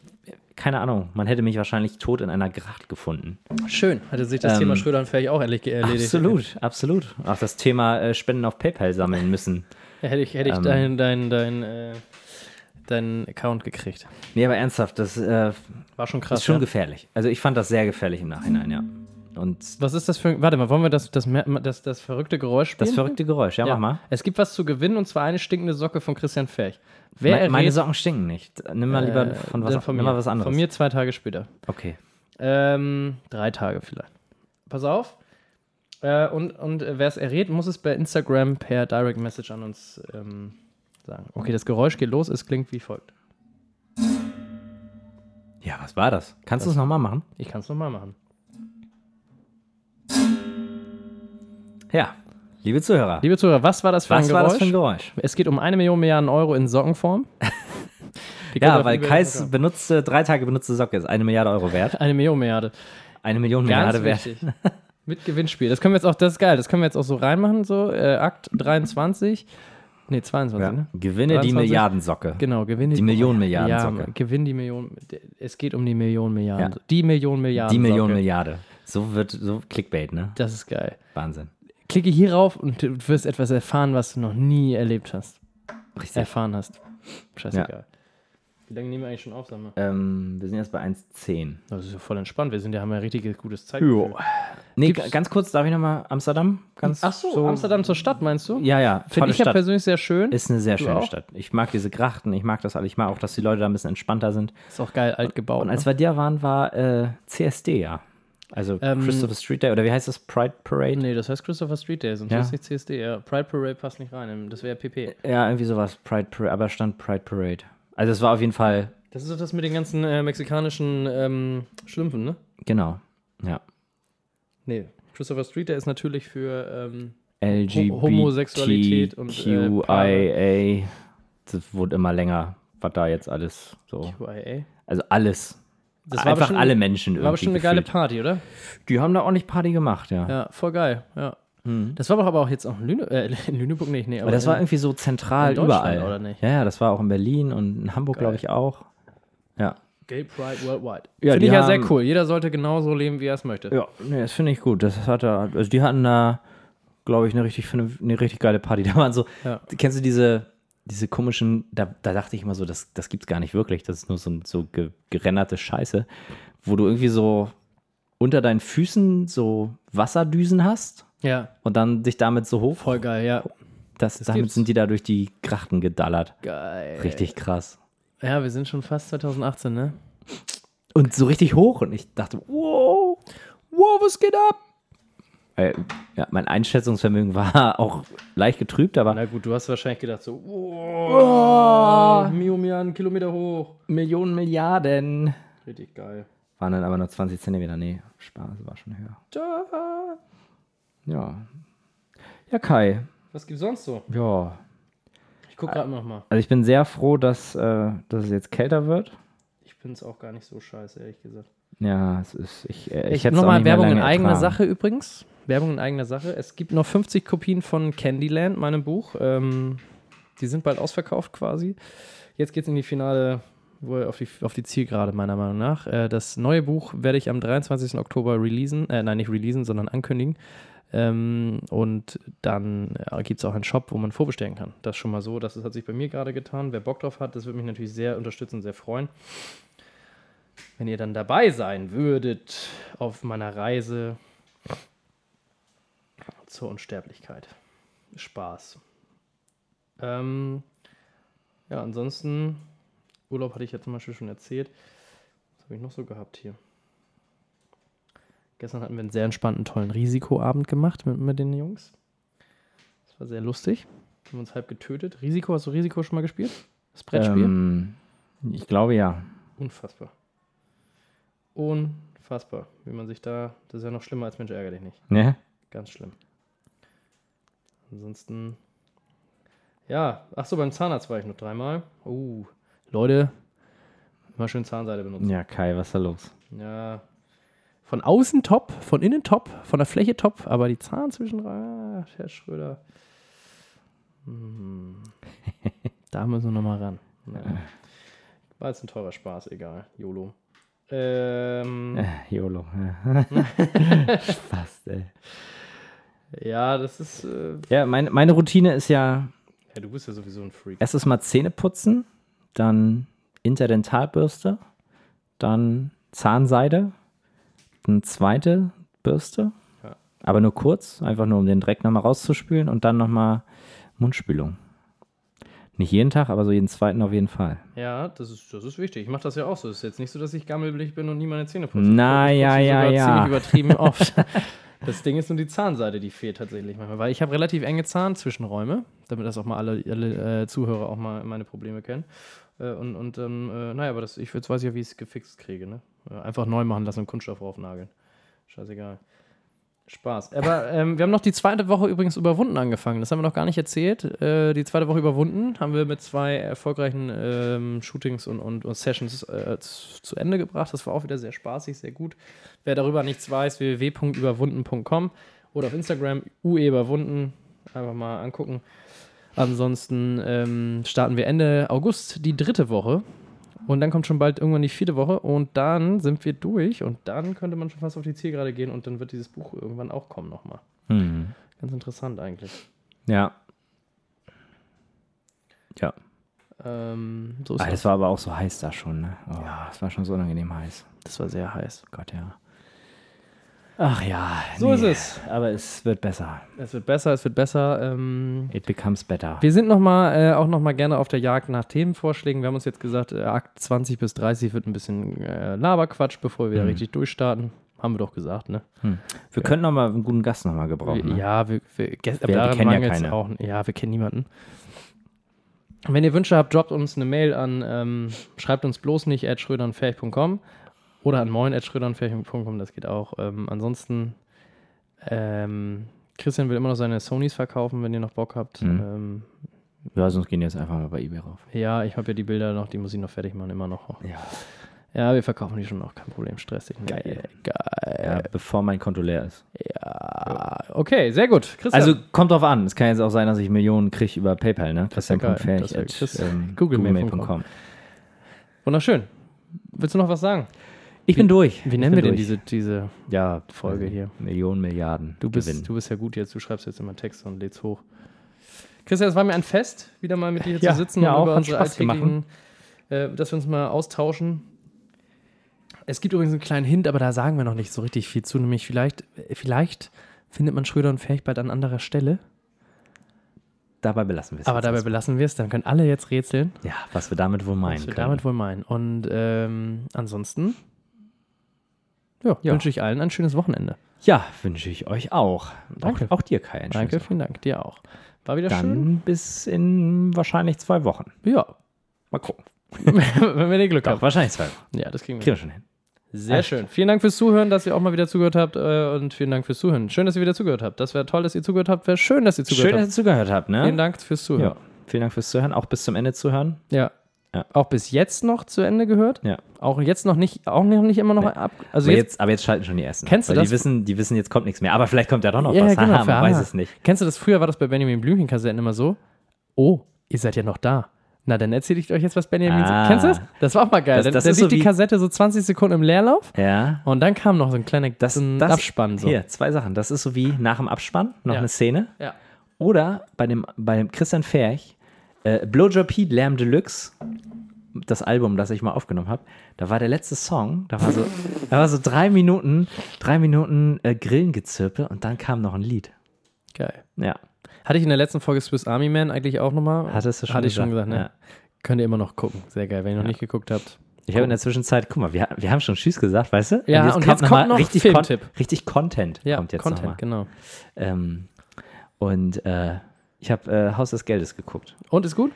S3: Keine Ahnung, man hätte mich wahrscheinlich tot in einer Gracht gefunden.
S2: Schön. Hatte sich das Thema Schröder und Ferch auch endlich ge- erledigt.
S3: Absolut, absolut. Auch das Thema äh, Spenden auf PayPal sammeln müssen.
S2: Ja, hätte ich, hätte ich deinen dein, dein, äh, deinen Account gekriegt.
S3: Nee, aber ernsthaft, das äh,
S2: War schon krass.
S3: ist schon
S2: ja.
S3: gefährlich. Also ich fand das sehr gefährlich im Nachhinein, ja. Und
S2: Was ist das für ein. Warte mal, wollen wir das, das, Mer- das, das verrückte Geräusch spielen?
S3: das verrückte Geräusch, ja,
S2: ja.
S3: mach mal.
S2: Es gibt was zu gewinnen und zwar eine stinkende Socke von Christian Ferch. Wer
S3: Me meine
S2: errät,
S3: Socken stinken nicht. Nimm mal lieber
S2: äh,
S3: von
S2: dann
S3: was,
S2: von
S3: nimm
S2: mir.
S3: mal was anderes.
S2: Von mir zwei Tage später.
S3: Okay.
S2: Ähm, drei Tage vielleicht. Pass auf. Äh, und und äh, wer es errät, muss es bei Instagram per Direct Message an uns ähm, sagen. Okay, das Geräusch geht los. Es klingt wie folgt.
S3: Ja, was war das? Kannst du es nochmal machen?
S2: Ich kann es nochmal machen.
S3: Ja, liebe Zuhörer.
S2: Liebe Zuhörer, was war das für ein
S3: was
S2: Geräusch?
S3: war das für ein Geräusch?
S2: Es geht um eine Million Milliarden Euro in Sockenform. Die können
S3: Ja,
S2: auf
S3: weil
S2: eBay
S3: Kais
S2: verkaufen.
S3: benutzte, drei Tage benutzte Socke ist eine Milliarde Euro wert.
S2: Eine Million Milliarde.
S3: Eine Million
S2: Ganz
S3: Milliarde wert.
S2: wichtig. Mit Gewinnspiel. Das können wir jetzt auch, das ist geil, das können wir jetzt auch so reinmachen, so äh, Akt 23. Nee, 22,
S3: Ja.
S2: ne?
S3: Gewinne die
S2: 23.
S3: Milliardensocke.
S2: Genau, gewinne
S3: Die Millionen Milliarden
S2: Ja,
S3: Socke.
S2: gewinn die Millionen. Es geht um die Millionen Milliarden.
S3: Ja.
S2: Die Millionen Milliarden.
S3: Die Million
S2: Socke.
S3: Milliarde. So wird so Clickbait, ne?
S2: Das ist geil.
S3: Wahnsinn.
S2: Klicke hierauf und du wirst etwas erfahren, was du noch nie erlebt hast. Erfahren hast. Scheißegal. Wie lange nehmen wir eigentlich schon auf, sag mal?
S3: Ähm, wir sind jetzt bei 1,10.
S2: Das ist ja voll entspannt. Wir sind ja, haben ja richtig gutes Zeit.
S3: Nee,
S2: Gibt's-
S3: ga- ganz kurz, darf ich nochmal Amsterdam? Ganz
S2: Ach so, Amsterdam zur Stadt, meinst du?
S3: Ja, ja.
S2: Finde
S3: Tolle
S2: ich ja
S3: Stadt.
S2: persönlich sehr schön.
S3: Ist eine sehr
S2: Du
S3: schöne
S2: auch?
S3: Stadt. Ich mag diese Grachten, ich mag das alle. Ich mag auch, dass die Leute da ein bisschen entspannter sind.
S2: Ist auch geil alt gebaut.
S3: Und
S2: Ne?
S3: als wir da waren, war äh, CSD, ja. Also
S2: Ähm,
S3: Christopher Street Day oder wie heißt das? Pride Parade?
S2: Nee, das heißt Christopher Street Day, sonst
S3: Ja. Äh.
S2: ist es nicht CSD. Ja. Pride Parade passt nicht rein, das wäre PP.
S3: Ja, irgendwie sowas. Pride Parade, aber stand Pride Parade. Also es war auf jeden Fall,
S2: Das ist doch das mit den ganzen äh, mexikanischen ähm, Schlümpfen, ne?
S3: genau. Ja.
S2: Nee, Christopher Street Day ist natürlich für ähm, Ho- Homosexualität und, äh,
S3: LGBTQIA. Das wurde immer länger, was da jetzt alles so.
S2: QIA.
S3: Also alles.
S2: Das war
S3: Einfach
S2: bestimmt-
S3: alle Menschen irgendwie.
S2: War bestimmt eine geile
S3: gefühlt.
S2: Party, oder?
S3: Die haben da ordentlich Party gemacht, ja.
S2: Ja, voll geil, ja. Das war doch aber auch jetzt auch in, Lüne äh, in Lüneburg nicht, nee.
S3: Aber das war
S2: in,
S3: irgendwie so zentral
S2: in Deutschland,
S3: überall.
S2: oder nicht?
S3: Ja, ja, das war auch in Berlin und in Hamburg, glaube ich, auch. Ja.
S2: Gay Pride Worldwide.
S3: Ja,
S2: Finde
S3: die
S2: ich ja
S3: haben-
S2: sehr cool. Jeder sollte genauso leben, wie er es möchte.
S3: Ja, nee, das finde ich gut. Das hat da, also die hatten da, glaube ich, eine richtig, vernünft- eine richtig geile Party. Da waren so,
S2: Ja.
S3: kennst du diese, diese komischen, da, da dachte ich immer so, das, das gibt's gar nicht wirklich. Das ist nur so, ein- so ge, gerenderte Scheiße, wo du irgendwie so unter deinen Füßen so Wasserdüsen hast
S2: ja.
S3: und dann dich damit so hoch.
S2: Voll geil, ja.
S3: Das, damit
S2: gibt's.
S3: sind die da durch die Grachten gedallert.
S2: Geil.
S3: Richtig krass.
S2: Ja, wir sind schon fast 2018, ne?
S3: Und so richtig hoch. Und ich dachte, wow.
S2: Wow, was geht ab?
S3: Äh, ja, mein Einschätzungsvermögen war auch leicht getrübt, aber
S2: Na gut, du hast wahrscheinlich gedacht so, wow, Mio Mio, einen Kilometer hoch.
S3: Millionen, Milliarden.
S2: Richtig geil.
S3: Waren dann aber nur 20 Zentimeter. Nee, Spaß war schon höher.
S2: Tja.
S3: Ja. Ja, Kai.
S2: Was gibt's sonst so?
S3: Ja.
S2: Ich guck gerade nochmal.
S3: Also ich bin sehr froh, dass, äh, dass es jetzt kälter wird.
S2: Ich find's auch gar nicht so scheiße, ehrlich gesagt.
S3: Ja, es ist. Ich, äh, ich,
S2: Ich,
S3: hätte
S2: hab
S3: es auch
S2: nochmal
S3: nicht mehr
S2: Werbung in
S3: lange
S2: eigener
S3: ertragen.
S2: Sache übrigens. Werbung in eigener Sache. Es gibt noch 50 Kopien von Candyland, meinem Buch. Ähm, die sind bald ausverkauft quasi. Jetzt geht's in die finale, wohl auf die, auf die Zielgerade meiner Meinung nach. Äh, das neue Buch werde ich am 23. Oktober releasen. Äh, nein, nicht releasen, sondern ankündigen. Ähm, und dann äh, gibt es auch einen Shop, wo man vorbestellen kann. Das schon mal so. Das hat sich bei mir gerade getan. Wer Bock drauf hat, das würde mich natürlich sehr unterstützen, sehr freuen. Wenn ihr dann dabei sein würdet auf meiner Reise zur Unsterblichkeit. Spaß. Ähm, ja, ansonsten, Urlaub hatte ich ja zum Beispiel schon erzählt. Was habe ich noch so gehabt hier? Gestern hatten wir einen sehr entspannten, tollen Risikoabend gemacht mit, mit den Jungs. Das war sehr lustig. Haben uns halb getötet. Risiko, hast du Risiko schon mal gespielt? Das Brettspiel?
S3: Ähm, ich glaube ja.
S2: Unfassbar. Unfassbar. Wie man sich da. Das ist ja noch schlimmer als Mensch ärgere dich nicht.
S3: Ne?
S2: Ganz schlimm. Ansonsten. Ja, ach so, beim Zahnarzt war ich noch dreimal. Uh. Leute, immer schön Zahnseide benutzen.
S3: Ja, Kai, was ist da los?
S2: Ja. Von außen top, von innen top, von der Fläche top, aber die Zahn zwischen. Ah, Herr Schröder. Hm. da müssen wir nochmal ran. Ja. War jetzt ein teurer Spaß, egal. YOLO. Ähm,
S3: Äh, YOLO. Spaß, ey.
S2: ja, das ist. Äh,
S3: Ja, meine, meine Routine ist ja
S2: ja, du bist ja sowieso ein Freak.
S3: erstes Mal Zähne putzen, dann Interdentalbürste, dann Zahnseide, eine zweite Bürste,
S2: Ja.
S3: aber nur kurz, einfach nur um den Dreck nochmal rauszuspülen und dann nochmal Mundspülung. Nicht jeden Tag, aber so jeden zweiten auf jeden Fall.
S2: Ja, das ist, das ist wichtig. Ich mache das ja auch so. Es ist jetzt nicht so, dass ich gammelblick bin und nie meine Zähne putze.
S3: Na,
S2: Ich putze
S3: ja,
S2: sie
S3: ja,
S2: sogar
S3: ja.
S2: ziemlich übertrieben oft. Das Ding ist nur die Zahnseite, die fehlt tatsächlich manchmal. Weil ich habe relativ enge Zahnzwischenräume, damit das auch mal alle, alle äh, Zuhörer auch mal meine Probleme kennen. Äh, und und ähm, äh, naja, aber das, ich, jetzt weiß ich ja, wie ich es gefixt kriege. Ne? Äh, Einfach neu machen lassen und Kunststoff raufnageln. Scheißegal. Spaß. Aber ähm, wir haben noch die zweite Woche übrigens überwunden angefangen. Das haben wir noch gar nicht erzählt. Äh, die zweite Woche überwunden haben wir mit zwei erfolgreichen ähm, Shootings und, und, und Sessions äh, zu, zu Ende gebracht. Das war auch wieder sehr spaßig, sehr gut. Wer darüber nichts weiß, www.überwunden.com oder auf Instagram UE überwunden. Einfach mal angucken. Ansonsten ähm, starten wir Ende August die dritte Woche. Und dann kommt schon bald irgendwann die vierte Woche und dann sind wir durch und dann könnte man schon fast auf die Zielgerade gehen und dann wird dieses Buch irgendwann auch kommen nochmal.
S3: Hm.
S2: Ganz interessant eigentlich.
S3: Ja. Ja.
S2: Ähm, so ist
S3: Ah, das
S2: das.
S3: war aber auch so heiß da schon, ne? Oh, ja, es war schon so unangenehm heiß.
S2: Das war sehr heiß.
S3: Gott, ja. Ach ja.
S2: So ist es.
S3: Aber es wird besser.
S2: Es wird besser, es wird besser. Ähm,
S3: It becomes better.
S2: wir sind noch mal, äh, auch nochmal gerne auf der Jagd nach Themenvorschlägen. Wir haben uns jetzt gesagt, äh, Akt 20 bis 30 wird ein bisschen äh, Laberquatsch, bevor wir da richtig durchstarten. Haben wir doch gesagt, ne?
S3: Hm. Wir könnten noch mal einen guten Gast noch mal gebrauchen. Ne?
S2: Ja, wir, wir, gest-
S3: Wir- wir
S2: daran
S3: kennen ja
S2: mangelt's
S3: keine.
S2: auch. Ja, wir kennen niemanden. Wenn ihr Wünsche habt, droppt uns eine Mail an, ähm, schreibt uns bloß nicht at schrödernferch.com oder an moin at schrödernferch.com, das geht auch. Ähm, ansonsten, ähm, Christian will immer noch seine Sonys verkaufen, wenn ihr noch Bock habt.
S3: Mhm.
S2: Ähm,
S3: ja, sonst gehen wir jetzt einfach mal bei eBay rauf.
S2: ja, ich habe ja die Bilder noch, die muss ich noch fertig machen, immer noch.
S3: Ja.
S2: Ja, wir verkaufen die schon noch, kein Problem, stressig. Geil. Geil.
S3: Ja, bevor mein Konto leer ist.
S2: Okay, sehr gut. Christian.
S3: Also kommt drauf an. Es kann jetzt auch sein, dass ich Millionen kriege über PayPal, ne? ähm,
S2: Das wär geil. Das wär- das- googlemail.com.
S3: googlemail.com.
S2: wunderschön. Willst du noch was sagen?
S3: Ich bin durch.
S2: Wie nennen wir denn diese, diese
S3: ja,
S2: Folge hier?
S3: Millionen, Milliarden.
S2: Du bist, du bist ja gut jetzt, du schreibst jetzt immer Texte und lädst hoch. Christian, es war mir ein Fest, wieder mal mit dir hier
S3: Ja,
S2: zu sitzen
S3: mir auch,
S2: über
S3: hat
S2: unsere
S3: Spaß gemacht.
S2: alltäglichen, äh, dass wir uns mal austauschen. Es gibt übrigens einen kleinen Hint, aber da sagen wir noch nicht so richtig viel zu, nämlich vielleicht, vielleicht findet man Schröder und Ferch bald an anderer Stelle,
S3: dabei belassen wir es.
S2: aber
S3: jetzt
S2: dabei
S3: erstmal.
S2: belassen wir es, dann können alle jetzt rätseln,
S3: Ja, was wir damit wohl meinen
S2: was wir
S3: können.
S2: damit wohl meinen. Und ähm, ansonsten ja,
S3: Ja.
S2: wünsche ich allen ein schönes Wochenende.
S3: ja, wünsche ich euch auch.
S2: Danke.
S3: Auch, auch dir, Kai. ein
S2: Danke,
S3: schönes
S2: vielen Dank, dir auch. War wieder
S3: Dann
S2: schön.
S3: bis in wahrscheinlich zwei Wochen.
S2: Ja,
S3: Mal gucken.
S2: wenn ihr Glück
S3: Doch,
S2: habt.
S3: wahrscheinlich zwei Wochen.
S2: Ja, das kriegen wir.
S3: Kriegen wir schon hin. Also,
S2: Sehr schön. Vielen Dank fürs Zuhören, dass ihr auch mal wieder zugehört habt äh, und vielen Dank fürs Zuhören. Schön, dass ihr wieder zugehört habt. Das wäre toll, dass ihr zugehört habt. Wäre schön, dass ihr zugehört
S3: Schön, dass
S2: habt.
S3: ihr zugehört habt, ne?
S2: Vielen Dank fürs Zuhören.
S3: Ja. Vielen Dank fürs Zuhören, auch bis zum Ende zuhören.
S2: Ja.
S3: Ja.
S2: Auch bis jetzt noch zu Ende gehört.
S3: Ja.
S2: Auch jetzt noch nicht, auch noch nicht immer noch ab. Also
S3: aber,
S2: jetzt,
S3: jetzt, aber jetzt schalten schon die ersten.
S2: Kennst du
S3: Weil
S2: das?
S3: Die wissen, die wissen, jetzt kommt nichts mehr. Aber vielleicht kommt ja doch noch
S2: Ja,
S3: was.
S2: genau,
S3: Haha, man
S2: für-
S3: weiß
S2: ah.
S3: es nicht.
S2: Kennst du das? Früher war das bei Benjamin Blümchen-Kassetten immer so. Oh, ihr seid ja noch da. Na, dann erzähle ich euch jetzt, was Benjamin.
S3: Ah.
S2: Kennst du das? Das war auch mal geil.
S3: Das-
S2: dann
S3: das
S2: dann
S3: ist
S2: liegt
S3: so
S2: die
S3: wie-
S2: Kassette so 20 Sekunden im Leerlauf
S3: Ja.
S2: und dann kam noch so ein kleiner so ein Abspann. So.
S3: Hier, zwei Sachen. Das ist so wie nach dem Abspann noch
S2: Ja.
S3: eine Szene.
S2: Ja.
S3: Oder bei dem, bei dem Christian Ferch, äh, Blowjob Pete Lärm Deluxe, das Album, das ich mal aufgenommen habe, da war der letzte Song, da war so, da war so drei Minuten, drei Minuten äh, Grillengezirpe und dann kam noch ein Lied.
S2: Geil.
S3: Ja.
S2: Hatte ich in der letzten Folge Swiss Army Man eigentlich auch nochmal?
S3: Hattest du schon
S2: Hatte ich schon
S3: gesagt,
S2: gesagt, ne?
S3: ja.
S2: Könnt ihr immer noch gucken. Sehr geil, wenn ihr noch nicht geguckt habt.
S3: Ich habe in der Zwischenzeit, guck mal, wir, wir haben schon Tschüss gesagt, weißt du?
S2: Oh. Ja, und jetzt kommt
S3: mal
S2: noch
S3: richtig,
S2: Filmtipp.
S3: richtig Content
S2: Ja,
S3: kommt jetzt
S2: Content,
S3: nochmal.
S2: genau.
S3: Ähm, und äh, ich habe äh, Haus des Geldes geguckt.
S2: Und ist gut?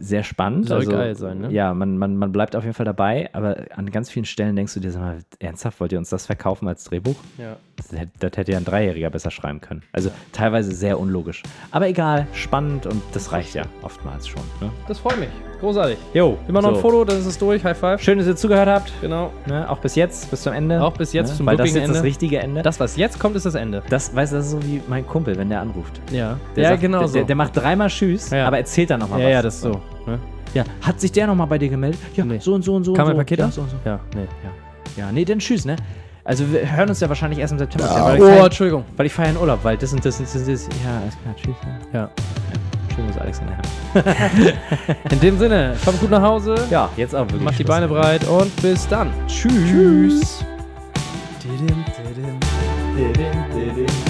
S3: sehr spannend.
S2: Soll
S3: also,
S2: geil sein, ne?
S3: Ja, man, man, man bleibt auf jeden Fall dabei, aber an ganz vielen Stellen denkst du dir, sag mal, ernsthaft, wollt ihr uns das verkaufen als Drehbuch?
S2: Ja.
S3: Das hätte, das hätte ja ein Dreijähriger besser schreiben können. Also teilweise sehr unlogisch. Aber egal, spannend und das reicht ja oftmals schon. Ne?
S2: Das freut mich. Großartig.
S3: Jo,
S2: Immer noch ein Foto, dann ist es durch. High five.
S3: Schön, dass ihr zugehört habt.
S2: Genau.
S3: Ne? Auch bis jetzt, bis zum Ende. ne?
S2: Auch bis jetzt, zum
S3: Weil das
S2: wirklichen
S3: jetzt das
S2: Ende.
S3: richtige Ende.
S2: Das, was jetzt kommt, ist das Ende.
S3: das, weißt du, das ist so wie mein Kumpel, wenn der anruft.
S2: Ja.
S3: Der
S2: ja,
S3: sagt,
S2: genau
S3: der,
S2: so.
S3: Der, der macht dreimal Tschüss,
S2: Ja.
S3: aber erzählt dann nochmal
S2: ja,
S3: was. Oh.
S2: ja, das ist so. Ne?
S3: Ja, hat sich der nochmal bei dir gemeldet? Ja,
S2: Nee.
S3: so und so und so.
S2: Kam
S3: und
S2: ein
S3: so.
S2: Paket
S3: ja,
S2: an?
S3: so und so.
S2: Ja, nee.
S3: Ja. Ja, nee, dann tschüss, ne? Also wir hören uns ja wahrscheinlich erst im September. wieder, weil ich
S2: Oh,
S3: feier-
S2: Entschuldigung.
S3: weil ich feiere in Urlaub, weil das und das und das, und das. Ja, alles klar, tschüss. Ne?
S2: Ja.
S3: Schön, dass Alex in der Hand.
S2: In dem Sinne, kommt gut nach Hause,
S3: Ja, jetzt auch wirklich.
S2: macht die
S3: Schluss.
S2: Beine breit und bis dann.
S3: Tschüss.
S2: Didim, didim, didim, didim.